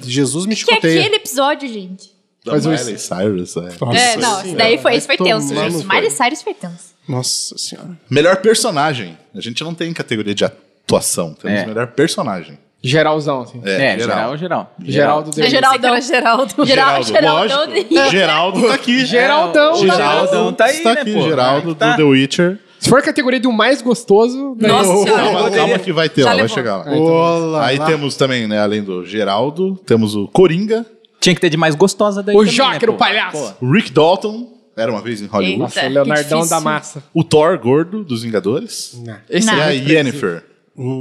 [SPEAKER 5] Jesus me
[SPEAKER 6] Que é
[SPEAKER 5] chicoteia.
[SPEAKER 6] aquele episódio, gente.
[SPEAKER 2] Da
[SPEAKER 7] Faz um-
[SPEAKER 2] Miley Cyrus, é.
[SPEAKER 7] Nossa.
[SPEAKER 6] É, não, esse daí foi, esse foi
[SPEAKER 5] né? Vai
[SPEAKER 6] tenso,
[SPEAKER 5] tomar
[SPEAKER 6] gente.
[SPEAKER 5] no
[SPEAKER 6] Miley Cyrus foi tenso.
[SPEAKER 5] Nossa senhora.
[SPEAKER 2] Melhor personagem. A gente não tem categoria de atuação, temos
[SPEAKER 3] É.
[SPEAKER 2] melhor personagem.
[SPEAKER 7] Geralzão, assim.
[SPEAKER 3] É, geral, geral.
[SPEAKER 7] Geraldo deu.
[SPEAKER 6] É Geraldão.
[SPEAKER 4] Era Geraldo.
[SPEAKER 6] Geral- Geraldão.
[SPEAKER 2] lógico. Geraldo tá aqui.
[SPEAKER 7] Geraldão.
[SPEAKER 3] Geraldão tá aí,
[SPEAKER 2] está
[SPEAKER 3] né,
[SPEAKER 2] aqui,
[SPEAKER 3] pô?
[SPEAKER 2] Geraldo
[SPEAKER 3] Tá.
[SPEAKER 2] do The Witcher.
[SPEAKER 7] Se for a categoria do mais gostoso, né? ganhou.
[SPEAKER 4] Nossa senhora.
[SPEAKER 2] Calma, calma que vai ter
[SPEAKER 4] Já
[SPEAKER 2] lá, vai
[SPEAKER 4] levou.
[SPEAKER 2] chegar lá.
[SPEAKER 5] Olá,
[SPEAKER 2] Aí
[SPEAKER 5] lá.
[SPEAKER 2] temos também, né, além do Geraldo, temos o Coringa,
[SPEAKER 3] Tinha que ter de mais gostosa daí.
[SPEAKER 7] o
[SPEAKER 3] também, né,
[SPEAKER 7] Joker,
[SPEAKER 3] pô?
[SPEAKER 7] o palhaço.
[SPEAKER 2] o Rick Dalton, era uma vez em Hollywood,
[SPEAKER 7] Nossa,
[SPEAKER 4] Eita,
[SPEAKER 7] o
[SPEAKER 4] que
[SPEAKER 7] Leonardão
[SPEAKER 4] difícil.
[SPEAKER 7] da massa.
[SPEAKER 2] o Thor gordo dos Vingadores,
[SPEAKER 7] Esse
[SPEAKER 2] e
[SPEAKER 7] é
[SPEAKER 2] a
[SPEAKER 7] muito previsível.
[SPEAKER 2] Yennefer.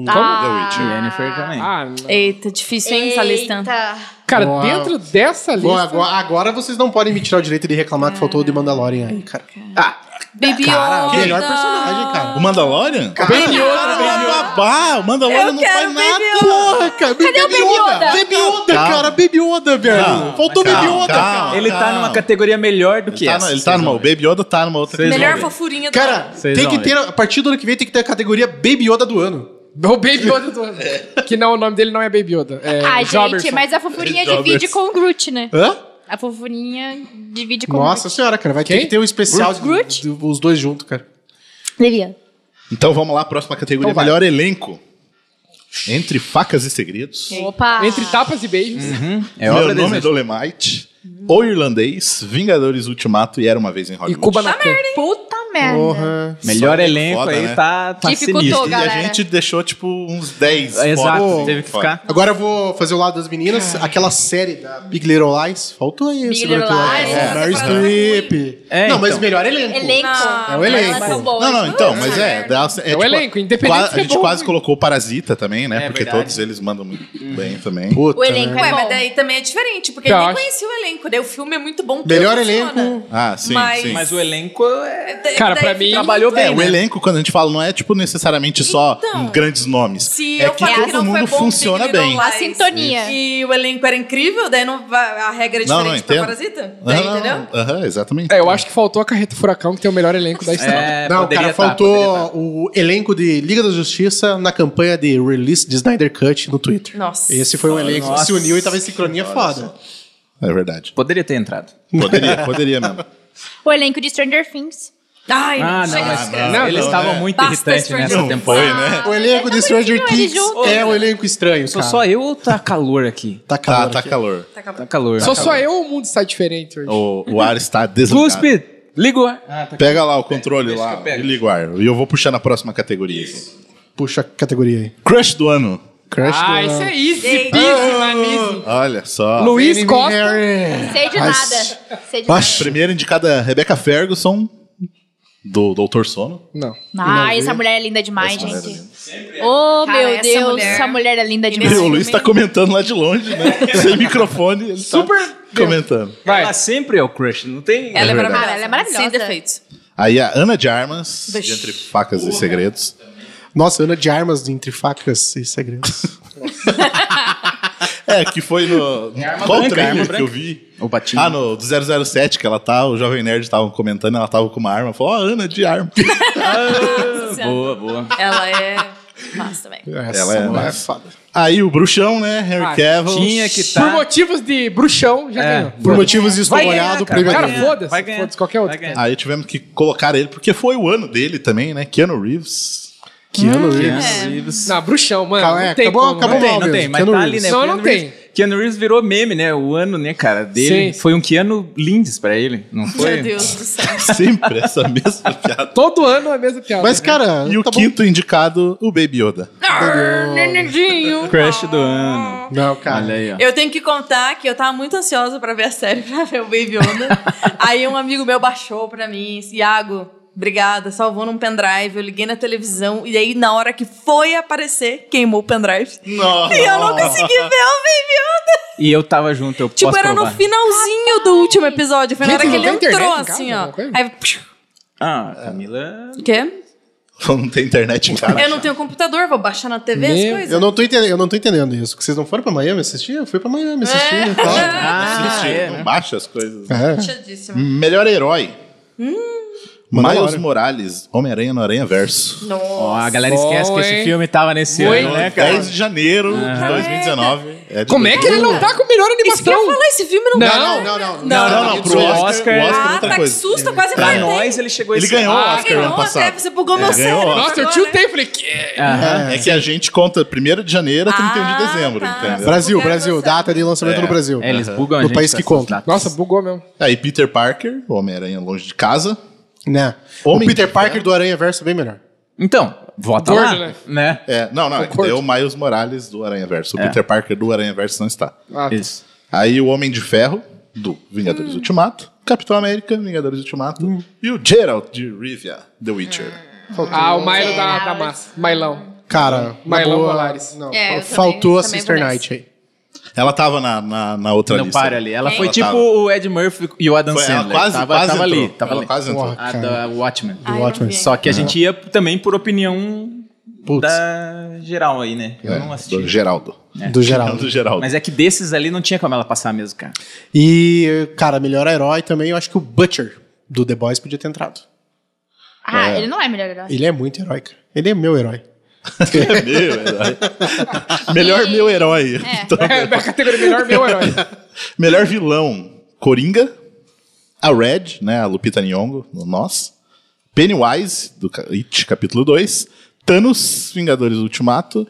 [SPEAKER 6] Ah,
[SPEAKER 2] The Witch.
[SPEAKER 3] Jennifer também.
[SPEAKER 7] Ah, não.
[SPEAKER 4] Eita, difícil, hein, essa lista.
[SPEAKER 6] Eita.
[SPEAKER 7] cara,
[SPEAKER 5] Uau.
[SPEAKER 7] dentro dessa lista.
[SPEAKER 5] Bom, agora, agora vocês não podem me tirar o direito de reclamar que faltou o de Mandalorian aí, cara.
[SPEAKER 4] Baby
[SPEAKER 5] Cara,
[SPEAKER 6] É.
[SPEAKER 4] Yoda.
[SPEAKER 5] melhor personagem, cara.
[SPEAKER 2] O Mandalorian?
[SPEAKER 5] Baby
[SPEAKER 2] Cara, babá, o Mandalorian
[SPEAKER 4] Eu
[SPEAKER 2] não
[SPEAKER 4] quero
[SPEAKER 2] faz nada.
[SPEAKER 4] Baby
[SPEAKER 5] é Porra, cara. Cadê
[SPEAKER 6] o Baby Yoda?
[SPEAKER 5] Baby Yoda, cara. Baby Yoda, velho.
[SPEAKER 2] Calma,
[SPEAKER 5] Faltou Baby
[SPEAKER 2] calma,
[SPEAKER 5] Yoda,
[SPEAKER 2] calma.
[SPEAKER 5] cara.
[SPEAKER 3] Ele tá
[SPEAKER 2] Calma.
[SPEAKER 3] numa categoria melhor do que
[SPEAKER 2] Tá
[SPEAKER 3] essa.
[SPEAKER 2] na- Ah, ele tá numa, o Baby Yoda tá numa outra
[SPEAKER 4] Melhor
[SPEAKER 2] categoria.
[SPEAKER 4] fofurinha do
[SPEAKER 5] Cara,
[SPEAKER 3] Vocês
[SPEAKER 5] tem
[SPEAKER 3] vão
[SPEAKER 5] que
[SPEAKER 3] ver.
[SPEAKER 5] ter... A partir do ano que vem tem que ter a categoria Baby Yoda do ano.
[SPEAKER 7] O Baby Yoda do... Que não, o nome dele não é Baby Yoda. É
[SPEAKER 6] Ah,
[SPEAKER 7] Joberson.
[SPEAKER 6] gente, mas a fofurinha divide
[SPEAKER 2] Joberson.
[SPEAKER 6] com o Groot, né?
[SPEAKER 5] Hã?
[SPEAKER 6] A fofurinha divide com
[SPEAKER 5] Nossa senhora, cara. Vai ter que ter um especial
[SPEAKER 6] assim? Groot?
[SPEAKER 5] de- de- os dois juntos, cara.
[SPEAKER 6] o Groot. Devia.
[SPEAKER 2] Então vamos lá, próxima categoria,
[SPEAKER 5] Então vai.
[SPEAKER 2] melhor elenco. Entre facas e segredos.
[SPEAKER 6] Opa.
[SPEAKER 7] Entre tá- tapas e beijos.
[SPEAKER 3] É
[SPEAKER 2] Meu
[SPEAKER 3] obra dele.
[SPEAKER 2] nome é Dolemite. O Irlandês, Vingadores Ultimato e Era Uma Vez em
[SPEAKER 7] E
[SPEAKER 2] Hollywood.
[SPEAKER 7] Cuba na Cuba.
[SPEAKER 6] Puta merda.
[SPEAKER 5] Porra.
[SPEAKER 3] Melhor
[SPEAKER 2] Só é
[SPEAKER 3] elenco
[SPEAKER 2] foda,
[SPEAKER 3] aí
[SPEAKER 2] né?
[SPEAKER 3] tá, tá
[SPEAKER 6] Dificultou,
[SPEAKER 3] sinistro.
[SPEAKER 2] E
[SPEAKER 6] galera.
[SPEAKER 2] a
[SPEAKER 7] né?
[SPEAKER 2] gente deixou tipo uns 10.
[SPEAKER 3] Exato,
[SPEAKER 2] fora.
[SPEAKER 3] teve que
[SPEAKER 2] Fora.
[SPEAKER 3] ficar.
[SPEAKER 5] Agora eu vou fazer o lado das meninas. Aquela série da Big Little Lies. Faltou aí. esse
[SPEAKER 6] Little
[SPEAKER 5] Little
[SPEAKER 6] Lies, tá
[SPEAKER 5] É,
[SPEAKER 4] essa
[SPEAKER 5] Meryl
[SPEAKER 4] temporada
[SPEAKER 5] Streep.
[SPEAKER 3] É,
[SPEAKER 5] não, mas
[SPEAKER 3] então.
[SPEAKER 5] melhor elenco.
[SPEAKER 6] Elenco.
[SPEAKER 4] Ah,
[SPEAKER 7] um
[SPEAKER 5] É o elenco.
[SPEAKER 6] Elas são boas.
[SPEAKER 2] Não, não, então, mas
[SPEAKER 4] né?
[SPEAKER 2] é. dá- é,
[SPEAKER 7] o elenco, independente
[SPEAKER 2] qua-
[SPEAKER 7] se
[SPEAKER 2] A
[SPEAKER 7] é
[SPEAKER 2] gente
[SPEAKER 7] bom,
[SPEAKER 2] quase
[SPEAKER 7] né?
[SPEAKER 2] colocou o Parasita também, né? porque
[SPEAKER 3] verdade.
[SPEAKER 2] todos eles mandam muito bem também.
[SPEAKER 7] Uhum.
[SPEAKER 5] Puta,
[SPEAKER 6] O elenco
[SPEAKER 5] né?
[SPEAKER 6] é
[SPEAKER 4] Ué, mas
[SPEAKER 6] bom.
[SPEAKER 4] daí também é diferente, porque
[SPEAKER 7] Eu
[SPEAKER 4] eu nem
[SPEAKER 7] acho.
[SPEAKER 4] conhecia o elenco. Daí o filme é muito bom. tudo
[SPEAKER 5] Melhor
[SPEAKER 4] funciona.
[SPEAKER 5] elenco.
[SPEAKER 2] Ah, sim,
[SPEAKER 4] Mas-
[SPEAKER 2] sim.
[SPEAKER 3] Mas o elenco é...
[SPEAKER 4] Daí-
[SPEAKER 7] Cara,
[SPEAKER 4] daí
[SPEAKER 7] pra
[SPEAKER 4] fica
[SPEAKER 7] mim,
[SPEAKER 4] muito
[SPEAKER 3] trabalhou bem,
[SPEAKER 2] É, o
[SPEAKER 3] né?
[SPEAKER 2] elenco, quando a gente fala, não é tipo necessariamente só
[SPEAKER 4] Então,
[SPEAKER 2] grandes nomes.
[SPEAKER 4] Se
[SPEAKER 2] é
[SPEAKER 4] eu
[SPEAKER 2] que
[SPEAKER 4] falar
[SPEAKER 2] todo
[SPEAKER 4] que não foi
[SPEAKER 2] mundo
[SPEAKER 4] bom,
[SPEAKER 2] funciona
[SPEAKER 4] Big Little
[SPEAKER 2] bem.
[SPEAKER 6] A
[SPEAKER 4] Lies
[SPEAKER 6] sintonia.
[SPEAKER 4] E o elenco era incrível, daí não, vai- a regra é
[SPEAKER 2] Não,
[SPEAKER 4] diferente
[SPEAKER 2] não,
[SPEAKER 4] pra
[SPEAKER 2] entendo.
[SPEAKER 4] Parasita.
[SPEAKER 2] Não,
[SPEAKER 4] Daí,
[SPEAKER 2] não,
[SPEAKER 4] entendeu?
[SPEAKER 2] não. Aham, exatamente.
[SPEAKER 7] É, eu acho que faltou a Carreta Furacão, que tem o melhor elenco da história.
[SPEAKER 3] É,
[SPEAKER 5] Não,
[SPEAKER 3] poderia
[SPEAKER 5] cara,
[SPEAKER 3] tá, poderia
[SPEAKER 5] faltou
[SPEAKER 3] tá.
[SPEAKER 5] o elenco de Liga da Justiça na campanha de release de Snyder Cut no Twitter.
[SPEAKER 4] Nossa.
[SPEAKER 5] Esse foi um elenco
[SPEAKER 3] Nossa.
[SPEAKER 5] que se uniu e tava em sincronia foda.
[SPEAKER 2] É verdade.
[SPEAKER 3] Poderia ter entrado.
[SPEAKER 2] Poderia, poderia mesmo.
[SPEAKER 6] O elenco de Stranger Things.
[SPEAKER 4] Ai,
[SPEAKER 3] Ah, não,
[SPEAKER 4] chega
[SPEAKER 3] mas
[SPEAKER 4] de estresse.
[SPEAKER 2] não,
[SPEAKER 3] eles
[SPEAKER 2] não,
[SPEAKER 3] estavam
[SPEAKER 2] né?
[SPEAKER 3] muito
[SPEAKER 4] é. Basta
[SPEAKER 3] irritantes
[SPEAKER 4] Stranger
[SPEAKER 3] nessa
[SPEAKER 4] Things.
[SPEAKER 3] temporada.
[SPEAKER 2] né?
[SPEAKER 5] Ah, O elenco de Stranger
[SPEAKER 6] eles
[SPEAKER 5] Things
[SPEAKER 6] juntos.
[SPEAKER 5] é o elenco estranho,
[SPEAKER 3] Sou
[SPEAKER 5] cara.
[SPEAKER 3] só eu ou tá calor aqui?
[SPEAKER 5] Tá
[SPEAKER 2] Tá,
[SPEAKER 5] calor.
[SPEAKER 2] tá
[SPEAKER 5] aqui.
[SPEAKER 2] calor.
[SPEAKER 4] Tá acabando.
[SPEAKER 3] Tá calor.
[SPEAKER 7] Só só eu ou o mundo está diferente hoje?
[SPEAKER 2] O, o ar está desligado.
[SPEAKER 3] Cuspe, liga o ar.
[SPEAKER 2] Pega lá o controle
[SPEAKER 3] Deixa que
[SPEAKER 2] lá
[SPEAKER 3] eu pego.
[SPEAKER 2] e liga o ar. E eu vou puxar na próxima categoria. assim.
[SPEAKER 5] Tá. Puxa a categoria aí.
[SPEAKER 2] Crush do ano.
[SPEAKER 5] Crash
[SPEAKER 7] Ah,
[SPEAKER 5] do-
[SPEAKER 7] isso é easy,
[SPEAKER 4] Eita.
[SPEAKER 7] peasy, manismo.
[SPEAKER 2] Olha só.
[SPEAKER 7] Luiz
[SPEAKER 5] Benny
[SPEAKER 7] Costa.
[SPEAKER 5] Harry.
[SPEAKER 6] Sei de
[SPEAKER 5] Mas-
[SPEAKER 6] nada. Sei de
[SPEAKER 5] Mas-
[SPEAKER 2] Primeira indicada, Rebecca Ferguson, do Doutor Sono.
[SPEAKER 7] Não.
[SPEAKER 6] nada. Ah, essa mulher é linda demais,
[SPEAKER 2] Essa mulher é
[SPEAKER 6] gente. Oh,
[SPEAKER 4] Cara,
[SPEAKER 6] meu
[SPEAKER 4] essa
[SPEAKER 6] Deus.
[SPEAKER 4] mulher-
[SPEAKER 6] Essa mulher é linda
[SPEAKER 4] E
[SPEAKER 6] demais.
[SPEAKER 4] nesse
[SPEAKER 2] o Luiz tá
[SPEAKER 4] filme-
[SPEAKER 2] comentando lá de longe, né? Sem microfone, ele Super comentando.
[SPEAKER 7] Vai.
[SPEAKER 3] Ela sempre é o crush, não tem...
[SPEAKER 4] Ela é,
[SPEAKER 2] verdade.
[SPEAKER 4] maravilhosa.
[SPEAKER 6] Cara, ela é maravilhosa.
[SPEAKER 4] Sem defeitos.
[SPEAKER 2] Aí a Ana de Armas, de
[SPEAKER 4] Vixe.
[SPEAKER 2] Entre Facas e Segredos.
[SPEAKER 5] Nossa, Ana de Armas de Entre Facas e Segredos.
[SPEAKER 2] É, que foi no. Qual
[SPEAKER 3] branca, arma
[SPEAKER 2] trailer que
[SPEAKER 3] branca.
[SPEAKER 2] eu vi?
[SPEAKER 3] O batinho.
[SPEAKER 2] Ah, no do 007, que ela tá, o Jovem Nerd tava comentando, ela tava com uma arma. Falou, ó, Ana de arma.
[SPEAKER 3] Boa, boa.
[SPEAKER 4] Ela é massa também.
[SPEAKER 5] Essa
[SPEAKER 2] Ela é-
[SPEAKER 3] né?
[SPEAKER 5] mulher foda.
[SPEAKER 2] Aí o bruxão, né? Harry
[SPEAKER 7] Ah,
[SPEAKER 2] Cavill.
[SPEAKER 3] Tinha que
[SPEAKER 7] Por
[SPEAKER 3] tá...
[SPEAKER 7] motivos de bruxão, já
[SPEAKER 3] É.
[SPEAKER 7] ganhou.
[SPEAKER 5] Por motivos de escolhado,
[SPEAKER 3] cara,
[SPEAKER 5] o prêmio
[SPEAKER 3] vai
[SPEAKER 7] Cara,
[SPEAKER 5] dele.
[SPEAKER 3] ganhar,
[SPEAKER 7] foda-se.
[SPEAKER 3] vai ganhar.
[SPEAKER 7] Foda-se qualquer outro.
[SPEAKER 3] Vai ganhar.
[SPEAKER 2] Aí tivemos que colocar ele, porque foi o ano dele também, né? Keanu Reeves.
[SPEAKER 5] Keanu Reeves.
[SPEAKER 4] É.
[SPEAKER 3] Keanu Reeves.
[SPEAKER 7] Na bruxão, mano.
[SPEAKER 5] Calma, é,
[SPEAKER 7] não tem
[SPEAKER 5] acabou-
[SPEAKER 7] como,
[SPEAKER 5] acabou
[SPEAKER 7] né?
[SPEAKER 5] mal.
[SPEAKER 3] Tem, não
[SPEAKER 5] mesmo,
[SPEAKER 3] tem, mas
[SPEAKER 5] Keanu
[SPEAKER 3] tá ali,
[SPEAKER 5] Reeves.
[SPEAKER 3] né?
[SPEAKER 7] Não,
[SPEAKER 3] O
[SPEAKER 7] não
[SPEAKER 3] Keanu
[SPEAKER 7] tem.
[SPEAKER 3] Reeves- Keanu Reeves virou meme, né? O ano, né, cara, dele.
[SPEAKER 7] Sim.
[SPEAKER 3] Foi um Keanu Lindes pra ele, não foi?
[SPEAKER 4] Meu Deus do céu.
[SPEAKER 2] Sempre essa mesma piada.
[SPEAKER 7] Todo ano é a mesma piada. né?
[SPEAKER 5] Mas, cara,
[SPEAKER 2] E o
[SPEAKER 5] tá bom.
[SPEAKER 2] quinto indicado, o Baby Yoda.
[SPEAKER 4] Nenenzinho.
[SPEAKER 3] Crush do
[SPEAKER 4] Ah.
[SPEAKER 3] ano.
[SPEAKER 5] Não, cara.
[SPEAKER 3] Olha aí, ó.
[SPEAKER 4] Eu tenho que contar que eu tava muito ansiosa pra ver a série, pra ver o Baby Yoda. Aí um amigo meu baixou pra mim, Iago, obrigada, salvou num pendrive, eu liguei na televisão e aí na hora que foi aparecer, queimou o pendrive.
[SPEAKER 2] Nossa.
[SPEAKER 4] E eu não consegui ver o Baby Yoda.
[SPEAKER 3] E eu tava junto, eu
[SPEAKER 4] Tipo,
[SPEAKER 3] posso
[SPEAKER 4] era
[SPEAKER 3] provar.
[SPEAKER 4] no finalzinho do último episódio, foi na
[SPEAKER 7] Gente,
[SPEAKER 4] hora que
[SPEAKER 7] não
[SPEAKER 4] ele
[SPEAKER 7] tem internet
[SPEAKER 4] entrou
[SPEAKER 7] em casa,
[SPEAKER 4] assim, ó.
[SPEAKER 7] alguma coisa?
[SPEAKER 4] Aí, psh,
[SPEAKER 3] Ah, Camila...
[SPEAKER 4] o quê?
[SPEAKER 2] Não tem internet em casa.
[SPEAKER 4] Eu não tenho computador, vou baixar na TV as
[SPEAKER 7] Meu,
[SPEAKER 4] coisas.
[SPEAKER 5] Eu não, tô entendendo, eu não tô entendendo isso. Que vocês não foram pra Miami assistir? Eu fui pra Miami assistir. e tal.
[SPEAKER 2] Assiste,
[SPEAKER 3] é,
[SPEAKER 2] não baixa as coisas.
[SPEAKER 5] É.
[SPEAKER 4] Chateadíssima.
[SPEAKER 2] Melhor herói. Miles
[SPEAKER 5] Mandalorian.
[SPEAKER 2] Morales, Homem-Aranha no Aranha Verso.
[SPEAKER 3] Ó,
[SPEAKER 4] Nossa.
[SPEAKER 3] a galera
[SPEAKER 7] Bom,
[SPEAKER 3] esquece que
[SPEAKER 7] hein?
[SPEAKER 3] esse filme tava nesse
[SPEAKER 7] Muito.
[SPEAKER 3] ano,
[SPEAKER 4] É,
[SPEAKER 3] né, cara?
[SPEAKER 2] 10 de janeiro de 2019. É de
[SPEAKER 7] Como é que ele não tá com melhor
[SPEAKER 4] Isso que eu ia
[SPEAKER 7] animação?
[SPEAKER 4] falar, esse filme não
[SPEAKER 7] Não,
[SPEAKER 5] não,
[SPEAKER 4] ganhou, né?
[SPEAKER 5] não,
[SPEAKER 2] Não,
[SPEAKER 7] é?
[SPEAKER 2] não, não. Pro
[SPEAKER 3] O
[SPEAKER 2] Oscar,
[SPEAKER 3] Oscar-
[SPEAKER 2] o Oscar é
[SPEAKER 4] Ah,
[SPEAKER 2] outra
[SPEAKER 4] tá, que
[SPEAKER 2] coisa.
[SPEAKER 4] susto, eu quase
[SPEAKER 3] Pra
[SPEAKER 4] infartei.
[SPEAKER 3] nós, ele chegou
[SPEAKER 2] Ele
[SPEAKER 3] esse
[SPEAKER 2] ganhou o
[SPEAKER 3] ano.
[SPEAKER 2] Oscar
[SPEAKER 4] Ganhou
[SPEAKER 2] ano
[SPEAKER 4] até,
[SPEAKER 2] passado.
[SPEAKER 4] você bugou meu
[SPEAKER 2] É, ganhou
[SPEAKER 4] cérebro.
[SPEAKER 2] o
[SPEAKER 7] Nossa, eu
[SPEAKER 4] agora.
[SPEAKER 7] tiltei, falei, que...
[SPEAKER 3] Aham.
[SPEAKER 2] É que a gente conta 1 de janeiro a 31 de
[SPEAKER 4] Ah,
[SPEAKER 2] dezembro,
[SPEAKER 4] tá.
[SPEAKER 2] entendeu?
[SPEAKER 5] Brasil,
[SPEAKER 4] Eu quero
[SPEAKER 5] Brasil.
[SPEAKER 4] você.
[SPEAKER 5] Data de lançamento
[SPEAKER 2] É.
[SPEAKER 5] no Brasil.
[SPEAKER 3] É, eles bugam a
[SPEAKER 5] No
[SPEAKER 3] gente
[SPEAKER 5] país
[SPEAKER 3] com
[SPEAKER 5] que
[SPEAKER 3] essas
[SPEAKER 5] conta.
[SPEAKER 3] datas.
[SPEAKER 7] Nossa, bugou mesmo.
[SPEAKER 2] Aí Peter Parker, o Homem-Aranha longe de casa.
[SPEAKER 5] Né?
[SPEAKER 2] Homem
[SPEAKER 5] o Peter
[SPEAKER 2] de
[SPEAKER 5] Parker do Aranha Verso é bem melhor.
[SPEAKER 3] Então, vota
[SPEAKER 7] Gordo,
[SPEAKER 3] lá,
[SPEAKER 7] né?
[SPEAKER 3] né?
[SPEAKER 2] É, não, não, é que
[SPEAKER 7] Concordo.
[SPEAKER 2] deu o Miles Morales do Aranha Verso. O Peter Parker do Aranha Verso não está.
[SPEAKER 7] Ah, tá.
[SPEAKER 3] Isso.
[SPEAKER 2] Aí o Homem de Ferro, do Vingadores
[SPEAKER 4] Hum.
[SPEAKER 2] Ultimato, Capitão América, Vingadores Ultimato, e o Geralt de Rivia, The Witcher.
[SPEAKER 4] Hum.
[SPEAKER 7] Ah, o Milo da, da massa. Mailão.
[SPEAKER 5] Cara, na
[SPEAKER 7] Mailão
[SPEAKER 5] boa,
[SPEAKER 7] Polaris.
[SPEAKER 5] Não,
[SPEAKER 4] É, eu
[SPEAKER 5] faltou
[SPEAKER 4] também-
[SPEAKER 5] a
[SPEAKER 4] também
[SPEAKER 5] Sister
[SPEAKER 4] vou nessa.
[SPEAKER 5] Knight aí.
[SPEAKER 2] Ela tava na, na, na outra
[SPEAKER 3] Não
[SPEAKER 2] lista.
[SPEAKER 3] para ali. Ela
[SPEAKER 2] Quem?
[SPEAKER 3] foi
[SPEAKER 2] Ela
[SPEAKER 3] tipo
[SPEAKER 2] tava-
[SPEAKER 3] o Ed Murphy e o Adam
[SPEAKER 2] Foi, ela
[SPEAKER 3] Sandler.
[SPEAKER 2] quase,
[SPEAKER 3] tava,
[SPEAKER 2] quase
[SPEAKER 3] tava
[SPEAKER 2] entrou.
[SPEAKER 3] ali, tava
[SPEAKER 2] ela
[SPEAKER 3] ali.
[SPEAKER 2] quase entrou.
[SPEAKER 5] Porra.
[SPEAKER 3] A
[SPEAKER 5] Cara.
[SPEAKER 3] da Watchmen.
[SPEAKER 4] Ai,
[SPEAKER 5] Watchmen,
[SPEAKER 4] não vi
[SPEAKER 3] Só que a gente ia também por opinião
[SPEAKER 5] Putz.
[SPEAKER 3] da geral aí, né? Eu
[SPEAKER 2] É,
[SPEAKER 3] não assisti.
[SPEAKER 2] do Geraldo.
[SPEAKER 5] Do
[SPEAKER 2] Não,
[SPEAKER 5] Geraldo.
[SPEAKER 2] do Geraldo.
[SPEAKER 3] Mas é que desses ali não tinha como ela passar mesmo, cara.
[SPEAKER 5] E, cara, melhor herói também, eu acho que o Butcher do The Boys podia ter entrado.
[SPEAKER 6] Ah, ele não é melhor herói.
[SPEAKER 5] Ele é muito herói, cara. Ele é meu herói.
[SPEAKER 2] Meu herói.
[SPEAKER 3] É.
[SPEAKER 2] Melhor meu herói. Então,
[SPEAKER 5] Tá
[SPEAKER 7] É, da categoria melhor meu herói.
[SPEAKER 2] melhor vilão, Coringa. A Red, né, a Lupita Nyong'o, no Nós. Pennywise, do Ca- It, capítulo 2. Thanos, Vingadores Ultimato.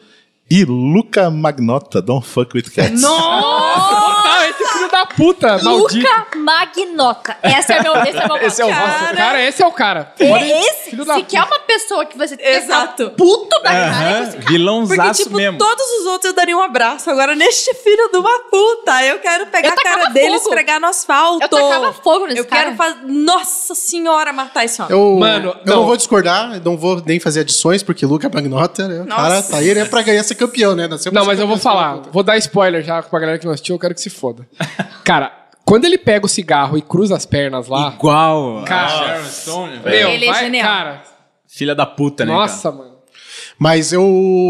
[SPEAKER 2] E Luca Magnotta, Don't Fuck With Cats.
[SPEAKER 7] Tá, esse filho da puta, maldito.
[SPEAKER 6] Luca Magnota. Esse é meu, esse é meu
[SPEAKER 7] Esse é o
[SPEAKER 6] cara.
[SPEAKER 7] cara, cara, esse é o cara.
[SPEAKER 6] É esse,
[SPEAKER 7] Filho
[SPEAKER 6] se
[SPEAKER 7] da
[SPEAKER 6] quer uma pessoa que
[SPEAKER 4] Tá
[SPEAKER 6] você
[SPEAKER 4] Exato.
[SPEAKER 6] fica puto da cara, é com esse
[SPEAKER 3] Aham,
[SPEAKER 6] cara.
[SPEAKER 4] Porque,
[SPEAKER 3] Vilãozaço
[SPEAKER 4] tipo,
[SPEAKER 3] mesmo.
[SPEAKER 4] todos os outros eu daria um abraço. Agora, neste filho de uma puta, eu quero pegar
[SPEAKER 6] Eu
[SPEAKER 4] a cara
[SPEAKER 6] tacava
[SPEAKER 4] dele e
[SPEAKER 6] fogo.
[SPEAKER 4] esfregar no asfalto.
[SPEAKER 6] Eu tacava fogo nesse
[SPEAKER 4] Eu
[SPEAKER 6] cara.
[SPEAKER 4] quero fazer... Nossa senhora, matar esse homem.
[SPEAKER 5] Eu,
[SPEAKER 7] Mano,
[SPEAKER 5] eu não.
[SPEAKER 7] não.
[SPEAKER 5] vou discordar, não vou nem fazer adições, porque Luca Magnotta, né? O
[SPEAKER 4] Nossa.
[SPEAKER 5] cara tá aí, né, pra ganhar ser campeão, né? Nasceu pra
[SPEAKER 7] Não,
[SPEAKER 5] ser
[SPEAKER 7] mas eu
[SPEAKER 5] campeão
[SPEAKER 7] vou falar. Vou dar spoiler já pra galera que não assistiu, eu quero que se foda. Cara, quando ele pega o cigarro e cruza as pernas lá.
[SPEAKER 3] Igual. a
[SPEAKER 7] Ah. Cara.
[SPEAKER 3] Sharon Stone, velho.
[SPEAKER 7] Meu,
[SPEAKER 4] Ele é
[SPEAKER 7] vai,
[SPEAKER 4] genial.
[SPEAKER 7] cara.
[SPEAKER 3] Filha da puta, né?
[SPEAKER 7] Nossa, mano.
[SPEAKER 5] Mas eu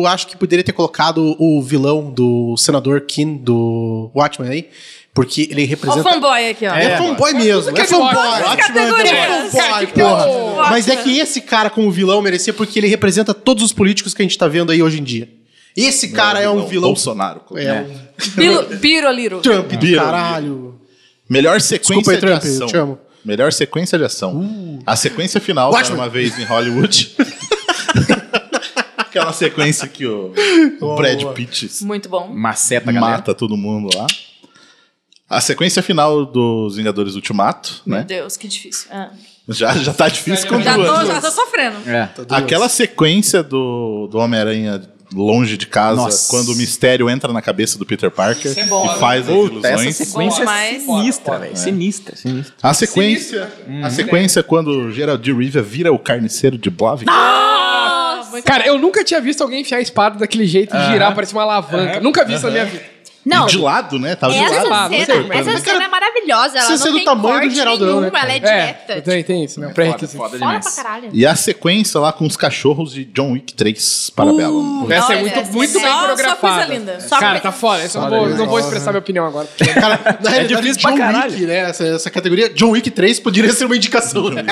[SPEAKER 5] acho que poderia ter colocado o vilão do senador Kim do Watchmen aí, porque ele
[SPEAKER 4] Ó o
[SPEAKER 5] representa.
[SPEAKER 4] fanboy aqui, ó.
[SPEAKER 5] É, fanboy mesmo,
[SPEAKER 7] que
[SPEAKER 5] é
[SPEAKER 7] é
[SPEAKER 5] fanboy.
[SPEAKER 7] Watchmen.
[SPEAKER 5] Watchmen
[SPEAKER 4] Categorias.
[SPEAKER 5] é fanboy,
[SPEAKER 7] Cara, que
[SPEAKER 5] porra.
[SPEAKER 7] tem
[SPEAKER 4] o-
[SPEAKER 5] Mas é que esse cara como vilão merecia porque ele representa todos os políticos que a gente tá vendo aí hoje em dia. Esse cara é um vilão.
[SPEAKER 2] Bolsonaro.
[SPEAKER 5] É um
[SPEAKER 4] Piro, piroliro.
[SPEAKER 5] Trump do
[SPEAKER 2] Vira,
[SPEAKER 5] caralho.
[SPEAKER 2] Melhor sequência
[SPEAKER 5] Desculpa aí,
[SPEAKER 2] de
[SPEAKER 5] Trump, eu
[SPEAKER 2] ação.
[SPEAKER 5] te amo.
[SPEAKER 2] Melhor sequência de ação. A sequência final de
[SPEAKER 5] Watchmen.
[SPEAKER 2] uma vez em Hollywood. Aquela sequência que o, o Brad Pitt
[SPEAKER 4] Muito bom.
[SPEAKER 3] Maceta, galera.
[SPEAKER 2] mata todo mundo lá. A sequência final dos Vingadores Ultimato,
[SPEAKER 4] Meu
[SPEAKER 2] né?
[SPEAKER 4] Deus, que difícil. Ah.
[SPEAKER 2] Já, já tá difícil com
[SPEAKER 4] Já, tô,
[SPEAKER 2] duas.
[SPEAKER 4] já tô sofrendo.
[SPEAKER 3] É.
[SPEAKER 2] Aquela sequência do, do Homem-Aranha longe de casa,
[SPEAKER 3] Nossa.
[SPEAKER 2] quando o mistério entra na cabeça do Peter Parker e faz as
[SPEAKER 3] Puta, essa
[SPEAKER 2] ilusões.
[SPEAKER 3] sequência é
[SPEAKER 4] Mas-
[SPEAKER 3] sinistra, velho. Sinistra, sinistra.
[SPEAKER 2] A sequência, a sequência quando Gerald de Rivia vira o carniceiro de Blavik.
[SPEAKER 7] Cara, eu nunca tinha visto alguém enfiar a espada daquele jeito e girar, parece uma alavanca. Nunca vi isso na minha vida.
[SPEAKER 6] Não,
[SPEAKER 2] de lado, né? Tava de
[SPEAKER 6] essa
[SPEAKER 2] lado.
[SPEAKER 7] lado,
[SPEAKER 6] cena,
[SPEAKER 7] não sei,
[SPEAKER 6] essa cena é maravilhosa. Ela
[SPEAKER 5] Precisa ser
[SPEAKER 6] não
[SPEAKER 5] do
[SPEAKER 6] tem
[SPEAKER 5] tamanho do
[SPEAKER 6] corte
[SPEAKER 5] Geraldão,
[SPEAKER 6] nenhum,
[SPEAKER 5] né, cara?
[SPEAKER 6] ela é
[SPEAKER 7] É,
[SPEAKER 6] direta.
[SPEAKER 7] tem, tem isso, né?
[SPEAKER 3] É
[SPEAKER 7] Pré-requisito.
[SPEAKER 6] Fora pra caralho.
[SPEAKER 2] E a sequência lá com os cachorros de John Wick 3 para Bellum.
[SPEAKER 7] Essa é
[SPEAKER 6] Olha,
[SPEAKER 7] muito,
[SPEAKER 6] essa
[SPEAKER 7] muito
[SPEAKER 4] é
[SPEAKER 7] bem
[SPEAKER 4] só- só
[SPEAKER 7] coreografada.
[SPEAKER 4] coisa linda. Só
[SPEAKER 7] Cara,
[SPEAKER 4] coisa-
[SPEAKER 7] tá foda. Essa Eu não
[SPEAKER 3] Foda
[SPEAKER 7] vou,
[SPEAKER 3] demais.
[SPEAKER 7] não vou expressar minha opinião agora. porque-
[SPEAKER 5] É um Cara, na realidade,
[SPEAKER 3] É difícil pra
[SPEAKER 5] John
[SPEAKER 3] caralho.
[SPEAKER 5] Wick, né? Essa, essa categoria John Wick 3 poderia ser uma indicação. né?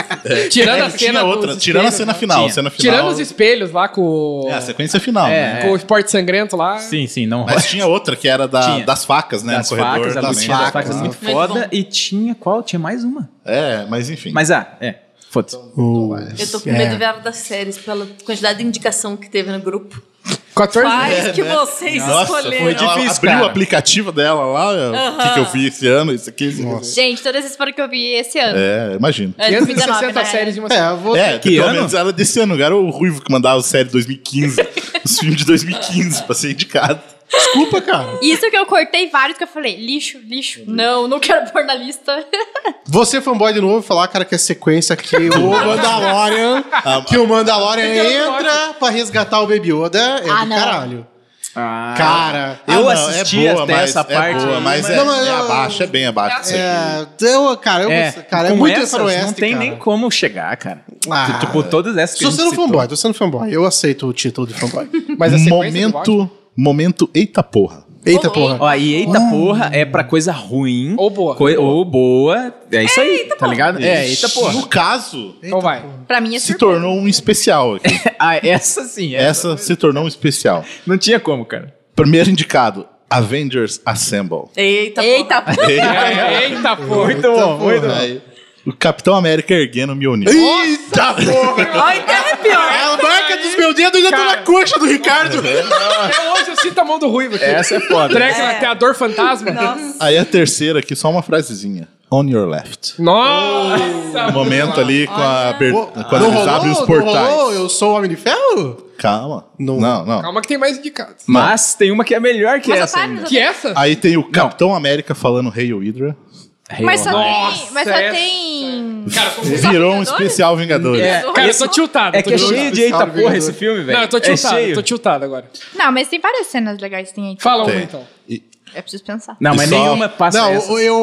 [SPEAKER 7] Tirando a
[SPEAKER 2] É, Tinha
[SPEAKER 7] cena dos
[SPEAKER 2] outra,
[SPEAKER 7] espelhos,
[SPEAKER 2] tirando a cena
[SPEAKER 7] né?
[SPEAKER 2] final,
[SPEAKER 3] Tinha.
[SPEAKER 2] cena final.
[SPEAKER 7] Tirando os espelhos lá com,
[SPEAKER 2] É, a sequência final, né?
[SPEAKER 7] com o esporte sangrento lá.
[SPEAKER 3] Sim, sim, não rola.
[SPEAKER 2] Mas tinha outra que era da-
[SPEAKER 3] Tinha.
[SPEAKER 2] das facas, né?
[SPEAKER 3] das
[SPEAKER 2] no corredor
[SPEAKER 3] facas, a
[SPEAKER 2] também.
[SPEAKER 3] lutinha das facas, muito
[SPEAKER 6] né?
[SPEAKER 4] Muito
[SPEAKER 3] foda. E tinha qual? Tinha mais uma.
[SPEAKER 2] É, mas enfim.
[SPEAKER 3] Mas ah, é. Foda-se.
[SPEAKER 5] Então,
[SPEAKER 4] Eu tô com medo dela das séries, pela quantidade de indicação que teve no grupo.
[SPEAKER 7] 14
[SPEAKER 4] Quais que vocês
[SPEAKER 2] Nossa,
[SPEAKER 4] escolheram?
[SPEAKER 2] foi difícil. Ela abriu
[SPEAKER 3] cara.
[SPEAKER 2] o aplicativo dela lá, o que, que eu vi esse ano, isso aqui. Isso aqui.
[SPEAKER 6] Gente, todas as fotos que eu vi esse ano.
[SPEAKER 2] É, imagino.
[SPEAKER 4] É, 2019,
[SPEAKER 7] 560
[SPEAKER 4] né?
[SPEAKER 7] séries de uma
[SPEAKER 5] É, eu vou.
[SPEAKER 2] É,
[SPEAKER 3] Que
[SPEAKER 2] pelo
[SPEAKER 3] ano?
[SPEAKER 2] menos ela desse ano. Era o Ruivo que mandava a série 2015, os filmes de 2015 pra ser indicado.
[SPEAKER 5] Desculpa, cara.
[SPEAKER 6] Isso que eu cortei vários que eu falei, lixo, lixo, não, não quero pôr na lista.
[SPEAKER 5] Você, é fanboy de novo, falar, cara, que a sequência que o Mandalorian.
[SPEAKER 2] Ah,
[SPEAKER 5] que o Mandalorian entra pra resgatar o Baby Yoda é
[SPEAKER 6] Ah,
[SPEAKER 5] do
[SPEAKER 6] não.
[SPEAKER 5] caralho.
[SPEAKER 3] Ah,
[SPEAKER 5] Cara.
[SPEAKER 3] Eu
[SPEAKER 2] não,
[SPEAKER 3] assisti até
[SPEAKER 2] mas-
[SPEAKER 3] essa parte
[SPEAKER 2] É boa,
[SPEAKER 3] aí,
[SPEAKER 2] mas, é,
[SPEAKER 5] mas- Não, mas-
[SPEAKER 2] é abaixo, é bem abaixo. disso aqui.
[SPEAKER 5] É, eu, cara, eu,
[SPEAKER 3] é,
[SPEAKER 5] cara, é
[SPEAKER 3] com
[SPEAKER 5] muito
[SPEAKER 3] essas,
[SPEAKER 5] faroeste,
[SPEAKER 3] Não tem
[SPEAKER 5] cara.
[SPEAKER 3] nem como chegar, cara.
[SPEAKER 5] Ah,
[SPEAKER 3] tipo, todas essas que
[SPEAKER 5] Tô
[SPEAKER 3] a gente
[SPEAKER 5] sendo
[SPEAKER 3] citou.
[SPEAKER 5] fanboy, tô sendo fanboy. Eu aceito o título de fanboy.
[SPEAKER 7] Mas é a sequência do
[SPEAKER 2] momento, momento, eita porra.
[SPEAKER 5] Eita porra.
[SPEAKER 3] Ó, e eita porra é pra coisa ruim.
[SPEAKER 7] Ou boa.
[SPEAKER 3] coi- ou boa. É isso aí, tá ligado? É, eita porra.
[SPEAKER 2] No caso,
[SPEAKER 7] Então vai.
[SPEAKER 6] Pra mim é
[SPEAKER 2] se
[SPEAKER 6] surpresa.
[SPEAKER 2] tornou um especial aqui.
[SPEAKER 3] Ah, essa sim. Essa.
[SPEAKER 2] Essa se tornou um especial.
[SPEAKER 3] Não tinha como, cara.
[SPEAKER 2] Primeiro indicado, Avengers Assemble.
[SPEAKER 4] Eita,
[SPEAKER 6] Eita,
[SPEAKER 4] porra.
[SPEAKER 7] Eita porra.
[SPEAKER 3] Muito bom, muito bom.
[SPEAKER 2] Aí, o Capitão América erguendo o Mjolnir.
[SPEAKER 5] Eita porra.
[SPEAKER 4] Olha, até é arrepiou.
[SPEAKER 5] é A marca dos meus dedos ainda tá na coxa do Ricardo.
[SPEAKER 2] É,
[SPEAKER 7] Até hoje eu sinto a mão do Ruivo aqui.
[SPEAKER 3] Essa é foda.
[SPEAKER 7] Treca até a dor fantasma.
[SPEAKER 2] Aí a terceira aqui, só uma frasezinha. On Your Left.
[SPEAKER 7] Nossa!
[SPEAKER 2] O momento ali com a aber- quando
[SPEAKER 5] Não
[SPEAKER 2] eles
[SPEAKER 5] rolou?
[SPEAKER 2] abrem os
[SPEAKER 5] Não rolou?
[SPEAKER 2] portais.
[SPEAKER 5] Eu sou o Homem de Ferro?
[SPEAKER 2] Calma.
[SPEAKER 5] Não.
[SPEAKER 2] Não, não.
[SPEAKER 7] Calma que tem mais indicados.
[SPEAKER 3] Mas tem uma que é melhor que
[SPEAKER 6] Mas
[SPEAKER 3] essa.
[SPEAKER 6] otário,
[SPEAKER 3] ainda.
[SPEAKER 6] mas
[SPEAKER 7] Que essa?
[SPEAKER 2] Aí tem o Capitão América falando Hail Hydra.
[SPEAKER 6] Mas só
[SPEAKER 7] Nossa,
[SPEAKER 6] tem. Mas só
[SPEAKER 7] essa-
[SPEAKER 6] tem.
[SPEAKER 7] Cara, como-
[SPEAKER 2] Virou um
[SPEAKER 6] Vingadores?
[SPEAKER 2] especial Vingadores.
[SPEAKER 3] É,
[SPEAKER 7] Cara, eu
[SPEAKER 3] esse-
[SPEAKER 7] tô tiltado.
[SPEAKER 3] é
[SPEAKER 7] tô
[SPEAKER 3] que é
[SPEAKER 7] tiltado.
[SPEAKER 3] cheio de eita
[SPEAKER 5] Vingadores.
[SPEAKER 3] porra esse filme, velho.
[SPEAKER 7] Não, eu tô
[SPEAKER 3] é
[SPEAKER 7] tiltado,
[SPEAKER 3] cheio.
[SPEAKER 7] tô tiltado agora.
[SPEAKER 6] Não, mas tem várias cenas legais que tem aí.
[SPEAKER 7] Fala uma
[SPEAKER 2] Tem.
[SPEAKER 7] então.
[SPEAKER 6] É preciso pensar.
[SPEAKER 3] Não,
[SPEAKER 2] E
[SPEAKER 3] mas
[SPEAKER 2] só-
[SPEAKER 3] nenhuma passa
[SPEAKER 5] não,
[SPEAKER 3] essa.
[SPEAKER 5] o- eu,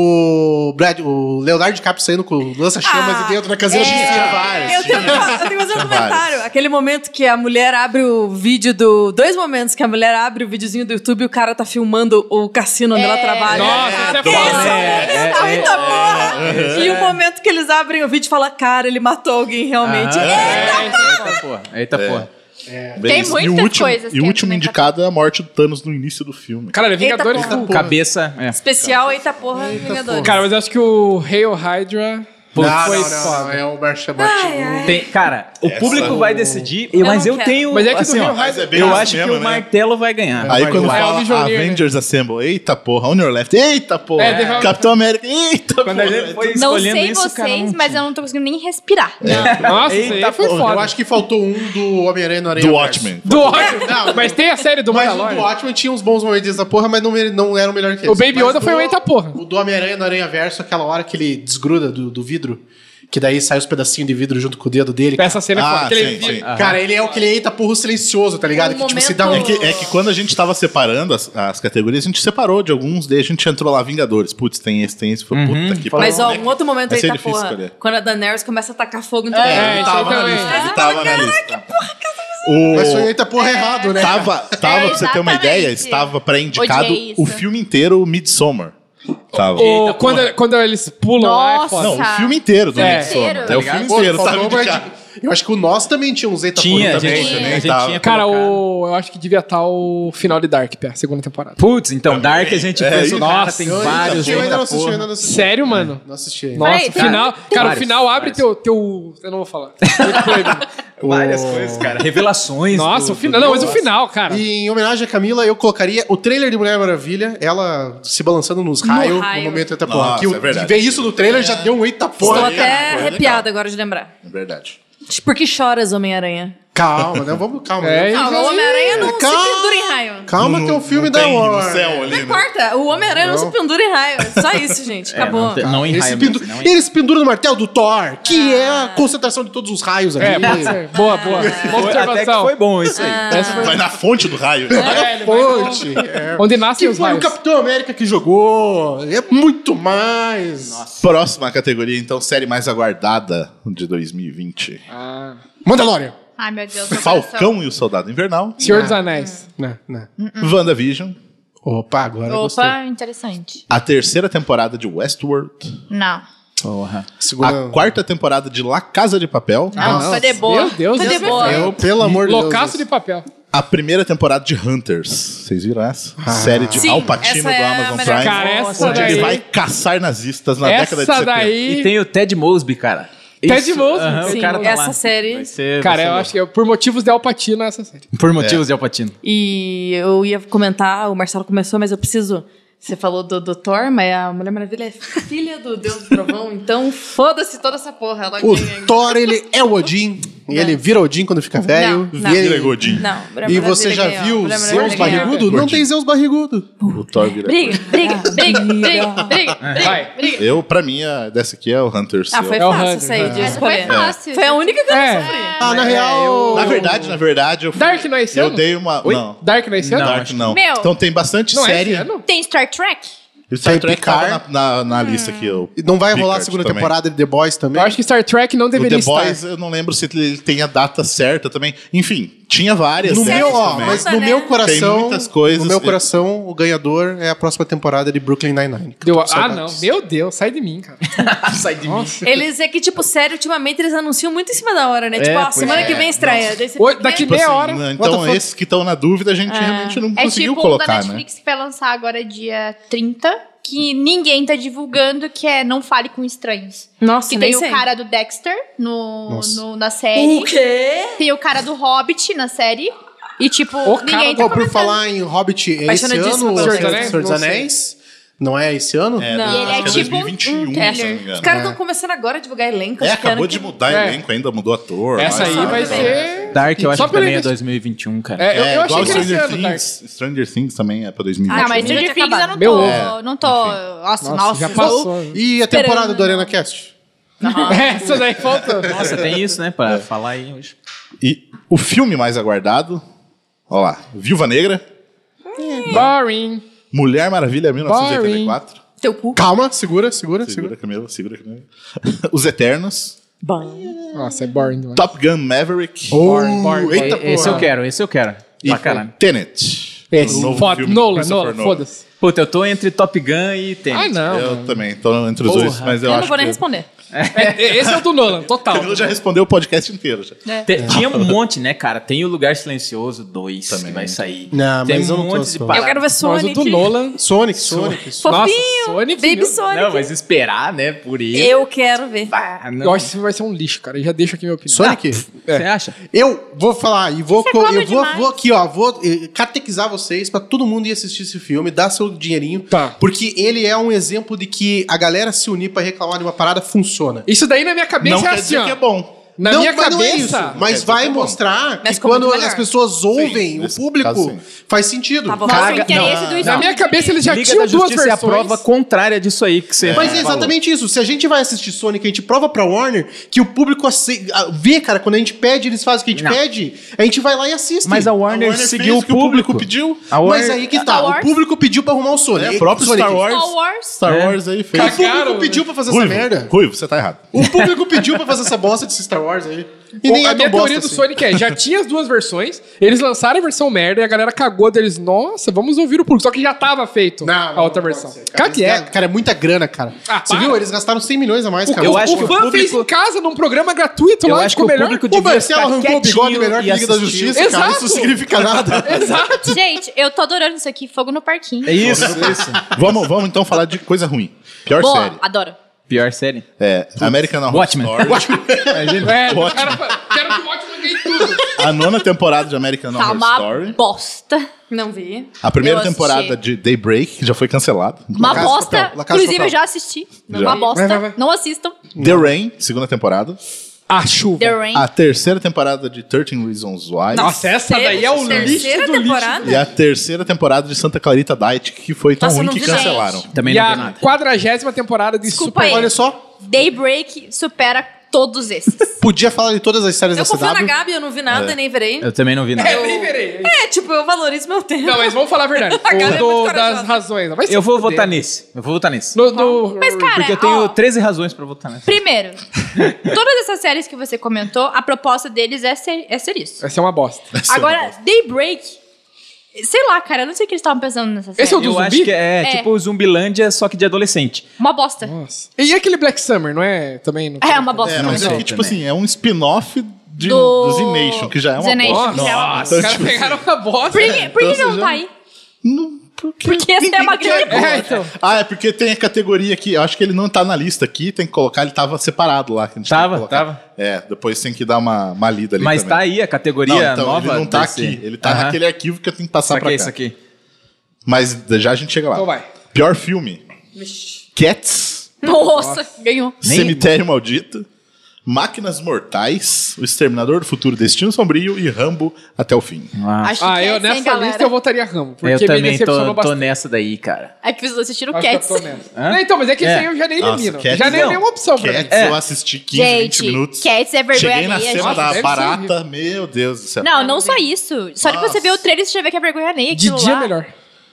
[SPEAKER 5] o, Brad, o Leonardo DiCaprio saindo com o lança-chamas
[SPEAKER 4] Ah,
[SPEAKER 5] e dentro da
[SPEAKER 2] é.
[SPEAKER 5] casinha de esquivar.
[SPEAKER 4] Eu tenho, que falar- eu tenho que fazer um
[SPEAKER 2] Vários.
[SPEAKER 4] comentário. Aquele momento que a mulher abre o vídeo do. Dois momentos que a mulher abre o videozinho do YouTube e o cara tá filmando o cassino onde ela trabalha.
[SPEAKER 7] Nossa, isso é
[SPEAKER 4] Esse
[SPEAKER 7] foda.
[SPEAKER 4] momento
[SPEAKER 3] É,
[SPEAKER 4] tá
[SPEAKER 3] é,
[SPEAKER 4] muita porra! E o momento que eles abrem o vídeo e falam, cara, ele matou alguém realmente.
[SPEAKER 3] É, eita porra. Eita porra.
[SPEAKER 2] Bem,
[SPEAKER 6] Tem
[SPEAKER 2] e o
[SPEAKER 6] muitas
[SPEAKER 2] último,
[SPEAKER 6] coisas
[SPEAKER 2] E
[SPEAKER 6] que
[SPEAKER 2] o
[SPEAKER 6] é
[SPEAKER 2] último
[SPEAKER 6] também
[SPEAKER 2] indicado é a morte do Thanos no início do filme.
[SPEAKER 7] Cara, é Vingadores
[SPEAKER 4] Eita porra.
[SPEAKER 7] full.
[SPEAKER 3] Cabeça, é.
[SPEAKER 4] Especial, eita porra, Vingadores.
[SPEAKER 7] Cara, mas eu acho que o Hail Hydra
[SPEAKER 5] Não,
[SPEAKER 7] putz, foi
[SPEAKER 5] não, não,
[SPEAKER 7] foda.
[SPEAKER 5] não, é o Marcha Martin.
[SPEAKER 3] Tem- cara, o público vai decidir, mas
[SPEAKER 4] não
[SPEAKER 3] eu
[SPEAKER 4] quero.
[SPEAKER 3] tenho.
[SPEAKER 7] Mas é que do
[SPEAKER 3] assim,
[SPEAKER 7] Rio
[SPEAKER 3] ó,
[SPEAKER 7] Raiz
[SPEAKER 2] é bem
[SPEAKER 3] Eu
[SPEAKER 2] isso
[SPEAKER 3] acho que
[SPEAKER 2] mesmo,
[SPEAKER 3] o
[SPEAKER 2] né?
[SPEAKER 3] martelo vai ganhar.
[SPEAKER 2] Aí
[SPEAKER 5] vai
[SPEAKER 2] quando
[SPEAKER 5] lá.
[SPEAKER 7] É o
[SPEAKER 2] fala
[SPEAKER 7] Visioneer,
[SPEAKER 2] Avengers Assemble, eita porra, On Your Left, eita porra,
[SPEAKER 7] É, teve-
[SPEAKER 2] Capitão América, eita
[SPEAKER 3] Quando
[SPEAKER 2] porra.
[SPEAKER 3] a gente foi
[SPEAKER 6] Não
[SPEAKER 3] escolhendo
[SPEAKER 6] sei
[SPEAKER 3] isso,
[SPEAKER 6] vocês,
[SPEAKER 3] cara, não
[SPEAKER 6] mas eu não tô conseguindo nem respirar.
[SPEAKER 7] Nossa, isso aí
[SPEAKER 3] Eita
[SPEAKER 7] foi
[SPEAKER 5] Eu
[SPEAKER 7] foda.
[SPEAKER 5] acho que faltou um do Homem-Aranha no Aranha
[SPEAKER 2] Do
[SPEAKER 5] Verso.
[SPEAKER 2] Watchmen.
[SPEAKER 7] Do ódio.
[SPEAKER 5] Não,
[SPEAKER 7] Mas tem a série do
[SPEAKER 5] Mas o do
[SPEAKER 7] Mandalorian.
[SPEAKER 5] Watchmen tinha uns bons momentos da porra, mas não, não era o melhor que esse.
[SPEAKER 7] O Baby
[SPEAKER 5] Mas
[SPEAKER 7] Yoda foi
[SPEAKER 5] do-
[SPEAKER 7] o eita porra.
[SPEAKER 5] O do Homem-Aranha no Aranha Verso, aquela hora que ele desgruda do, do vidro, que daí sai os pedacinhos de vidro junto com o dedo dele.
[SPEAKER 7] Essa cena é
[SPEAKER 2] Ah,
[SPEAKER 7] foda. Aquele
[SPEAKER 2] sim,
[SPEAKER 7] vídeo.
[SPEAKER 2] sim.
[SPEAKER 5] Cara, ele é o que ele eita porra silencioso, tá ligado?
[SPEAKER 4] É um
[SPEAKER 5] que tipo, se
[SPEAKER 4] momento-
[SPEAKER 5] dá um...
[SPEAKER 2] É que, é que quando a gente tava separando as, as categorias, a gente separou de alguns, daí a gente entrou lá Vingadores. Putz, tem esse, tem esse. Foi,
[SPEAKER 7] Uhum.
[SPEAKER 2] puta que
[SPEAKER 4] Mas ó,
[SPEAKER 2] pariu, né?
[SPEAKER 4] um outro momento
[SPEAKER 2] Vai
[SPEAKER 4] aí
[SPEAKER 2] ser
[SPEAKER 4] tá
[SPEAKER 2] difícil
[SPEAKER 4] porra.
[SPEAKER 2] escolher. então,
[SPEAKER 4] Quando a Daenerys começa a tacar fogo em todo
[SPEAKER 7] É,
[SPEAKER 4] mundo.
[SPEAKER 7] isso aí
[SPEAKER 2] tava na
[SPEAKER 7] também.
[SPEAKER 2] lista, ele tava na lista.
[SPEAKER 5] Mas foi o
[SPEAKER 2] O...
[SPEAKER 5] eita
[SPEAKER 3] É.
[SPEAKER 5] porra errado, né?
[SPEAKER 2] Tava, tava pra você ter uma
[SPEAKER 6] exatamente.
[SPEAKER 2] ideia, estava pré-indicado
[SPEAKER 6] Odiei isso.
[SPEAKER 2] o filme inteiro Midsommar. Tava.
[SPEAKER 7] O- quando, quando eles pulam lá, é
[SPEAKER 6] Nossa.
[SPEAKER 7] foda.
[SPEAKER 2] Não, o filme inteiro do
[SPEAKER 7] É.
[SPEAKER 2] Midsommar.
[SPEAKER 6] Inteiro.
[SPEAKER 2] É o
[SPEAKER 6] Tá
[SPEAKER 2] filme
[SPEAKER 5] Pô,
[SPEAKER 2] inteiro,
[SPEAKER 5] faltou
[SPEAKER 2] tava
[SPEAKER 5] o Martin.
[SPEAKER 2] indicado.
[SPEAKER 5] Eu acho que o nosso também tinha uns eita
[SPEAKER 3] Tinha,
[SPEAKER 5] porra
[SPEAKER 3] a
[SPEAKER 5] também.
[SPEAKER 3] gente,
[SPEAKER 6] também
[SPEAKER 3] a gente
[SPEAKER 2] tava.
[SPEAKER 3] tinha
[SPEAKER 7] Cara,
[SPEAKER 3] colocado.
[SPEAKER 7] o, eu acho que devia estar o final de Dark, Pé, a segunda temporada.
[SPEAKER 3] Putz, então, Dark a gente
[SPEAKER 2] É,
[SPEAKER 3] pensou,
[SPEAKER 2] e-
[SPEAKER 3] nossa, tem
[SPEAKER 5] Eu ainda
[SPEAKER 3] vários.
[SPEAKER 5] assisti, Eu ainda
[SPEAKER 3] eita
[SPEAKER 5] não assisti, eu
[SPEAKER 3] porra.
[SPEAKER 5] ainda não assisti.
[SPEAKER 7] Sério, mano?
[SPEAKER 5] Não assisti ainda.
[SPEAKER 7] Nossa,
[SPEAKER 6] Peraí,
[SPEAKER 7] o final.
[SPEAKER 6] tem
[SPEAKER 7] Cara, o
[SPEAKER 3] vários,
[SPEAKER 7] final abre
[SPEAKER 3] vários.
[SPEAKER 7] teu, teu. Eu não vou falar.
[SPEAKER 3] Várias coisas, cara. Revelações.
[SPEAKER 7] Nossa,
[SPEAKER 3] do-
[SPEAKER 7] o final. Não, mas o final, cara.
[SPEAKER 5] E em homenagem à Camila, eu colocaria o trailer de Mulher Maravilha, ela se balançando nos raios no,
[SPEAKER 4] raio.
[SPEAKER 5] momento eita porra.
[SPEAKER 2] Nossa,
[SPEAKER 5] que o-
[SPEAKER 2] é verdade.
[SPEAKER 5] que ver isso no trailer já deu um eita
[SPEAKER 4] Estou
[SPEAKER 5] porra.
[SPEAKER 4] até
[SPEAKER 2] cara, foi
[SPEAKER 4] arrepiada
[SPEAKER 2] legal.
[SPEAKER 4] agora de lembrar.
[SPEAKER 2] É verdade.
[SPEAKER 4] Por que choras, Homem-Aranha?
[SPEAKER 5] Calma, né? Vamos, calma.
[SPEAKER 7] É,
[SPEAKER 5] né?
[SPEAKER 4] Não, o Homem-Aranha não
[SPEAKER 5] Calma.
[SPEAKER 4] se pendura em raio.
[SPEAKER 5] Calma
[SPEAKER 2] Não-
[SPEAKER 5] que é um filme
[SPEAKER 2] não
[SPEAKER 5] da
[SPEAKER 2] tem
[SPEAKER 5] hora.
[SPEAKER 2] No céu ali,
[SPEAKER 4] Não
[SPEAKER 2] né?
[SPEAKER 4] importa, o Homem-Aranha não. se pendura em raio. Só isso, gente.
[SPEAKER 3] É,
[SPEAKER 4] Acabou.
[SPEAKER 3] não, tem- não em
[SPEAKER 5] Ele se,
[SPEAKER 3] raio
[SPEAKER 5] pendu-
[SPEAKER 3] mesmo,
[SPEAKER 2] é
[SPEAKER 3] não em-
[SPEAKER 2] um
[SPEAKER 5] ele se pendura no martelo do Thor,
[SPEAKER 4] Ah.
[SPEAKER 5] que é a concentração de todos os raios ali.
[SPEAKER 7] é pode ser. Boa, boa. Boa
[SPEAKER 3] Foi- Até que
[SPEAKER 7] observação.
[SPEAKER 3] foi bom isso aí.
[SPEAKER 4] Ah.
[SPEAKER 7] Essa foi-
[SPEAKER 2] Vai na fonte do raio.
[SPEAKER 7] É, ele vai-
[SPEAKER 5] Fonte. É.
[SPEAKER 7] Onde nascem
[SPEAKER 5] Que
[SPEAKER 7] os
[SPEAKER 5] foi o
[SPEAKER 7] raios.
[SPEAKER 5] Capitão América que jogou. É muito mais.
[SPEAKER 2] Próxima categoria, então, série mais aguardada de 2020.
[SPEAKER 5] Mandalorian.
[SPEAKER 6] Ai, meu Deus. meu coração.
[SPEAKER 2] Falcão né? e o Soldado Invernal,
[SPEAKER 7] Senhor dos Anéis.
[SPEAKER 2] Ah,
[SPEAKER 5] Não, não.
[SPEAKER 2] WandaVision,
[SPEAKER 5] Né, Opa, agora eu gostei.
[SPEAKER 6] Opa, interessante.
[SPEAKER 2] a terceira temporada de Westworld,
[SPEAKER 6] Não.
[SPEAKER 3] Porra.
[SPEAKER 5] Segunda-
[SPEAKER 2] a quarta temporada de La Casa de Papel,
[SPEAKER 4] Ah,
[SPEAKER 6] Não, foi de boa.
[SPEAKER 7] Meu Deus
[SPEAKER 6] foi
[SPEAKER 7] do
[SPEAKER 6] de
[SPEAKER 7] céu.
[SPEAKER 6] boa.
[SPEAKER 5] Ah, Eu, pelo amor de Deus.
[SPEAKER 7] Loucaço de papel.
[SPEAKER 2] a primeira temporada de Hunters. Vocês viram essa?
[SPEAKER 5] Ah.
[SPEAKER 2] série de
[SPEAKER 4] Sim,
[SPEAKER 2] Al Pacino
[SPEAKER 4] essa
[SPEAKER 2] do
[SPEAKER 4] é a
[SPEAKER 2] Amazon
[SPEAKER 4] melhor.
[SPEAKER 2] Prime.
[SPEAKER 7] Cara, essa
[SPEAKER 2] onde
[SPEAKER 7] daí-
[SPEAKER 2] ele vai caçar nazistas na década de
[SPEAKER 7] Essa
[SPEAKER 2] 70.
[SPEAKER 3] E
[SPEAKER 7] daí.
[SPEAKER 3] tem o Ted Mosby, cara.
[SPEAKER 7] Ted
[SPEAKER 3] Isso,
[SPEAKER 7] Mosby.
[SPEAKER 3] aham, o
[SPEAKER 4] Sim,
[SPEAKER 3] cara tá
[SPEAKER 4] essa
[SPEAKER 3] lá.
[SPEAKER 4] série-
[SPEAKER 3] Vai ser- vai
[SPEAKER 7] Cara,
[SPEAKER 3] ser
[SPEAKER 7] eu
[SPEAKER 3] louco. É.
[SPEAKER 7] acho que é por motivos de Alpatino essa série.
[SPEAKER 3] Por motivos de Alpatino.
[SPEAKER 4] E eu ia comentar, o Marcelo começou, mas eu preciso. Você falou do, do Thor, mas a Mulher Maravilha é filha do Deus do Trovão, então foda-se toda essa porra. Ela
[SPEAKER 5] O Thor, ele é o Odin. E ele vira Odin quando fica velho.
[SPEAKER 4] Não, não.
[SPEAKER 5] E, ele-
[SPEAKER 2] Vira Godin.
[SPEAKER 4] Não, Mulher
[SPEAKER 5] e
[SPEAKER 4] Maravilha
[SPEAKER 5] você já
[SPEAKER 4] ganhou,
[SPEAKER 5] viu
[SPEAKER 4] Mulher
[SPEAKER 5] Zeus
[SPEAKER 4] Maravilha ganhou.
[SPEAKER 5] barrigudo? Não
[SPEAKER 2] Gordinho.
[SPEAKER 5] tem Zeus barrigudo.
[SPEAKER 2] O Thor vira...
[SPEAKER 6] Briga, briga, briga, briga, briga,
[SPEAKER 7] Vai.
[SPEAKER 6] briga, briga.
[SPEAKER 2] Eu, pra mim, a- dessa aqui é o Hunters.
[SPEAKER 4] Ah,
[SPEAKER 2] Eu-
[SPEAKER 4] foi
[SPEAKER 7] É o
[SPEAKER 4] fácil
[SPEAKER 7] Hunter,
[SPEAKER 4] essa aí de
[SPEAKER 7] é.
[SPEAKER 6] Essa foi
[SPEAKER 4] escolher.
[SPEAKER 6] fácil.
[SPEAKER 4] Foi a única que eu
[SPEAKER 7] É.
[SPEAKER 4] não sofri.
[SPEAKER 5] Ah, na real...
[SPEAKER 2] Na verdade, na verdade, eu fui...
[SPEAKER 7] Dark não é esse
[SPEAKER 2] Eu
[SPEAKER 7] ano?
[SPEAKER 2] dei uma...
[SPEAKER 3] Oi?
[SPEAKER 2] Não.
[SPEAKER 7] Dark não é esse ano?
[SPEAKER 2] Dark não.
[SPEAKER 6] Meu.
[SPEAKER 2] Então tem bastante
[SPEAKER 7] Não é
[SPEAKER 2] série.
[SPEAKER 7] esse ano?
[SPEAKER 6] Tem Star Trek?
[SPEAKER 2] E o Star
[SPEAKER 5] Tem
[SPEAKER 2] Trek tava
[SPEAKER 5] Picard.
[SPEAKER 2] na, na, na lista aqui. O
[SPEAKER 5] Não vai rolar a
[SPEAKER 2] Picard
[SPEAKER 5] segunda
[SPEAKER 2] também.
[SPEAKER 5] temporada de The Boys também?
[SPEAKER 7] Eu acho que Star Trek não
[SPEAKER 2] O
[SPEAKER 7] deveria
[SPEAKER 2] The
[SPEAKER 7] estar.
[SPEAKER 2] Boys, eu não lembro se ele tem a data certa também. Enfim, tinha várias.
[SPEAKER 5] No
[SPEAKER 7] é
[SPEAKER 2] séries
[SPEAKER 5] meu, ó,
[SPEAKER 2] também.
[SPEAKER 5] mas
[SPEAKER 4] Nossa,
[SPEAKER 5] no
[SPEAKER 4] né?
[SPEAKER 5] meu coração,
[SPEAKER 2] Tem muitas coisas.
[SPEAKER 5] no meu coração, o ganhador é a próxima temporada de Brooklyn Nine-Nine.
[SPEAKER 7] Deu- Ah,
[SPEAKER 5] Saudades.
[SPEAKER 7] não. Meu Deus, sai de mim, cara.
[SPEAKER 3] Sai de mim.
[SPEAKER 4] Eles é que, tipo, sério, ultimamente eles anunciam muito em cima da hora, né? tipo, ó, semana que vem estreia. Daí você
[SPEAKER 7] Oi,
[SPEAKER 4] fica,
[SPEAKER 7] daqui
[SPEAKER 4] "Quê?"
[SPEAKER 2] Tipo
[SPEAKER 7] meia
[SPEAKER 2] assim,
[SPEAKER 7] hora.
[SPEAKER 2] né,
[SPEAKER 5] What the
[SPEAKER 2] Então,
[SPEAKER 5] fuck?
[SPEAKER 2] esses que estão na dúvida, a gente realmente não
[SPEAKER 6] É
[SPEAKER 2] conseguiu
[SPEAKER 6] tipo o da
[SPEAKER 2] colocar, né?
[SPEAKER 6] Netflix que vai lançar agora dia 30, que ninguém tá divulgando, que é Não Fale com Estranhos.
[SPEAKER 4] Nossa,
[SPEAKER 6] Que
[SPEAKER 4] nem
[SPEAKER 6] tem o
[SPEAKER 4] sei.
[SPEAKER 6] cara do Dexter no,
[SPEAKER 5] Nossa.
[SPEAKER 6] no- na série.
[SPEAKER 4] O quê? Ah,
[SPEAKER 6] Tem o cara do Hobbit na série. E tipo,
[SPEAKER 7] O cara
[SPEAKER 6] ninguém
[SPEAKER 5] Pô,
[SPEAKER 6] tá
[SPEAKER 5] por
[SPEAKER 6] comentando.
[SPEAKER 5] falar em Hobbit, é esse
[SPEAKER 4] Apaixonadíssima
[SPEAKER 5] ano, o
[SPEAKER 4] pelo
[SPEAKER 5] Senhor
[SPEAKER 7] Senhor
[SPEAKER 5] dos
[SPEAKER 7] dos Anéis?
[SPEAKER 5] Anéis, Não é esse ano?
[SPEAKER 2] É,
[SPEAKER 4] Não.
[SPEAKER 2] acho
[SPEAKER 4] Ele é
[SPEAKER 2] que
[SPEAKER 6] tipo um-
[SPEAKER 2] 2021,
[SPEAKER 6] um
[SPEAKER 2] se eu não me
[SPEAKER 6] trailer.
[SPEAKER 2] engano.
[SPEAKER 4] Os caras estão começando agora a divulgar elenco.
[SPEAKER 2] É,
[SPEAKER 4] acho que ano
[SPEAKER 2] acabou de
[SPEAKER 4] que-
[SPEAKER 2] mudar
[SPEAKER 7] É.
[SPEAKER 2] elenco ainda, mudou ator.
[SPEAKER 7] Essa aí
[SPEAKER 2] sabe,
[SPEAKER 7] vai
[SPEAKER 2] então.
[SPEAKER 7] ser.
[SPEAKER 3] Dark, eu acho
[SPEAKER 7] Só
[SPEAKER 3] que
[SPEAKER 7] pela
[SPEAKER 3] também é
[SPEAKER 7] investi-
[SPEAKER 3] 2021, cara.
[SPEAKER 7] É, eu, eu
[SPEAKER 2] É, igual
[SPEAKER 7] achei que era esse
[SPEAKER 2] Stranger
[SPEAKER 7] ano, Dark.
[SPEAKER 2] Things. Stranger Things também é pra 2021.
[SPEAKER 6] Ah, mas
[SPEAKER 4] tipo, tinha
[SPEAKER 6] Stranger Things eu não
[SPEAKER 4] acabado.
[SPEAKER 7] Meu,
[SPEAKER 6] tô.
[SPEAKER 2] é.
[SPEAKER 6] Não tô. Nossa,
[SPEAKER 7] Nossa,
[SPEAKER 6] nossa.
[SPEAKER 7] já passou.
[SPEAKER 5] E a temporada do Arena Cast?
[SPEAKER 7] Essa daí faltou.
[SPEAKER 3] Nossa, tem isso, né, pra falar aí hoje.
[SPEAKER 2] E o filme mais aguardado, ó lá, Viúva Negra,
[SPEAKER 7] Boring.
[SPEAKER 2] Mulher Maravilha 1984.
[SPEAKER 4] Teu cu.
[SPEAKER 5] Calma, segura, segura, segura.
[SPEAKER 2] Segura, Camila, segura, Camila. Os Eternos,
[SPEAKER 4] Bom.
[SPEAKER 7] Nossa, é boring demais.
[SPEAKER 2] Top Gun Maverick
[SPEAKER 7] Boring, boring.
[SPEAKER 2] eita,
[SPEAKER 7] boring.
[SPEAKER 2] porra.
[SPEAKER 3] Esse eu quero, esse eu quero. Pra caralho.
[SPEAKER 2] e Tenet.
[SPEAKER 7] Esse,
[SPEAKER 2] O um novo
[SPEAKER 7] foda.
[SPEAKER 2] filme do
[SPEAKER 7] Nolan,
[SPEAKER 2] Christopher
[SPEAKER 7] Nolan, foda-se.
[SPEAKER 3] Puta, eu tô entre Top Gun e
[SPEAKER 7] Ai,
[SPEAKER 3] Tenet.
[SPEAKER 7] não.
[SPEAKER 2] Eu
[SPEAKER 7] mano.
[SPEAKER 2] também tô entre os
[SPEAKER 3] Porra.
[SPEAKER 2] dois, mas eu,
[SPEAKER 4] Eu não
[SPEAKER 2] acho
[SPEAKER 4] vou nem
[SPEAKER 2] que...
[SPEAKER 4] responder.
[SPEAKER 7] É, Esse é o do Nolan, total.
[SPEAKER 2] Camila já respondeu o podcast inteiro. Já.
[SPEAKER 3] Te- Tinha um monte, né, cara? Tem o Lugar Silencioso 2 que
[SPEAKER 2] Também.
[SPEAKER 3] vai sair.
[SPEAKER 5] Não,
[SPEAKER 3] Tem
[SPEAKER 5] mas eu
[SPEAKER 3] um
[SPEAKER 5] não tô
[SPEAKER 3] monte de
[SPEAKER 5] assumindo.
[SPEAKER 3] parada.
[SPEAKER 4] Eu quero ver
[SPEAKER 7] Mas o
[SPEAKER 4] Sonic.
[SPEAKER 7] do Nolan. é né?
[SPEAKER 5] Sonic, Sonic.
[SPEAKER 7] Nossa,
[SPEAKER 4] Fofinho.
[SPEAKER 7] Sonic,
[SPEAKER 4] Baby
[SPEAKER 7] meu.
[SPEAKER 4] Sonic.
[SPEAKER 3] Não, mas esperar, né, por isso.
[SPEAKER 4] Eu quero ver.
[SPEAKER 3] Ah, não.
[SPEAKER 7] Eu acho que isso vai ser um lixo, cara. Eu já deixo aqui minha opinião.
[SPEAKER 5] Sonic?
[SPEAKER 3] Você acha?
[SPEAKER 5] Eu vou falar e vou,
[SPEAKER 6] Você
[SPEAKER 5] co-
[SPEAKER 6] cobra
[SPEAKER 5] eu vou,
[SPEAKER 6] demais.
[SPEAKER 5] vou aqui, ó, vou eh, catequizar vocês pra todo mundo ir assistir esse filme, dar seu dinheirinho,
[SPEAKER 7] Tá.
[SPEAKER 5] porque ele é um exemplo de que a galera se unir pra reclamar de uma parada funciona.
[SPEAKER 7] Isso daí na minha cabeça
[SPEAKER 2] Não
[SPEAKER 7] é
[SPEAKER 2] quer
[SPEAKER 7] assim,
[SPEAKER 2] dizer
[SPEAKER 7] ó.
[SPEAKER 2] que é bom.
[SPEAKER 7] Na
[SPEAKER 5] Não,
[SPEAKER 7] minha
[SPEAKER 5] mas não é isso,
[SPEAKER 7] cabeça.
[SPEAKER 2] Quer
[SPEAKER 5] mas
[SPEAKER 2] dizer
[SPEAKER 5] vai
[SPEAKER 2] que é bom.
[SPEAKER 5] mostrar
[SPEAKER 4] Mas
[SPEAKER 5] que
[SPEAKER 4] ficou
[SPEAKER 5] quando
[SPEAKER 4] muito melhor.
[SPEAKER 5] as pessoas ouvem o
[SPEAKER 2] nesse
[SPEAKER 5] público,
[SPEAKER 2] caso, sim.
[SPEAKER 5] faz sentido.
[SPEAKER 4] Tá bom.
[SPEAKER 5] Mas-
[SPEAKER 6] Mas o interesse do
[SPEAKER 7] Na
[SPEAKER 6] estúdio
[SPEAKER 7] minha cabeça eles já
[SPEAKER 3] Liga
[SPEAKER 7] tinham
[SPEAKER 3] da
[SPEAKER 7] duas
[SPEAKER 3] Justiça é a
[SPEAKER 7] versões.
[SPEAKER 3] prova contrária disso aí que você
[SPEAKER 5] Mas é
[SPEAKER 3] falou.
[SPEAKER 5] exatamente isso. Se a gente vai assistir Sonic, a gente prova pra Warner que o público ace- a- vê, cara, quando a gente pede, eles fazem o que a gente
[SPEAKER 3] Não.
[SPEAKER 5] pede, a gente vai lá e assiste.
[SPEAKER 3] Mas a Warner,
[SPEAKER 2] Warner
[SPEAKER 3] seguiu
[SPEAKER 2] fez
[SPEAKER 3] o
[SPEAKER 2] que o público
[SPEAKER 3] público.
[SPEAKER 2] pediu.
[SPEAKER 3] A Warner...
[SPEAKER 5] Mas aí que
[SPEAKER 6] Star
[SPEAKER 5] tá, o
[SPEAKER 6] Wars.
[SPEAKER 5] público pediu pra arrumar o Sonic.
[SPEAKER 2] É, o próprio
[SPEAKER 5] Sonic.
[SPEAKER 2] Star Wars.
[SPEAKER 6] Star Wars.
[SPEAKER 2] Star
[SPEAKER 3] É.
[SPEAKER 2] Wars aí fez.
[SPEAKER 5] O público
[SPEAKER 7] Cagaram,
[SPEAKER 5] pediu pra fazer essa
[SPEAKER 2] Ruivo,
[SPEAKER 5] merda.
[SPEAKER 2] Ruivo, você tá errado.
[SPEAKER 5] O público pediu pra fazer essa bosta de Star Wars aí. E
[SPEAKER 7] Bom,
[SPEAKER 5] nem
[SPEAKER 7] a
[SPEAKER 5] é tão
[SPEAKER 7] minha teoria
[SPEAKER 5] bosta
[SPEAKER 7] do
[SPEAKER 5] assim.
[SPEAKER 7] Sonic é, já tinha as duas versões, eles lançaram a versão merda e a galera cagou deles, nossa, vamos ouvir o público, só que já tava feito a é outra
[SPEAKER 5] pode
[SPEAKER 7] versão.
[SPEAKER 5] ser, cara.
[SPEAKER 7] Cara que
[SPEAKER 5] Eles-
[SPEAKER 7] é.
[SPEAKER 5] Cara, é muita grana, cara.
[SPEAKER 7] Ah,
[SPEAKER 5] Você
[SPEAKER 7] para.
[SPEAKER 5] viu? Eles gastaram 100 milhões a mais,
[SPEAKER 7] O,
[SPEAKER 5] cara.
[SPEAKER 3] eu
[SPEAKER 7] o-
[SPEAKER 3] acho
[SPEAKER 7] o
[SPEAKER 3] que o
[SPEAKER 7] fã
[SPEAKER 3] público-
[SPEAKER 7] fez em casa num programa gratuito
[SPEAKER 3] Eu
[SPEAKER 7] lá,
[SPEAKER 3] acho que
[SPEAKER 7] ficou
[SPEAKER 3] o
[SPEAKER 7] melhor.
[SPEAKER 3] público
[SPEAKER 5] O
[SPEAKER 3] devia
[SPEAKER 5] Marcelo
[SPEAKER 3] ficar
[SPEAKER 5] arrancou o bigode
[SPEAKER 3] quietinho
[SPEAKER 5] melhor que
[SPEAKER 3] e
[SPEAKER 5] Liga da
[SPEAKER 3] assistir.
[SPEAKER 5] Justiça, cara.
[SPEAKER 7] Exato.
[SPEAKER 5] Isso não significa nada.
[SPEAKER 7] Exato.
[SPEAKER 6] Gente, eu tô adorando isso aqui. Fogo no parquinho.
[SPEAKER 3] É isso, isso.
[SPEAKER 2] vamos, vamos então falar de coisa ruim. Pior
[SPEAKER 6] Boa,
[SPEAKER 2] série.
[SPEAKER 6] adoro.
[SPEAKER 3] Pior série.
[SPEAKER 2] É, American Horror
[SPEAKER 3] Watchmen.
[SPEAKER 2] Story.
[SPEAKER 7] É, o
[SPEAKER 2] Ótimo.
[SPEAKER 7] cara fala, quero um que o Watchmen ganhe tudo.
[SPEAKER 2] A nona temporada de American
[SPEAKER 6] Tá
[SPEAKER 2] Horror
[SPEAKER 6] uma
[SPEAKER 2] Story.
[SPEAKER 6] bosta.
[SPEAKER 4] Não vi.
[SPEAKER 2] A primeira
[SPEAKER 6] Eu assisti.
[SPEAKER 2] temporada de Daybreak, que já foi cancelada.
[SPEAKER 6] Uma
[SPEAKER 5] Casa de
[SPEAKER 6] bosta.
[SPEAKER 5] Papel, La Casa de
[SPEAKER 6] Inclusive, eu
[SPEAKER 5] Papel.
[SPEAKER 6] já assisti.
[SPEAKER 2] Já.
[SPEAKER 6] Uma bosta.
[SPEAKER 7] Vai, vai, vai.
[SPEAKER 6] Não assistam.
[SPEAKER 2] The Rain, segunda temporada.
[SPEAKER 7] A chuva.
[SPEAKER 6] The Rain.
[SPEAKER 2] A terceira temporada de 13 Reasons Why.
[SPEAKER 7] Nossa, essa daí é o lixo
[SPEAKER 4] Terceira
[SPEAKER 7] do lixo.
[SPEAKER 4] temporada?
[SPEAKER 2] E a terceira temporada de Santa Clarita Diet, que foi tão
[SPEAKER 4] Nossa, eu
[SPEAKER 2] ruim
[SPEAKER 4] não
[SPEAKER 2] que
[SPEAKER 4] vi,
[SPEAKER 2] cancelaram.
[SPEAKER 3] Também
[SPEAKER 7] E
[SPEAKER 3] não tem
[SPEAKER 7] a
[SPEAKER 3] nada.
[SPEAKER 7] quadragésima temporada de
[SPEAKER 6] Desculpa
[SPEAKER 7] Super
[SPEAKER 6] aí.
[SPEAKER 5] Olha só.
[SPEAKER 6] Daybreak supera todos esses.
[SPEAKER 5] Podia falar de todas as séries
[SPEAKER 4] Eu
[SPEAKER 5] da
[SPEAKER 4] confio na
[SPEAKER 5] CW.
[SPEAKER 4] Gabi, eu não vi nada, nem verei.
[SPEAKER 3] Eu também não vi nada.
[SPEAKER 7] Eu nem verei.
[SPEAKER 4] É, tipo, eu valorizo meu tempo.
[SPEAKER 7] Não, mas vamos falar a verdade.
[SPEAKER 4] A cara é
[SPEAKER 7] O do-
[SPEAKER 4] muito corajosa.
[SPEAKER 7] das razões. Vai se
[SPEAKER 3] Eu vou
[SPEAKER 7] fuder.
[SPEAKER 3] votar nesse. Eu vou votar nesse.
[SPEAKER 7] No, do-
[SPEAKER 6] Mas, cara,
[SPEAKER 3] Porque eu
[SPEAKER 6] ó,
[SPEAKER 3] tenho 13 razões pra votar nessa.
[SPEAKER 6] Primeiro, todas essas séries que você comentou, a proposta deles é ser, é ser isso.
[SPEAKER 7] Essa é uma bosta.
[SPEAKER 2] é
[SPEAKER 6] Agora, Daybreak, sei lá, cara, eu não sei o que eles estavam pensando nessa série.
[SPEAKER 7] Esse é o do
[SPEAKER 3] Eu
[SPEAKER 7] zumbi?
[SPEAKER 3] acho que é,
[SPEAKER 6] É.
[SPEAKER 3] tipo Zumbilândia, só que de adolescente.
[SPEAKER 6] Uma bosta.
[SPEAKER 7] Nossa. E aquele Black Summer, não é? Também não
[SPEAKER 6] É uma bosta.
[SPEAKER 2] É, mas
[SPEAKER 3] Não
[SPEAKER 2] é
[SPEAKER 3] sei
[SPEAKER 2] que, tipo
[SPEAKER 3] também.
[SPEAKER 2] assim, é um spin-off de,
[SPEAKER 6] Do-
[SPEAKER 2] do... Z-Nation, que já é uma
[SPEAKER 6] Z-Nation.
[SPEAKER 2] bosta. tipo,
[SPEAKER 7] Nossa,
[SPEAKER 6] Nossa,
[SPEAKER 7] os caras pegaram uma bosta.
[SPEAKER 6] Por que, por que
[SPEAKER 2] Então,
[SPEAKER 6] não
[SPEAKER 2] você
[SPEAKER 6] tá
[SPEAKER 2] já-
[SPEAKER 6] aí?
[SPEAKER 2] Não, por quê?
[SPEAKER 6] Porque essa é uma grande
[SPEAKER 7] É, então.
[SPEAKER 2] Ah, é porque tem a categoria aqui. Eu acho que ele não tá na lista aqui, tem que colocar, ele tava separado lá. que a gente tem que
[SPEAKER 3] Tava,
[SPEAKER 2] colocar.
[SPEAKER 3] tava.
[SPEAKER 2] É, depois tem que dar uma, uma lida ali.
[SPEAKER 3] Mas
[SPEAKER 2] também.
[SPEAKER 3] tá aí a categoria
[SPEAKER 2] Não, então,
[SPEAKER 3] nova.
[SPEAKER 2] ele não tá
[SPEAKER 3] desse-
[SPEAKER 2] aqui. Ele tá
[SPEAKER 3] Aham.
[SPEAKER 2] naquele arquivo que eu tenho que passar
[SPEAKER 3] Saquei
[SPEAKER 2] pra cá.
[SPEAKER 3] isso aqui.
[SPEAKER 2] Mas já a gente chega lá.
[SPEAKER 7] Então vai.
[SPEAKER 2] Pior filme. Cats,
[SPEAKER 6] Nossa, ganhou.
[SPEAKER 3] Nem-
[SPEAKER 2] Cemitério Maldito, Máquinas Mortais, O Exterminador do Futuro, Destino Sombrio e Rambo até o fim.
[SPEAKER 6] Acho
[SPEAKER 7] Ah,
[SPEAKER 6] que é
[SPEAKER 7] eu
[SPEAKER 6] esse, hein,
[SPEAKER 7] nessa
[SPEAKER 6] galera.
[SPEAKER 7] lista eu votaria Ramo. Porque
[SPEAKER 3] Eu
[SPEAKER 7] me
[SPEAKER 3] também tô,
[SPEAKER 7] decepcionou
[SPEAKER 3] tô
[SPEAKER 7] bastante.
[SPEAKER 3] nessa daí, cara.
[SPEAKER 6] É que vocês assistiram
[SPEAKER 7] Acho que eu
[SPEAKER 6] Cats.
[SPEAKER 7] tô nessa.
[SPEAKER 3] Hã?
[SPEAKER 7] Não, Então, mas é que esse
[SPEAKER 3] É.
[SPEAKER 7] aí eu já nem
[SPEAKER 2] Nossa,
[SPEAKER 7] elimino.
[SPEAKER 2] Cats
[SPEAKER 7] já nem é
[SPEAKER 3] não.
[SPEAKER 7] nenhuma opção pra mim.
[SPEAKER 2] Cats, eu assisti 15, 20 minutos.
[SPEAKER 6] Gente, Cats é vergonha
[SPEAKER 2] Cheguei na
[SPEAKER 6] alheia,
[SPEAKER 2] cena
[SPEAKER 6] gente.
[SPEAKER 2] da
[SPEAKER 7] Deve ser
[SPEAKER 2] barata, meu Deus do céu.
[SPEAKER 6] Não, não só isso. Só de
[SPEAKER 2] Nossa.
[SPEAKER 6] você ver o trailer, você já vê que é vergonha alheia
[SPEAKER 7] De
[SPEAKER 6] aquilo
[SPEAKER 7] dia é
[SPEAKER 6] lá.
[SPEAKER 7] melhor.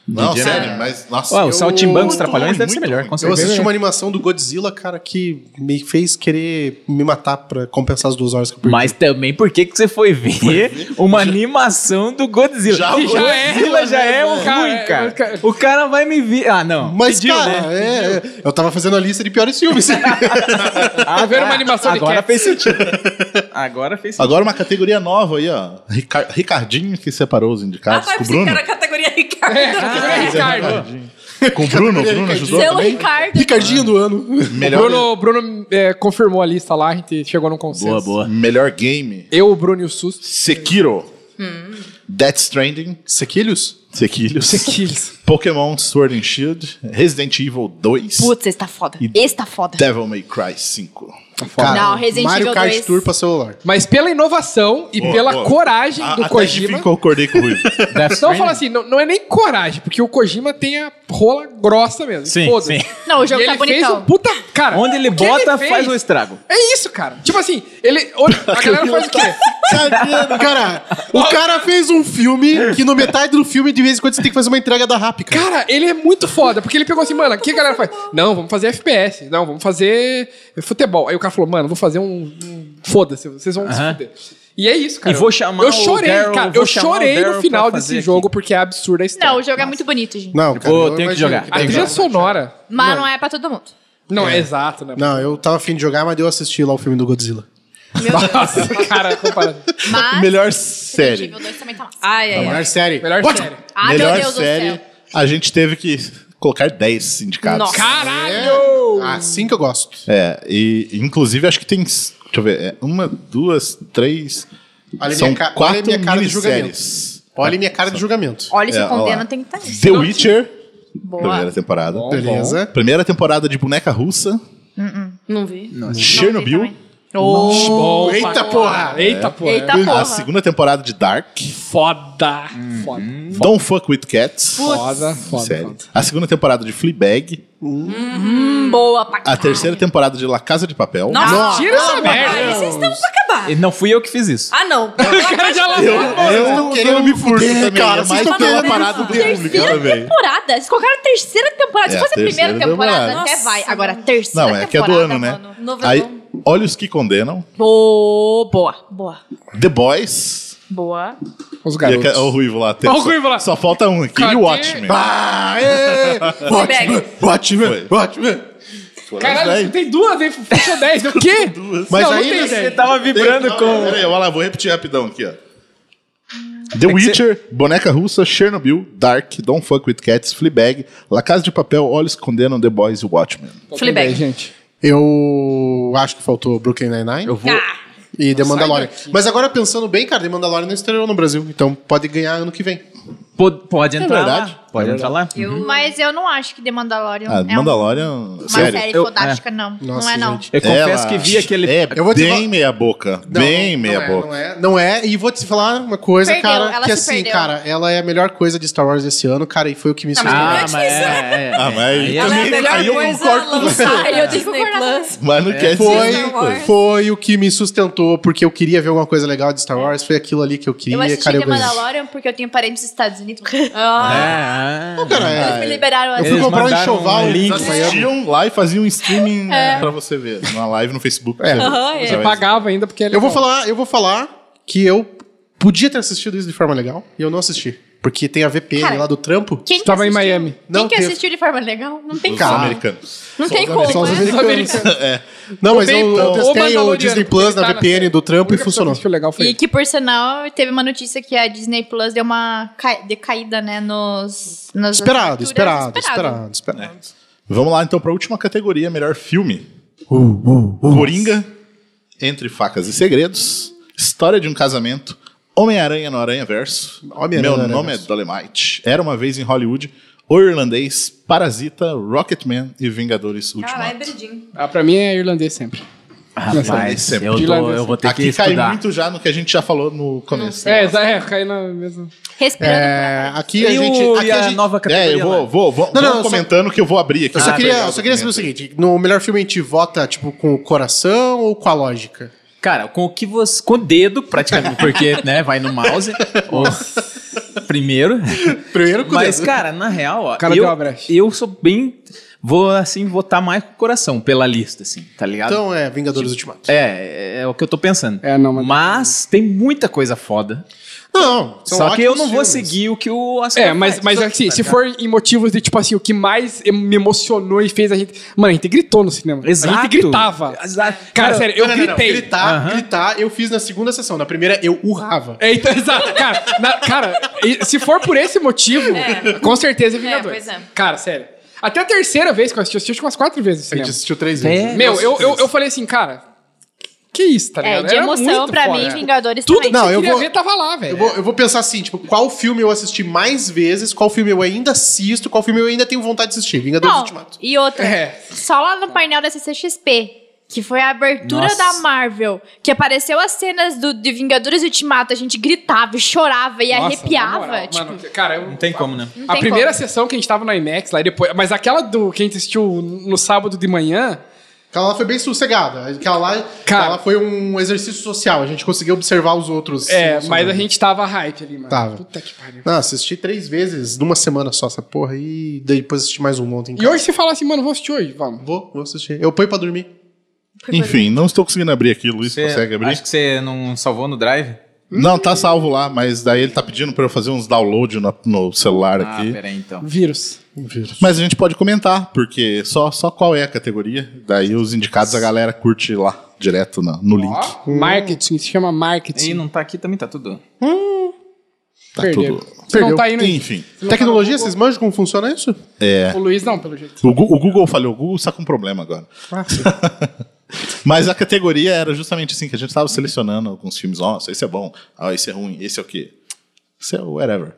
[SPEAKER 2] Não,
[SPEAKER 3] DJ,
[SPEAKER 2] sério,
[SPEAKER 3] né?
[SPEAKER 2] mas nossa.
[SPEAKER 3] Ué, o
[SPEAKER 2] eu-
[SPEAKER 3] Saltimbancos
[SPEAKER 2] muito
[SPEAKER 3] Trapalhões
[SPEAKER 2] ruim,
[SPEAKER 3] deve ser
[SPEAKER 2] muito
[SPEAKER 3] melhor,
[SPEAKER 2] ruim.
[SPEAKER 3] com
[SPEAKER 5] Eu
[SPEAKER 3] certeza.
[SPEAKER 5] assisti uma animação do Godzilla, cara, que me fez querer me matar pra compensar as duas horas que eu perdi.
[SPEAKER 3] Mas também por que, que você foi ver uma animação do Godzilla?
[SPEAKER 2] Já
[SPEAKER 3] Que
[SPEAKER 2] o
[SPEAKER 3] já é,
[SPEAKER 2] Godzilla,
[SPEAKER 3] já
[SPEAKER 2] né,
[SPEAKER 3] é
[SPEAKER 2] mano?
[SPEAKER 3] ruim,
[SPEAKER 7] Cara,
[SPEAKER 3] cara.
[SPEAKER 7] eu- cara-
[SPEAKER 3] O cara vai me vir. Ah, não.
[SPEAKER 5] Mas,
[SPEAKER 3] Pediu,
[SPEAKER 5] cara,
[SPEAKER 3] né?
[SPEAKER 5] é, é, eu tava fazendo a lista de piores filmes.
[SPEAKER 3] Ah,
[SPEAKER 7] Tá vendo uma
[SPEAKER 3] tá.
[SPEAKER 7] animação de
[SPEAKER 3] Agora
[SPEAKER 7] Cats?
[SPEAKER 3] fez sentido. Agora fez sentido.
[SPEAKER 2] Agora uma categoria nova aí, ó. Rica- Ricardinho que separou os
[SPEAKER 4] Ah,
[SPEAKER 2] indicados
[SPEAKER 4] tá,
[SPEAKER 2] com o
[SPEAKER 4] esse
[SPEAKER 2] Bruno.
[SPEAKER 4] cara
[SPEAKER 6] É.
[SPEAKER 4] categoria Ricardo.
[SPEAKER 7] Segura aí, Ah, é, Ricardo.
[SPEAKER 2] Com o Bruno, o Bruno ajudou
[SPEAKER 6] Selo
[SPEAKER 2] também.
[SPEAKER 6] é Ricardo.
[SPEAKER 5] Ricardinho do ano.
[SPEAKER 2] Melhor
[SPEAKER 7] Bruno, Bruno é, confirmou a lista lá, a gente chegou num consenso.
[SPEAKER 3] Boa, boa.
[SPEAKER 2] Melhor game.
[SPEAKER 7] Eu, o Bruno e o Susto.
[SPEAKER 2] Sekiro. Death Stranding. Sequilhos? Sequilhos.
[SPEAKER 7] Kills.
[SPEAKER 2] Pokémon Sword and Shield, Resident Evil 2
[SPEAKER 6] Putz, esse tá foda.
[SPEAKER 2] E-
[SPEAKER 6] Esse tá foda.
[SPEAKER 2] Devil May Cry 5.
[SPEAKER 6] Não, Resident
[SPEAKER 5] Mario
[SPEAKER 6] Evil
[SPEAKER 5] Kart
[SPEAKER 6] 2.
[SPEAKER 5] Tour pra celular.
[SPEAKER 7] Mas pela inovação e
[SPEAKER 2] Boa,
[SPEAKER 7] pela
[SPEAKER 2] boa.
[SPEAKER 7] coragem
[SPEAKER 2] A-
[SPEAKER 7] do
[SPEAKER 2] até que
[SPEAKER 7] Kojima.
[SPEAKER 2] fim concordei com o Ruivo.
[SPEAKER 7] Não fala assim, não, não é nem coragem, porque o Kojima tem a rola grossa mesmo.
[SPEAKER 3] Sim,
[SPEAKER 7] Foda-se.
[SPEAKER 3] sim.
[SPEAKER 6] Não, o jogo
[SPEAKER 7] E
[SPEAKER 6] tá
[SPEAKER 7] ele fez
[SPEAKER 6] bonitão.
[SPEAKER 7] um puta. Cara,
[SPEAKER 3] Onde ele
[SPEAKER 7] o que
[SPEAKER 3] bota,
[SPEAKER 7] ele fez-
[SPEAKER 3] faz um o estrago.
[SPEAKER 7] É isso, cara. Tipo assim, ele. A galera faz o quê?
[SPEAKER 5] Sabe, cara, o cara fez um filme que no metade do filme, de vez em quando, você tem que fazer uma entrega da RAP, cara.
[SPEAKER 7] Cara, ele é muito foda, porque ele pegou assim, mano, o que a galera faz? Não, vamos fazer FPS, não, vamos fazer futebol. Aí o cara falou, mano, vou fazer um. um- Foda-se, vocês vão se
[SPEAKER 3] Aham.
[SPEAKER 7] fuder. E é isso, cara.
[SPEAKER 3] E vou chamar
[SPEAKER 7] Eu
[SPEAKER 3] o
[SPEAKER 7] chorei,
[SPEAKER 3] Daryl,
[SPEAKER 7] cara.
[SPEAKER 3] vou
[SPEAKER 7] Eu
[SPEAKER 3] chamar o
[SPEAKER 7] chorei
[SPEAKER 3] Daryl
[SPEAKER 7] no final
[SPEAKER 3] pra fazer
[SPEAKER 7] desse
[SPEAKER 3] aqui.
[SPEAKER 7] jogo, porque é absurda a história.
[SPEAKER 6] Não, o jogo é muito bonito, gente.
[SPEAKER 5] Não, cara.
[SPEAKER 3] Pô, tenho que
[SPEAKER 5] imagino
[SPEAKER 3] jogar.
[SPEAKER 7] A
[SPEAKER 5] tem
[SPEAKER 7] trilha
[SPEAKER 5] é que jogar.
[SPEAKER 7] sonora.
[SPEAKER 6] Mas não é pra todo mundo.
[SPEAKER 7] Não, é exato, né?
[SPEAKER 5] Não, eu tava afim de jogar, mas eu assisti lá o filme do Godzilla.
[SPEAKER 7] Nossa, cara, comparando.
[SPEAKER 6] Mas é
[SPEAKER 2] Melhor
[SPEAKER 6] Resident
[SPEAKER 2] série.
[SPEAKER 6] Evil 2 também tá massa.
[SPEAKER 4] Ai, ai, ai.
[SPEAKER 5] Melhor série.
[SPEAKER 7] Melhor
[SPEAKER 5] What?
[SPEAKER 7] série.
[SPEAKER 6] Ah,
[SPEAKER 2] Melhor
[SPEAKER 6] meu Deus
[SPEAKER 2] série.
[SPEAKER 6] do céu.
[SPEAKER 2] A gente teve que colocar 10 sindicatos.
[SPEAKER 4] Nossa.
[SPEAKER 7] Caralho!
[SPEAKER 5] Assim que eu gosto.
[SPEAKER 2] É, e inclusive acho que tem. Deixa eu ver. é, uma, duas, três.
[SPEAKER 5] Olha
[SPEAKER 2] são
[SPEAKER 5] minha ca- olha
[SPEAKER 2] quatro
[SPEAKER 5] minha cara de
[SPEAKER 2] minisséries.
[SPEAKER 5] Olha minha cara de julgamento.
[SPEAKER 6] Olha, se
[SPEAKER 2] É, ó lá.
[SPEAKER 6] condena tem que tá estar
[SPEAKER 2] The Witcher, primeira
[SPEAKER 6] Boa.
[SPEAKER 2] temporada.
[SPEAKER 5] Beleza.
[SPEAKER 2] Primeira temporada de Boneca Russa.
[SPEAKER 4] Não vi.
[SPEAKER 2] Chernobyl.
[SPEAKER 6] Não vi também. Oh,
[SPEAKER 7] Bom,
[SPEAKER 5] Eita
[SPEAKER 7] pá.
[SPEAKER 5] porra!
[SPEAKER 7] Eita, porra.
[SPEAKER 6] Eita
[SPEAKER 2] A
[SPEAKER 6] porra.
[SPEAKER 2] segunda temporada de Dark.
[SPEAKER 7] Foda. Foda.
[SPEAKER 3] Uhum.
[SPEAKER 2] Don't Fuck With Cats.
[SPEAKER 7] Foda, foda,
[SPEAKER 2] Série.
[SPEAKER 7] foda.
[SPEAKER 2] A segunda temporada de Fleabag.
[SPEAKER 6] boa pra
[SPEAKER 2] A terceira temporada de La Casa de Papel.
[SPEAKER 4] Nossa,
[SPEAKER 7] Tira essa
[SPEAKER 4] Ai,
[SPEAKER 7] merda.
[SPEAKER 4] vocês estão pra acabar.
[SPEAKER 3] E Não fui eu que fiz isso.
[SPEAKER 4] Ah, não.
[SPEAKER 7] cara já lavou.
[SPEAKER 2] Eu não querendo me fuder, também.
[SPEAKER 5] cara,
[SPEAKER 2] é
[SPEAKER 5] vocês
[SPEAKER 2] mais
[SPEAKER 5] estão
[SPEAKER 2] pela
[SPEAKER 5] querendo
[SPEAKER 2] parada do público
[SPEAKER 6] Terceira
[SPEAKER 2] também.
[SPEAKER 6] temporada. Eles colocaram a terceira
[SPEAKER 2] É,
[SPEAKER 6] temporada. Se fosse a
[SPEAKER 2] a terceira
[SPEAKER 6] primeira temporada,
[SPEAKER 2] temporada.
[SPEAKER 6] até
[SPEAKER 4] Nossa,
[SPEAKER 6] vai. Agora, a terceira
[SPEAKER 2] Não, é que é do
[SPEAKER 6] temporada,
[SPEAKER 2] ano, né?
[SPEAKER 6] mano.
[SPEAKER 4] Novelão.
[SPEAKER 2] Aí, olha os que condenam.
[SPEAKER 6] Boa, boa, boa,
[SPEAKER 2] The Boys.
[SPEAKER 6] boa.
[SPEAKER 7] Os
[SPEAKER 2] E aque- Olha o Ruivo lá. tem-
[SPEAKER 7] Olha o
[SPEAKER 2] só-
[SPEAKER 7] Ruivo lá.
[SPEAKER 2] Só falta um aqui.
[SPEAKER 7] Cadê?
[SPEAKER 2] E o Watchmen.
[SPEAKER 5] Ah, é! Watchmen! Watchmen!
[SPEAKER 2] Foi.
[SPEAKER 5] Watchmen!
[SPEAKER 7] Caralho, você tem duas, hein? Fechou 10. O quê? Duas.
[SPEAKER 5] Mas
[SPEAKER 7] não,
[SPEAKER 5] aí
[SPEAKER 7] não tem
[SPEAKER 5] você
[SPEAKER 7] dez.
[SPEAKER 3] tava vibrando
[SPEAKER 2] Não,
[SPEAKER 3] com.
[SPEAKER 2] Peraí, olha lá, vou repetir rapidão aqui, ó. The
[SPEAKER 3] que
[SPEAKER 2] Witcher, Boneca Russa, Chernobyl, Dark, Don't Fuck With Cats, Fleabag, La Casa de Papel, Olhos que Condenam, The Boys e Watchmen.
[SPEAKER 4] Fleabag.
[SPEAKER 7] É, gente.
[SPEAKER 5] Eu acho que faltou Brooklyn Nine-Nine
[SPEAKER 3] Eu vou.
[SPEAKER 6] Ah.
[SPEAKER 5] e The Mandalorian.
[SPEAKER 7] daqui.
[SPEAKER 5] Mas agora pensando bem, cara, The Mandalorian não estreou no Brasil, então pode ganhar ano que vem.
[SPEAKER 3] Pode, pode entrar
[SPEAKER 2] verdade.
[SPEAKER 3] lá. Pode entrar lá.
[SPEAKER 6] Mas eu não acho que The Mandalorian
[SPEAKER 2] Ah,
[SPEAKER 6] é um-
[SPEAKER 2] Mandalorian,
[SPEAKER 6] uma
[SPEAKER 2] sério.
[SPEAKER 6] série
[SPEAKER 3] Eu-
[SPEAKER 6] fodástica, não.
[SPEAKER 5] Nossa,
[SPEAKER 6] não é, não.
[SPEAKER 5] gente.
[SPEAKER 3] Eu confesso
[SPEAKER 2] Ela
[SPEAKER 3] que vi aquele.
[SPEAKER 2] É,
[SPEAKER 5] Eu vou te
[SPEAKER 2] bem
[SPEAKER 5] falar-
[SPEAKER 2] meia boca.
[SPEAKER 5] Não,
[SPEAKER 2] bem
[SPEAKER 5] não
[SPEAKER 2] meia
[SPEAKER 5] é,
[SPEAKER 2] boca.
[SPEAKER 5] Não é, não é, e vou te falar uma coisa,
[SPEAKER 6] Perdeu,
[SPEAKER 5] cara,
[SPEAKER 6] ela
[SPEAKER 5] que
[SPEAKER 6] se
[SPEAKER 5] assim,
[SPEAKER 6] perdeu.
[SPEAKER 5] cara, ela é a melhor coisa de Star Wars esse ano, cara, e foi o que me
[SPEAKER 4] mas
[SPEAKER 5] surpreendeu.
[SPEAKER 4] não
[SPEAKER 3] Ah,
[SPEAKER 4] é
[SPEAKER 3] mas é, é, é.
[SPEAKER 2] Ah, mas aí
[SPEAKER 3] Aí
[SPEAKER 4] Ela é a
[SPEAKER 2] também-
[SPEAKER 4] melhor
[SPEAKER 2] aí eu
[SPEAKER 4] coisa
[SPEAKER 2] concordo com você. É.
[SPEAKER 4] lançada
[SPEAKER 6] Eu
[SPEAKER 4] na
[SPEAKER 6] tenho que
[SPEAKER 4] Disney
[SPEAKER 6] concordar.
[SPEAKER 4] Plus.
[SPEAKER 2] Mas não quer dizer
[SPEAKER 5] Foi,
[SPEAKER 4] Star Wars.
[SPEAKER 5] foi o que me sustentou, porque eu queria ver alguma coisa legal de Star Wars, foi aquilo ali que eu queria,
[SPEAKER 6] Eu assisti
[SPEAKER 5] cara,
[SPEAKER 6] The
[SPEAKER 5] eu ganhei.
[SPEAKER 6] Mandalorian porque eu tenho parentes nos Estados Unidos.
[SPEAKER 4] Ah,
[SPEAKER 3] Ah,
[SPEAKER 5] Cara, é-
[SPEAKER 6] Eles me liberaram
[SPEAKER 5] eu
[SPEAKER 6] assim.
[SPEAKER 5] fui
[SPEAKER 3] Eles
[SPEAKER 5] comprar um
[SPEAKER 3] mandaram
[SPEAKER 5] enxoval
[SPEAKER 3] um link.
[SPEAKER 5] em Miami.
[SPEAKER 2] Assistiam lá e faziam um streaming
[SPEAKER 6] É.
[SPEAKER 2] pra você ver. Uma live no Facebook. pra
[SPEAKER 5] É.
[SPEAKER 2] ver.
[SPEAKER 4] Aham, é.
[SPEAKER 2] Você vai-
[SPEAKER 7] Pagava ainda porque ele. é
[SPEAKER 5] Eu vou falar, eu vou falar que eu podia ter assistido isso de forma legal e eu não assisti, porque tem a VPN
[SPEAKER 6] Cara,
[SPEAKER 5] lá do trampo.
[SPEAKER 6] Quem que
[SPEAKER 7] Tava em
[SPEAKER 6] assistiu?
[SPEAKER 7] Miami.
[SPEAKER 5] Não
[SPEAKER 6] Quem que
[SPEAKER 5] teve.
[SPEAKER 6] assistiu de forma legal? Não tem
[SPEAKER 2] Os
[SPEAKER 5] Cara.
[SPEAKER 6] como.
[SPEAKER 2] americanos.
[SPEAKER 6] Não tem
[SPEAKER 5] Só
[SPEAKER 6] como,
[SPEAKER 5] os
[SPEAKER 6] né?
[SPEAKER 5] americanos.
[SPEAKER 2] É.
[SPEAKER 5] Não, mas
[SPEAKER 7] bem,
[SPEAKER 5] eu, eu
[SPEAKER 7] o
[SPEAKER 5] testei o
[SPEAKER 7] Mandaloriano,
[SPEAKER 5] Disney
[SPEAKER 7] ele
[SPEAKER 5] Plus
[SPEAKER 7] tá
[SPEAKER 5] na
[SPEAKER 7] na
[SPEAKER 5] VPN
[SPEAKER 7] série.
[SPEAKER 5] do trampo e funcionou.
[SPEAKER 7] Que legal foi.
[SPEAKER 6] E que, por sinal, teve uma notícia que a Disney Plus deu uma ca- decaída, né, nos... nas
[SPEAKER 5] Esperado,
[SPEAKER 6] assinaturas.
[SPEAKER 5] esperado, esperado, esperado.
[SPEAKER 2] Vamos lá então pra última categoria, melhor filme.
[SPEAKER 3] Uh,
[SPEAKER 2] Coringa, Entre Facas e Segredos, História de um Casamento, Homem-Aranha no Aranha Verso, Meu
[SPEAKER 5] Homem-Aranha no
[SPEAKER 2] Nome é
[SPEAKER 5] Aranhaverso.
[SPEAKER 2] Dolemite, Era Uma Vez em Hollywood, O Irlandês, Parasita, Rocketman e Vingadores
[SPEAKER 4] Caralho,
[SPEAKER 2] Ultimato.
[SPEAKER 4] Bridinho.
[SPEAKER 7] Ah, pra mim é irlandês sempre.
[SPEAKER 3] rapaz, eu, tô- eu vou ter que
[SPEAKER 2] Aqui cai
[SPEAKER 3] estudar.
[SPEAKER 2] muito já no que a gente já falou no começo.
[SPEAKER 7] É, Zé, é, cai na mesma.
[SPEAKER 6] Respirando.
[SPEAKER 5] É, aqui a
[SPEAKER 3] E,
[SPEAKER 5] gente,
[SPEAKER 3] o,
[SPEAKER 5] aqui
[SPEAKER 3] e a,
[SPEAKER 5] a gente-
[SPEAKER 3] nova
[SPEAKER 2] É,
[SPEAKER 3] categoria. né?
[SPEAKER 2] eu vou,
[SPEAKER 3] lá?
[SPEAKER 2] vou, vou,
[SPEAKER 5] Não,
[SPEAKER 2] vou
[SPEAKER 5] não, eu só-
[SPEAKER 2] comentando que eu vou abrir aqui.
[SPEAKER 5] eu só
[SPEAKER 2] Ah,
[SPEAKER 5] queria,
[SPEAKER 2] legal,
[SPEAKER 5] eu só queria saber o
[SPEAKER 2] documento.
[SPEAKER 5] seguinte, no melhor filme a gente vota tipo com o coração ou com a lógica?
[SPEAKER 3] Cara, com o que você. Com o dedo, praticamente, porque, né, vai no mouse. ó, primeiro.
[SPEAKER 5] Primeiro com o
[SPEAKER 3] Mas,
[SPEAKER 5] dedo.
[SPEAKER 3] cara, na real, ó.
[SPEAKER 7] Cara,
[SPEAKER 3] eu,
[SPEAKER 7] deu uma brecha.
[SPEAKER 3] eu sou bem. Vou, assim, votar mais com o coração, pela lista, assim, tá ligado?
[SPEAKER 5] Então é Vingadores Ultimato.
[SPEAKER 3] é, é o que eu tô pensando.
[SPEAKER 7] É, não, mas-
[SPEAKER 3] mas. tem muita coisa foda.
[SPEAKER 5] Não, são
[SPEAKER 3] só que eu
[SPEAKER 5] ótimos
[SPEAKER 3] não vou
[SPEAKER 5] filmes.
[SPEAKER 3] seguir o que o Oscar
[SPEAKER 7] É, mas,
[SPEAKER 3] faz. tá
[SPEAKER 7] mas assim, se for em motivos de, tipo assim, o que mais em- me emocionou e fez a gente. Mano, a gente gritou no cinema.
[SPEAKER 3] Exato.
[SPEAKER 7] A gente gritava.
[SPEAKER 3] Exato.
[SPEAKER 7] Cara,
[SPEAKER 3] Não,
[SPEAKER 7] sério,
[SPEAKER 5] Não,
[SPEAKER 7] eu
[SPEAKER 5] não, não, não.
[SPEAKER 7] gritei.
[SPEAKER 5] Gritar,
[SPEAKER 3] Aham.
[SPEAKER 5] gritar, eu fiz na segunda sessão. Na primeira eu urrava.
[SPEAKER 7] É, então, exato, cara. na- cara, e se for por esse motivo,
[SPEAKER 4] É.
[SPEAKER 7] com certeza é Vingadores.
[SPEAKER 4] É, pois é.
[SPEAKER 7] Cara, sério. Até a É. terceira vez que eu assisti, eu assisti acho que umas quatro vezes no
[SPEAKER 5] A gente
[SPEAKER 7] cinema.
[SPEAKER 5] assistiu três
[SPEAKER 3] É.
[SPEAKER 5] vezes.
[SPEAKER 7] Meu, eu, eu, eu falei assim, cara, que isso, tá
[SPEAKER 6] É,
[SPEAKER 7] ligado?
[SPEAKER 6] de
[SPEAKER 7] Era
[SPEAKER 6] emoção,
[SPEAKER 7] muito
[SPEAKER 6] pra
[SPEAKER 7] foda.
[SPEAKER 6] mim, Vingadores
[SPEAKER 7] Tudo que
[SPEAKER 6] também.
[SPEAKER 5] Não,
[SPEAKER 7] não, você
[SPEAKER 5] eu
[SPEAKER 7] queria
[SPEAKER 5] vou-
[SPEAKER 7] ver tava lá, velho.
[SPEAKER 5] Eu vou, eu vou pensar assim, tipo, qual filme eu assisti mais vezes, qual filme eu ainda assisto, qual filme eu ainda tenho vontade de assistir. Vingadores
[SPEAKER 6] Não,
[SPEAKER 5] Ultimato.
[SPEAKER 6] e outra,
[SPEAKER 7] É.
[SPEAKER 6] só lá no painel da CCXP, que foi a abertura
[SPEAKER 3] Nossa.
[SPEAKER 6] da Marvel, que apareceu as cenas do, de Vingadores Ultimato, a gente gritava e chorava e
[SPEAKER 7] Nossa,
[SPEAKER 6] arrepiava.
[SPEAKER 7] na moral,
[SPEAKER 6] tipo,
[SPEAKER 7] mano, cara, eu-
[SPEAKER 3] Não tem como, né?
[SPEAKER 6] não
[SPEAKER 7] a
[SPEAKER 6] tem
[SPEAKER 7] primeira
[SPEAKER 6] como.
[SPEAKER 7] sessão que a gente tava no IMAX lá e depois. Mas aquela do que a gente assistiu no sábado de manhã.
[SPEAKER 5] Aquela lá foi bem sossegada. Aquela lá,
[SPEAKER 7] Cara-
[SPEAKER 5] aquela lá foi um exercício social, a gente conseguiu observar os outros.
[SPEAKER 7] É,
[SPEAKER 5] Sim,
[SPEAKER 7] mas a
[SPEAKER 5] sim.
[SPEAKER 7] gente tava hype ali, mano.
[SPEAKER 5] Tava.
[SPEAKER 7] Puta que pariu.
[SPEAKER 5] Não, assisti três vezes numa semana só essa porra e daí depois assisti mais um ontem. em
[SPEAKER 7] E
[SPEAKER 5] casa.
[SPEAKER 7] hoje você fala assim, mano, vou assistir hoje, vamos.
[SPEAKER 5] Vou, vou assistir. Eu ponho pra dormir.
[SPEAKER 2] Enfim, não estou conseguindo abrir aqui, Luiz.
[SPEAKER 3] Você-
[SPEAKER 2] consegue abrir?
[SPEAKER 3] Acho que você não salvou no drive?
[SPEAKER 2] Não, tá salvo lá, mas daí ele tá pedindo pra eu fazer uns download na- no celular
[SPEAKER 3] Ah,
[SPEAKER 2] Tá aqui.
[SPEAKER 3] peraí então.
[SPEAKER 7] Vírus.
[SPEAKER 2] Mas a gente pode comentar, porque só, só qual é a categoria. Daí os indicados a galera curte lá, direto na- no link.
[SPEAKER 7] Ó,
[SPEAKER 5] Hum.
[SPEAKER 7] marketing, se chama marketing.
[SPEAKER 3] E não tá aqui também, tá tudo.
[SPEAKER 2] tá
[SPEAKER 7] Perdeu.
[SPEAKER 2] tudo.
[SPEAKER 7] Você não tá indo aí.
[SPEAKER 2] Enfim. é,
[SPEAKER 5] Tecnologia, vocês manjam como funciona isso?
[SPEAKER 7] O Luiz não, pelo jeito.
[SPEAKER 2] O, Gu- o Google falhou, o Google está com problema agora.
[SPEAKER 7] Ah,
[SPEAKER 2] Mas a categoria era justamente assim, que a gente estava selecionando alguns filmes. Nossa, esse é bom, ah, esse é ruim, esse é o quê? Esse é o whatever.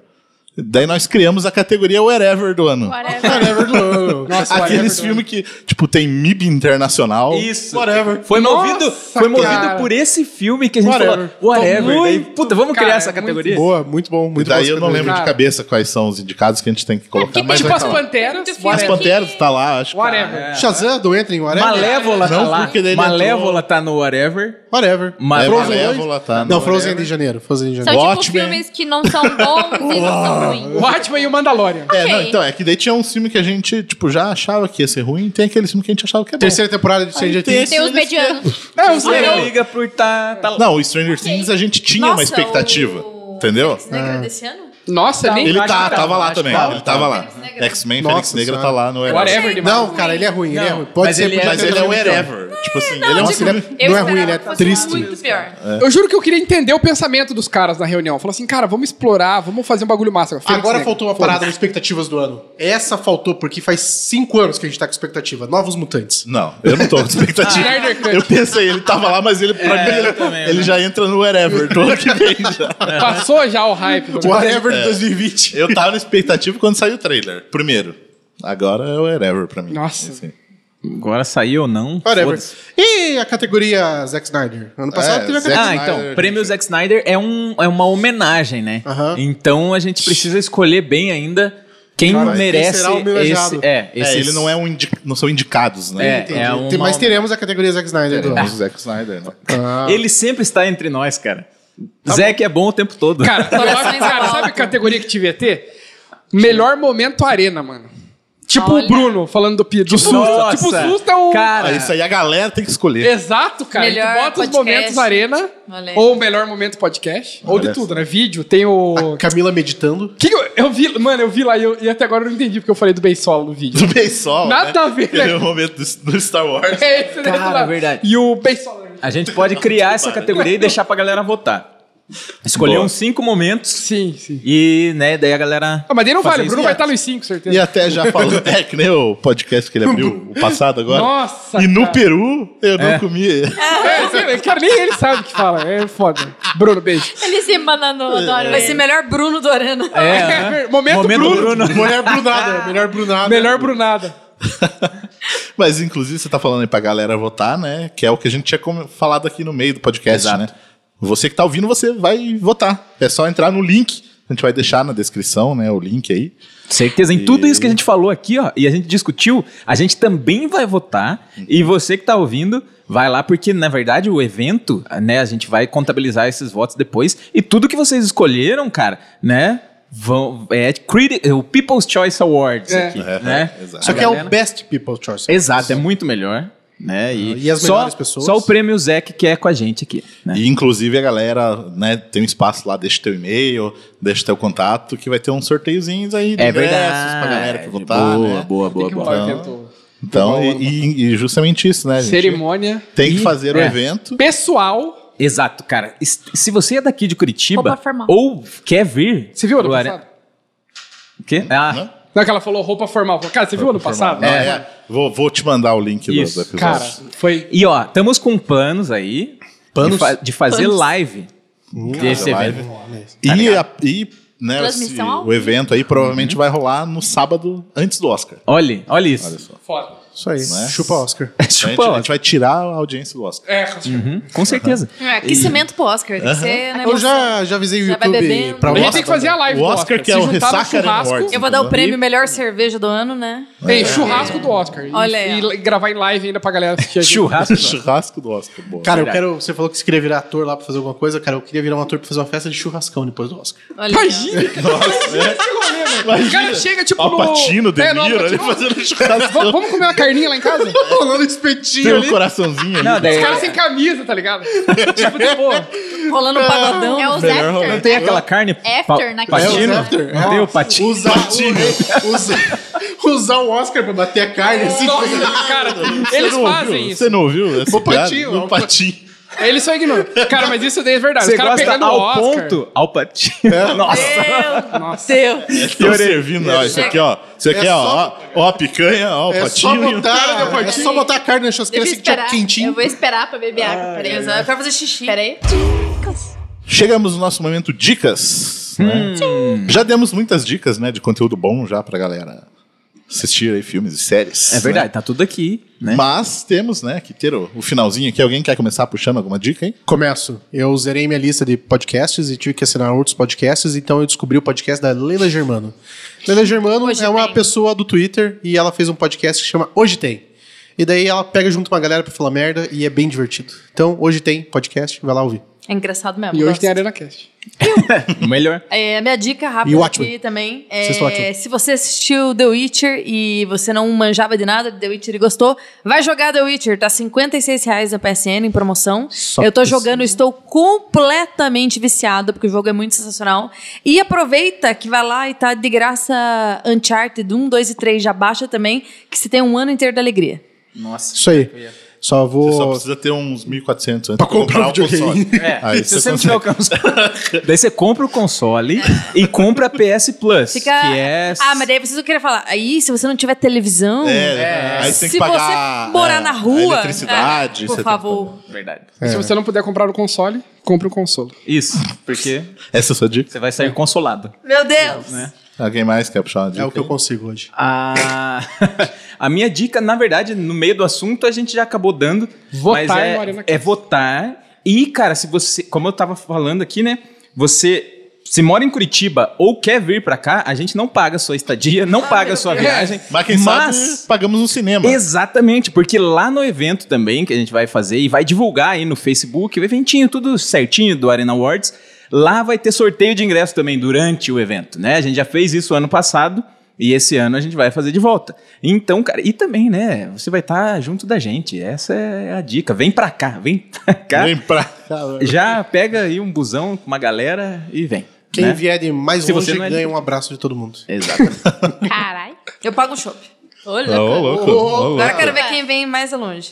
[SPEAKER 2] Daí nós criamos a categoria whatever do ano.
[SPEAKER 6] Whatever.
[SPEAKER 7] Nossa, o Whatever
[SPEAKER 2] Aqueles
[SPEAKER 7] do
[SPEAKER 2] filmes que, tipo, tem MIB internacional.
[SPEAKER 3] Isso.
[SPEAKER 2] Whatever.
[SPEAKER 3] Foi
[SPEAKER 7] Nossa,
[SPEAKER 3] movido, foi movido
[SPEAKER 7] cara.
[SPEAKER 3] por esse filme que a gente
[SPEAKER 5] Whatever.
[SPEAKER 3] falou. Whatever.
[SPEAKER 7] Tô
[SPEAKER 3] Daí,
[SPEAKER 7] muito-
[SPEAKER 3] puta, vamos
[SPEAKER 7] cara,
[SPEAKER 3] criar essa
[SPEAKER 7] muito
[SPEAKER 3] categoria?
[SPEAKER 5] Boa, muito bom, muito
[SPEAKER 2] daí
[SPEAKER 5] bom.
[SPEAKER 2] eu não lembro de
[SPEAKER 7] Cara.
[SPEAKER 2] cabeça quais são os indicados que a gente tem que colocar.
[SPEAKER 6] Aqui
[SPEAKER 2] mas
[SPEAKER 6] tem
[SPEAKER 2] vai
[SPEAKER 7] Tipo as
[SPEAKER 2] tá lá.
[SPEAKER 7] panteras.
[SPEAKER 6] Muito
[SPEAKER 2] As
[SPEAKER 7] whatever.
[SPEAKER 2] Panteras tá lá, acho que.
[SPEAKER 7] Whatever.
[SPEAKER 5] É. Shazam, não entra em whatever?
[SPEAKER 3] Malévola tá
[SPEAKER 2] Não,
[SPEAKER 3] lá.
[SPEAKER 2] porque daí ele
[SPEAKER 3] Malévola tá no whatever.
[SPEAKER 5] Whatever.
[SPEAKER 3] Ma-
[SPEAKER 2] É,
[SPEAKER 3] Frozen
[SPEAKER 2] Malévola tá.
[SPEAKER 5] Não,
[SPEAKER 2] no-
[SPEAKER 5] Frozen é de janeiro. Frozen de
[SPEAKER 6] São tipo
[SPEAKER 5] janeiro.
[SPEAKER 2] Watchmen.
[SPEAKER 6] filmes que não são bons e não são ruins.
[SPEAKER 7] Batman e o Mandalorian.
[SPEAKER 2] É, não,
[SPEAKER 6] Ok.
[SPEAKER 2] então, é que daí tinha um filme que a gente, tipo, já achava que ia ser ruim, tem aquele filme que a gente achava que é bom.
[SPEAKER 5] Terceira temporada de Stranger
[SPEAKER 2] tem
[SPEAKER 5] Things.
[SPEAKER 6] Tem os medianos.
[SPEAKER 7] Não, eu
[SPEAKER 3] Você
[SPEAKER 7] sei.
[SPEAKER 3] não liga por tá, tá lá.
[SPEAKER 2] Não, o Stranger Things a gente tinha uma
[SPEAKER 4] Nossa,
[SPEAKER 2] expectativa,
[SPEAKER 4] o-
[SPEAKER 2] entendeu?
[SPEAKER 4] Fênix Negra desse ano?
[SPEAKER 7] Nossa, nem.
[SPEAKER 2] Ele
[SPEAKER 3] acho
[SPEAKER 2] tá,
[SPEAKER 3] que tá,
[SPEAKER 2] tava lá
[SPEAKER 3] acho que
[SPEAKER 2] também,
[SPEAKER 3] tá.
[SPEAKER 2] ele tava lá.
[SPEAKER 6] Fênix Negra.
[SPEAKER 2] X-Men,
[SPEAKER 5] Nossa
[SPEAKER 2] Fênix Negra tá
[SPEAKER 5] senhora.
[SPEAKER 2] lá no Whatever.
[SPEAKER 7] Whatever demais.
[SPEAKER 5] Não, cara, ele é ruim, ele é
[SPEAKER 3] Não,
[SPEAKER 5] ruim. Pode
[SPEAKER 3] mas
[SPEAKER 5] ser,
[SPEAKER 3] ele é-
[SPEAKER 5] podia
[SPEAKER 2] Mas
[SPEAKER 5] ter
[SPEAKER 2] ele é
[SPEAKER 5] sido
[SPEAKER 2] o
[SPEAKER 5] melhor.
[SPEAKER 2] Whatever. Tipo assim, ele é um
[SPEAKER 5] Nossa,
[SPEAKER 2] filme...
[SPEAKER 5] ele é- não é ruim, ele é triste.
[SPEAKER 4] muito pior.
[SPEAKER 7] Eu juro que eu queria entender o pensamento dos caras na reunião. Falou assim, cara, vamos explorar, vamos fazer um bagulho massa. Fênix
[SPEAKER 5] Agora
[SPEAKER 7] Negra.
[SPEAKER 5] faltou uma parada de expectativas do ano. Essa faltou porque faz cinco anos que a gente tá com expectativa. Novos Mutantes.
[SPEAKER 2] Não, eu não tô com expectativa.
[SPEAKER 7] Snyder Cut.
[SPEAKER 2] eu pensei, ele tava lá, mas ele,
[SPEAKER 7] É,
[SPEAKER 2] pra mim, ele,
[SPEAKER 3] eu também,
[SPEAKER 2] ele
[SPEAKER 3] né?
[SPEAKER 2] já entra no Whatever do ano que vem já. É.
[SPEAKER 7] Passou já o hype. do-
[SPEAKER 5] Whatever de 2020.
[SPEAKER 2] Eu tava na expectativa quando saiu o trailer, primeiro. Agora é o Whatever pra mim.
[SPEAKER 7] Nossa.
[SPEAKER 2] Assim.
[SPEAKER 3] Agora saiu ou não?
[SPEAKER 5] Whatever.
[SPEAKER 3] foda-se.
[SPEAKER 5] E a categoria Zack Snyder? Ano passado
[SPEAKER 2] É,
[SPEAKER 5] teve a
[SPEAKER 2] Zack-
[SPEAKER 5] categoria.
[SPEAKER 3] Ah,
[SPEAKER 2] Snyder,
[SPEAKER 3] então, o prêmio
[SPEAKER 2] gente.
[SPEAKER 3] Zack Snyder é, um, é uma homenagem, né?
[SPEAKER 5] Aham.
[SPEAKER 3] Então a gente precisa escolher bem ainda quem
[SPEAKER 5] Cara, quem
[SPEAKER 3] merece
[SPEAKER 5] será homenageado?
[SPEAKER 3] esse... É,
[SPEAKER 2] É,
[SPEAKER 3] esse
[SPEAKER 2] ele não, é um indi- não são indicados, né?
[SPEAKER 3] É,
[SPEAKER 7] um-
[SPEAKER 3] é uma-
[SPEAKER 5] Tem- Mas teremos a categoria Zack Snyder do
[SPEAKER 2] Teremos
[SPEAKER 5] ano.
[SPEAKER 2] é
[SPEAKER 5] Ah,
[SPEAKER 2] o Zack Snyder, né?
[SPEAKER 3] Ele sempre está entre nós, cara. Zack é bom o tempo todo.
[SPEAKER 7] Cara, eu acho-
[SPEAKER 4] Corações
[SPEAKER 7] cara,
[SPEAKER 4] alto.
[SPEAKER 7] sabe a categoria que devia ter? Melhor momento arena, mano. Tipo
[SPEAKER 4] Olha.
[SPEAKER 7] o Bruno falando do, pi- do susto.
[SPEAKER 3] Nossa.
[SPEAKER 7] Tipo, o susto é o...
[SPEAKER 3] Cara,
[SPEAKER 2] Ah, isso aí a galera tem que escolher.
[SPEAKER 7] Exato, cara.
[SPEAKER 4] Melhor
[SPEAKER 7] tu bota os
[SPEAKER 4] podcast.
[SPEAKER 7] momentos arena,
[SPEAKER 4] Olha aí.
[SPEAKER 7] ou melhor momento podcast, ou de
[SPEAKER 2] Olha
[SPEAKER 7] tudo, né? Vídeo, tem o...
[SPEAKER 5] A Camila meditando.
[SPEAKER 7] Que que eu, eu vi, mano, eu vi lá e, eu- e até agora eu não entendi porque eu falei do bem solo no vídeo.
[SPEAKER 2] do Beisol.
[SPEAKER 7] Nada
[SPEAKER 2] né?
[SPEAKER 7] a ver, né?
[SPEAKER 2] Ele é o momento do, do Star Wars.
[SPEAKER 7] É esse, né?
[SPEAKER 3] Cara, verdade.
[SPEAKER 7] E o bem solo. né?
[SPEAKER 3] a gente pode criar essa categoria e deixar pra galera votar. Escolher
[SPEAKER 2] Boa.
[SPEAKER 3] uns cinco momentos
[SPEAKER 7] Sim, sim.
[SPEAKER 3] e, né, daí a galera...
[SPEAKER 7] Ah, mas daí não
[SPEAKER 3] Fazer
[SPEAKER 7] vale, o Bruno
[SPEAKER 3] isso
[SPEAKER 7] vai
[SPEAKER 3] antes.
[SPEAKER 7] estar nos cinco, certeza.
[SPEAKER 2] E até já falou, é que nem o podcast que ele abriu, o passado agora.
[SPEAKER 7] Nossa,
[SPEAKER 2] E no
[SPEAKER 7] cara.
[SPEAKER 2] Peru, eu não comi.
[SPEAKER 7] É, sério, cara, nem ele sabe o que fala. É foda. Bruno, beijo.
[SPEAKER 6] Ele se bananou, adoro
[SPEAKER 4] Vai ser
[SPEAKER 6] ele.
[SPEAKER 4] melhor Bruno do Arena.
[SPEAKER 3] É,
[SPEAKER 7] É,
[SPEAKER 3] né?
[SPEAKER 7] ver- momento Bruno.
[SPEAKER 5] Melhor Brunada. Melhor Brunada.
[SPEAKER 7] Melhor Brunada.
[SPEAKER 2] Mas inclusive você tá falando aí pra galera votar, né? Que é o que a gente tinha com- falado aqui no meio do podcast,
[SPEAKER 3] Exato.
[SPEAKER 2] né? Você que tá ouvindo, você vai votar. É só entrar no link. A gente vai deixar na descrição, né, o link aí.
[SPEAKER 3] Certeza, em tudo isso que a gente falou aqui, ó, e a gente discutiu, a gente também vai votar. E você que tá ouvindo, vai lá, porque na verdade o evento, né, a gente vai contabilizar esses votos depois. E tudo que vocês escolheram, cara, né? Vão, é, criti- é o People's Choice Awards
[SPEAKER 7] É.
[SPEAKER 3] aqui,
[SPEAKER 2] É,
[SPEAKER 3] né?
[SPEAKER 2] é, exato.
[SPEAKER 5] Só
[SPEAKER 3] A
[SPEAKER 5] que é o
[SPEAKER 3] galera-
[SPEAKER 5] Best People's Choice.
[SPEAKER 3] Exato, é muito melhor. Né? E,
[SPEAKER 5] E as
[SPEAKER 3] só,
[SPEAKER 5] melhores pessoas?
[SPEAKER 3] Só o prêmio Zec que é com a gente aqui. né?
[SPEAKER 2] E inclusive a galera, né, tem um espaço lá, deixa teu e-mail, deixa teu contato, que vai ter uns sorteiozinhos aí de
[SPEAKER 3] É
[SPEAKER 2] ingressos
[SPEAKER 3] verdade.
[SPEAKER 2] pra galera que votar.
[SPEAKER 3] boa,
[SPEAKER 2] né?
[SPEAKER 3] boa, boa, boa.
[SPEAKER 2] rolar. Então, e, e- e justamente isso, né? gente?
[SPEAKER 7] Cerimônia.
[SPEAKER 2] Tem que
[SPEAKER 3] E-
[SPEAKER 2] fazer o
[SPEAKER 3] é.
[SPEAKER 2] evento.
[SPEAKER 7] Pessoal.
[SPEAKER 3] Exato, cara. Es- Se você é daqui de
[SPEAKER 6] Roupa
[SPEAKER 3] Curitiba
[SPEAKER 6] formal.
[SPEAKER 3] ou quer vir.
[SPEAKER 7] Você viu ano
[SPEAKER 3] pro Are-
[SPEAKER 7] passado?
[SPEAKER 3] O quê? Ah,
[SPEAKER 2] Né?
[SPEAKER 7] Não, que ela falou roupa formal. Cara, você viu ano passado? né?
[SPEAKER 2] Não,
[SPEAKER 3] É.
[SPEAKER 2] é. Vou, vou te mandar o link do-
[SPEAKER 3] Isso,
[SPEAKER 2] do episódio.
[SPEAKER 7] Cara, foi...
[SPEAKER 3] E ó, estamos com planos aí de,
[SPEAKER 2] Panos. Hum,
[SPEAKER 3] fa- de fazer
[SPEAKER 4] Panos.
[SPEAKER 3] live desse
[SPEAKER 2] live.
[SPEAKER 3] evento.
[SPEAKER 4] Tá
[SPEAKER 2] E, a- e, né,
[SPEAKER 6] Transmissão
[SPEAKER 2] esse-
[SPEAKER 6] ao
[SPEAKER 2] o evento aí provavelmente
[SPEAKER 4] Uhum.
[SPEAKER 2] vai rolar no sábado antes do Oscar.
[SPEAKER 3] Olha, olha isso.
[SPEAKER 2] Olha só.
[SPEAKER 7] Foda.
[SPEAKER 5] Isso aí.
[SPEAKER 2] Não é?
[SPEAKER 5] Chupa Oscar.
[SPEAKER 2] Então a, gente,
[SPEAKER 3] Chupa,
[SPEAKER 2] a gente vai tirar a audiência do Oscar.
[SPEAKER 7] Tipo É, Rafael.
[SPEAKER 3] Uhum, com certeza.
[SPEAKER 4] É, que cimento pro Oscar, tem que ser na
[SPEAKER 5] Eu
[SPEAKER 4] É emoção.
[SPEAKER 5] já, já avisei o
[SPEAKER 4] Já vai
[SPEAKER 5] YouTube
[SPEAKER 4] bebendo.
[SPEAKER 5] pra
[SPEAKER 7] A gente
[SPEAKER 5] Oscar.
[SPEAKER 7] tem que fazer a live
[SPEAKER 2] O
[SPEAKER 7] do
[SPEAKER 2] Oscar que é
[SPEAKER 7] Se
[SPEAKER 2] o
[SPEAKER 7] juntar
[SPEAKER 2] Ressaca
[SPEAKER 7] no
[SPEAKER 2] Uhum. and
[SPEAKER 7] churrasco-
[SPEAKER 2] Awards.
[SPEAKER 4] Eu vou dar o prêmio melhor cerveja do ano, né?
[SPEAKER 7] Tem churrasco do Oscar. E-
[SPEAKER 4] Olha aí,
[SPEAKER 7] e, gravar em live ainda pra galera assistir a gente.
[SPEAKER 3] Churrasco.
[SPEAKER 2] Churrasco do Oscar. Boa.
[SPEAKER 5] Cara, eu quero. Você falou que você queria virar ator lá pra fazer alguma coisa. Cara, eu queria virar um ator pra fazer uma festa de churrascão depois do Oscar.
[SPEAKER 4] Olha aí, ó.
[SPEAKER 7] Imagina,
[SPEAKER 3] É.
[SPEAKER 7] cara. O cara chega, tipo,
[SPEAKER 2] Al Pacino,
[SPEAKER 7] no...
[SPEAKER 2] De
[SPEAKER 7] É, não, Al
[SPEAKER 2] Niro, ali
[SPEAKER 7] Pacino.
[SPEAKER 2] fazendo churrasco.
[SPEAKER 7] Vamos comer uma carninha lá em casa?
[SPEAKER 5] Rolando
[SPEAKER 2] Tem
[SPEAKER 5] espetinho
[SPEAKER 2] um coraçãozinho ali.
[SPEAKER 3] Não, daí
[SPEAKER 7] Os caras sem camisa, tá ligado? tipo, pô,
[SPEAKER 4] rolando um pagodão.
[SPEAKER 6] É os
[SPEAKER 2] Melhor
[SPEAKER 6] after.
[SPEAKER 3] não tem
[SPEAKER 7] Uhum.
[SPEAKER 3] aquela carne pa-
[SPEAKER 6] After,
[SPEAKER 7] né,
[SPEAKER 6] na
[SPEAKER 3] patino?
[SPEAKER 5] É, os after.
[SPEAKER 3] Não tem o patino?
[SPEAKER 5] Usar, o- usar, usar o Oscar pra bater a carne assim.
[SPEAKER 7] nossa, cara,
[SPEAKER 2] Você
[SPEAKER 7] eles
[SPEAKER 2] não
[SPEAKER 7] fazem
[SPEAKER 2] ouviu?
[SPEAKER 7] isso. é
[SPEAKER 2] Você não ouviu? Essa
[SPEAKER 5] O
[SPEAKER 2] piada?
[SPEAKER 5] Patinho,
[SPEAKER 2] O
[SPEAKER 5] o
[SPEAKER 2] patinho.
[SPEAKER 7] Eles só ignoram. Cara, mas isso daí é verdade.
[SPEAKER 3] Você
[SPEAKER 7] Os caras
[SPEAKER 3] gosta
[SPEAKER 7] pegando
[SPEAKER 3] ao
[SPEAKER 7] o Oscar.
[SPEAKER 3] ponto? Ao patino.
[SPEAKER 2] É.
[SPEAKER 3] Nossa. é
[SPEAKER 4] Meu É
[SPEAKER 7] É
[SPEAKER 4] Deus.
[SPEAKER 2] Estão servindo, ó. Isso aqui, ó. Isso aqui,
[SPEAKER 5] É
[SPEAKER 2] ó. Ó, ó a picanha, ó, o
[SPEAKER 5] É só,
[SPEAKER 2] patinho. e o-
[SPEAKER 5] botar, é só botar a carne na churrasqueira
[SPEAKER 6] Deixa eu
[SPEAKER 5] assim, tchau,
[SPEAKER 6] esperar. Eu
[SPEAKER 5] quentinho.
[SPEAKER 6] vou esperar pra beber água. Peraí.
[SPEAKER 4] Eu quero fazer xixi.
[SPEAKER 6] Peraí.
[SPEAKER 2] Chegamos no nosso momento dicas. né? Já demos muitas dicas, né, de conteúdo bom já pra galera assistir aí filmes e séries.
[SPEAKER 3] É verdade, tá tudo aqui,
[SPEAKER 2] né?
[SPEAKER 3] né?
[SPEAKER 2] Mas temos, né, que ter o, o finalzinho aqui. Alguém quer começar puxando alguma dica, hein?
[SPEAKER 5] Começo. Eu zerei minha lista de podcasts e tive que assinar outros podcasts, então eu descobri o podcast da Leila Germano. Leila Germano
[SPEAKER 4] Hoje
[SPEAKER 5] é uma
[SPEAKER 4] tem.
[SPEAKER 5] pessoa do Twitter e ela fez um podcast que chama Hoje Tem. E daí ela pega junto uma galera pra falar merda e é bem divertido. Então, hoje tem podcast, vai lá ouvir.
[SPEAKER 4] É engraçado mesmo.
[SPEAKER 7] E hoje
[SPEAKER 4] gosto.
[SPEAKER 7] tem Arena Cast.
[SPEAKER 3] O melhor.
[SPEAKER 4] É, a minha dica
[SPEAKER 5] E
[SPEAKER 4] rápida
[SPEAKER 5] o
[SPEAKER 4] aqui
[SPEAKER 5] Watchmen.
[SPEAKER 4] também
[SPEAKER 5] Sexto
[SPEAKER 4] é
[SPEAKER 5] Watchmen.
[SPEAKER 4] se você assistiu The Witcher e você não manjava de nada de The Witcher e gostou, vai jogar The Witcher, tá R$ 56 reais na PSN em promoção.
[SPEAKER 5] Só
[SPEAKER 4] eu tô
[SPEAKER 5] precisa.
[SPEAKER 4] jogando, estou completamente viciada porque o jogo é muito sensacional. E aproveita que vai lá e tá de graça Uncharted 1, 2 e 3, já baixa também, que você tem um ano inteiro da alegria.
[SPEAKER 3] Nossa.
[SPEAKER 5] Isso aí. Só vou.
[SPEAKER 2] Você só precisa ter uns 1.400 antes
[SPEAKER 5] Pra comprar um videogame.
[SPEAKER 3] É,
[SPEAKER 2] Aí
[SPEAKER 3] se você
[SPEAKER 2] você
[SPEAKER 3] não tiver o console. Daí você compra o console e compra a PS Plus.
[SPEAKER 4] Fica.
[SPEAKER 3] Que é.
[SPEAKER 4] Ah, mas daí vocês não querem falar. Aí, se você não tiver televisão.
[SPEAKER 2] É, aí você tem que
[SPEAKER 4] Se
[SPEAKER 2] pagar
[SPEAKER 4] você morar
[SPEAKER 2] é,
[SPEAKER 4] na
[SPEAKER 2] a
[SPEAKER 4] rua,
[SPEAKER 2] eletricidade, você
[SPEAKER 4] é, por
[SPEAKER 2] tem que
[SPEAKER 4] favor,
[SPEAKER 3] Verdade.
[SPEAKER 7] Se você não puder comprar o console, compre o console.
[SPEAKER 3] Isso, porque
[SPEAKER 2] pagar- Essa é a sua dica?
[SPEAKER 3] você vai sair consolado.
[SPEAKER 4] Meu Deus!
[SPEAKER 2] Alguém mais quer puxar uma dica?
[SPEAKER 5] É o que eu
[SPEAKER 2] aí?
[SPEAKER 5] consigo
[SPEAKER 3] Né?
[SPEAKER 5] hoje.
[SPEAKER 3] A... a minha dica, na verdade, no meio do assunto, a gente já acabou dando.
[SPEAKER 7] Votar
[SPEAKER 3] mas
[SPEAKER 7] em
[SPEAKER 3] é,
[SPEAKER 7] Mariana
[SPEAKER 3] é
[SPEAKER 7] Cast.
[SPEAKER 3] votar. E, cara, se você. Como eu tava falando aqui, né? Você. Se mora em Curitiba ou quer vir pra cá, a gente não paga a sua estadia, não paga a sua viagem.
[SPEAKER 2] Mas quem sabe pagamos um cinema.
[SPEAKER 3] Exatamente, porque lá no evento também que a gente vai fazer e vai divulgar aí no Facebook, o eventinho, tudo certinho do Arena Awards, lá vai ter sorteio de ingresso também durante o evento, né? A gente já fez isso ano passado e esse ano a gente vai fazer de volta. Então, cara, e também, né? Você vai estar junto da gente, essa é a dica. Vem pra cá, vem pra cá.
[SPEAKER 2] Vem pra cá.
[SPEAKER 3] Já pega aí um busão com uma galera e vem.
[SPEAKER 5] Quem
[SPEAKER 3] né?
[SPEAKER 5] vier de mais
[SPEAKER 3] Se
[SPEAKER 5] longe
[SPEAKER 3] você não é
[SPEAKER 5] ganha
[SPEAKER 3] de-
[SPEAKER 5] um abraço de todo mundo.
[SPEAKER 3] Exato.
[SPEAKER 6] Caralho.
[SPEAKER 4] Eu pago um chopp.
[SPEAKER 2] Ô,
[SPEAKER 6] Olha.
[SPEAKER 2] louco. ô,
[SPEAKER 4] Agora eu
[SPEAKER 2] louco.
[SPEAKER 4] quero ver quem vem mais longe.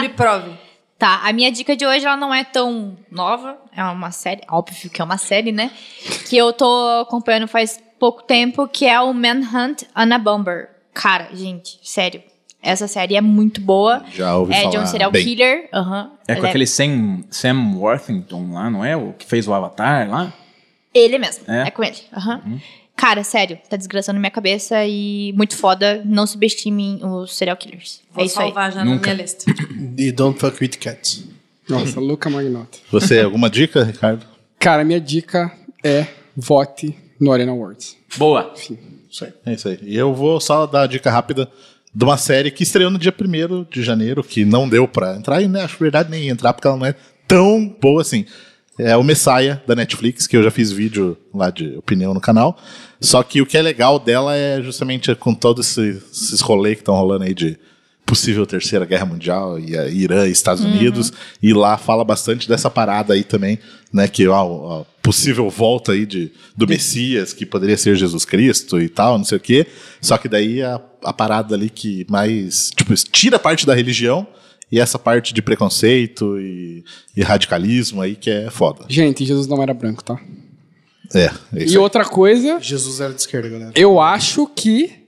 [SPEAKER 4] Me prove.
[SPEAKER 6] Tá, a minha dica de hoje ela não é tão nova, é uma série, óbvio que é uma série, né? Que eu tô acompanhando faz pouco tempo, que é o Manhunt Anna Bomber. Cara, gente, sério, essa série é muito boa.
[SPEAKER 2] Já ouvi
[SPEAKER 6] é
[SPEAKER 2] falar.
[SPEAKER 6] de um serial
[SPEAKER 2] bem.
[SPEAKER 6] killer. aham.
[SPEAKER 3] É com
[SPEAKER 6] Ela
[SPEAKER 3] aquele Sam, Sam Worthington lá, não é? O que fez o Avatar lá?
[SPEAKER 6] Ele mesmo.
[SPEAKER 3] É?
[SPEAKER 6] É, com ele. Aham. Cara, sério, tá desgraçando minha cabeça e muito foda. Não subestimem os serial killers.
[SPEAKER 4] Vou
[SPEAKER 6] é isso aí.
[SPEAKER 4] salvar já na minha lista.
[SPEAKER 5] E don't fuck with cats.
[SPEAKER 7] Nossa,
[SPEAKER 3] Uhum.
[SPEAKER 7] Luca Magnotta.
[SPEAKER 2] Você, alguma dica, Ricardo?
[SPEAKER 7] Cara, minha dica é vote no Arena Awards.
[SPEAKER 3] Boa.
[SPEAKER 2] É isso aí. E eu vou só dar a dica rápida de uma série que estreou no dia 1 de janeiro, que não deu pra entrar, e né, acho verdade nem entrar, porque ela não é tão boa assim. É o Messiah da Netflix, que eu já fiz vídeo lá de opinião no canal. Só que o que é legal dela é justamente com todos esse- esses rolês que estão rolando aí de possível terceira guerra mundial e a Irã e Estados Unidos e lá fala bastante dessa parada aí também né que ó, a possível volta aí de do Messias que poderia ser Jesus Cristo e tal não sei o quê. só que daí a, a parada ali que mais tipo tira parte da religião e essa parte de preconceito e, e radicalismo aí que é foda
[SPEAKER 7] Gente, Jesus não era branco, tá?
[SPEAKER 2] é, é isso
[SPEAKER 7] E outra coisa,
[SPEAKER 5] Jesus era de esquerda, galera.
[SPEAKER 7] eu acho que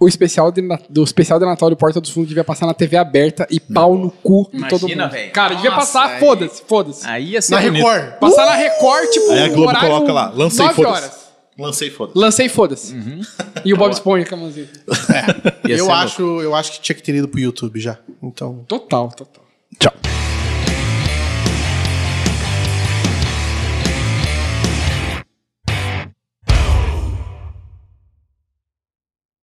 [SPEAKER 7] o especial de, na- do especial de Natal do Porta dos Fundos devia passar na TV aberta e pau no cu de todo
[SPEAKER 3] Imagina,
[SPEAKER 7] mundo.
[SPEAKER 3] velho.
[SPEAKER 7] Cara, devia
[SPEAKER 3] Nossa,
[SPEAKER 7] passar,
[SPEAKER 3] aí-
[SPEAKER 7] foda-se, foda-se.
[SPEAKER 3] Aí ia ser
[SPEAKER 5] Na
[SPEAKER 3] é bonito.
[SPEAKER 5] Record.
[SPEAKER 7] Passar na Record, tipo,
[SPEAKER 2] Aí a Globo
[SPEAKER 7] horário
[SPEAKER 2] coloca lá, lancei,
[SPEAKER 7] nove
[SPEAKER 2] foda-se.
[SPEAKER 7] horas.
[SPEAKER 2] Lancei foda-se.
[SPEAKER 7] Lancei, foda-se.
[SPEAKER 3] Uhum.
[SPEAKER 7] E o Bob Esponja com a mãozinha.
[SPEAKER 3] Ia ser
[SPEAKER 5] Eu
[SPEAKER 7] É.
[SPEAKER 3] louco.
[SPEAKER 5] acho, eu acho que tinha que ter ido pro YouTube já. Então,
[SPEAKER 7] Total, total.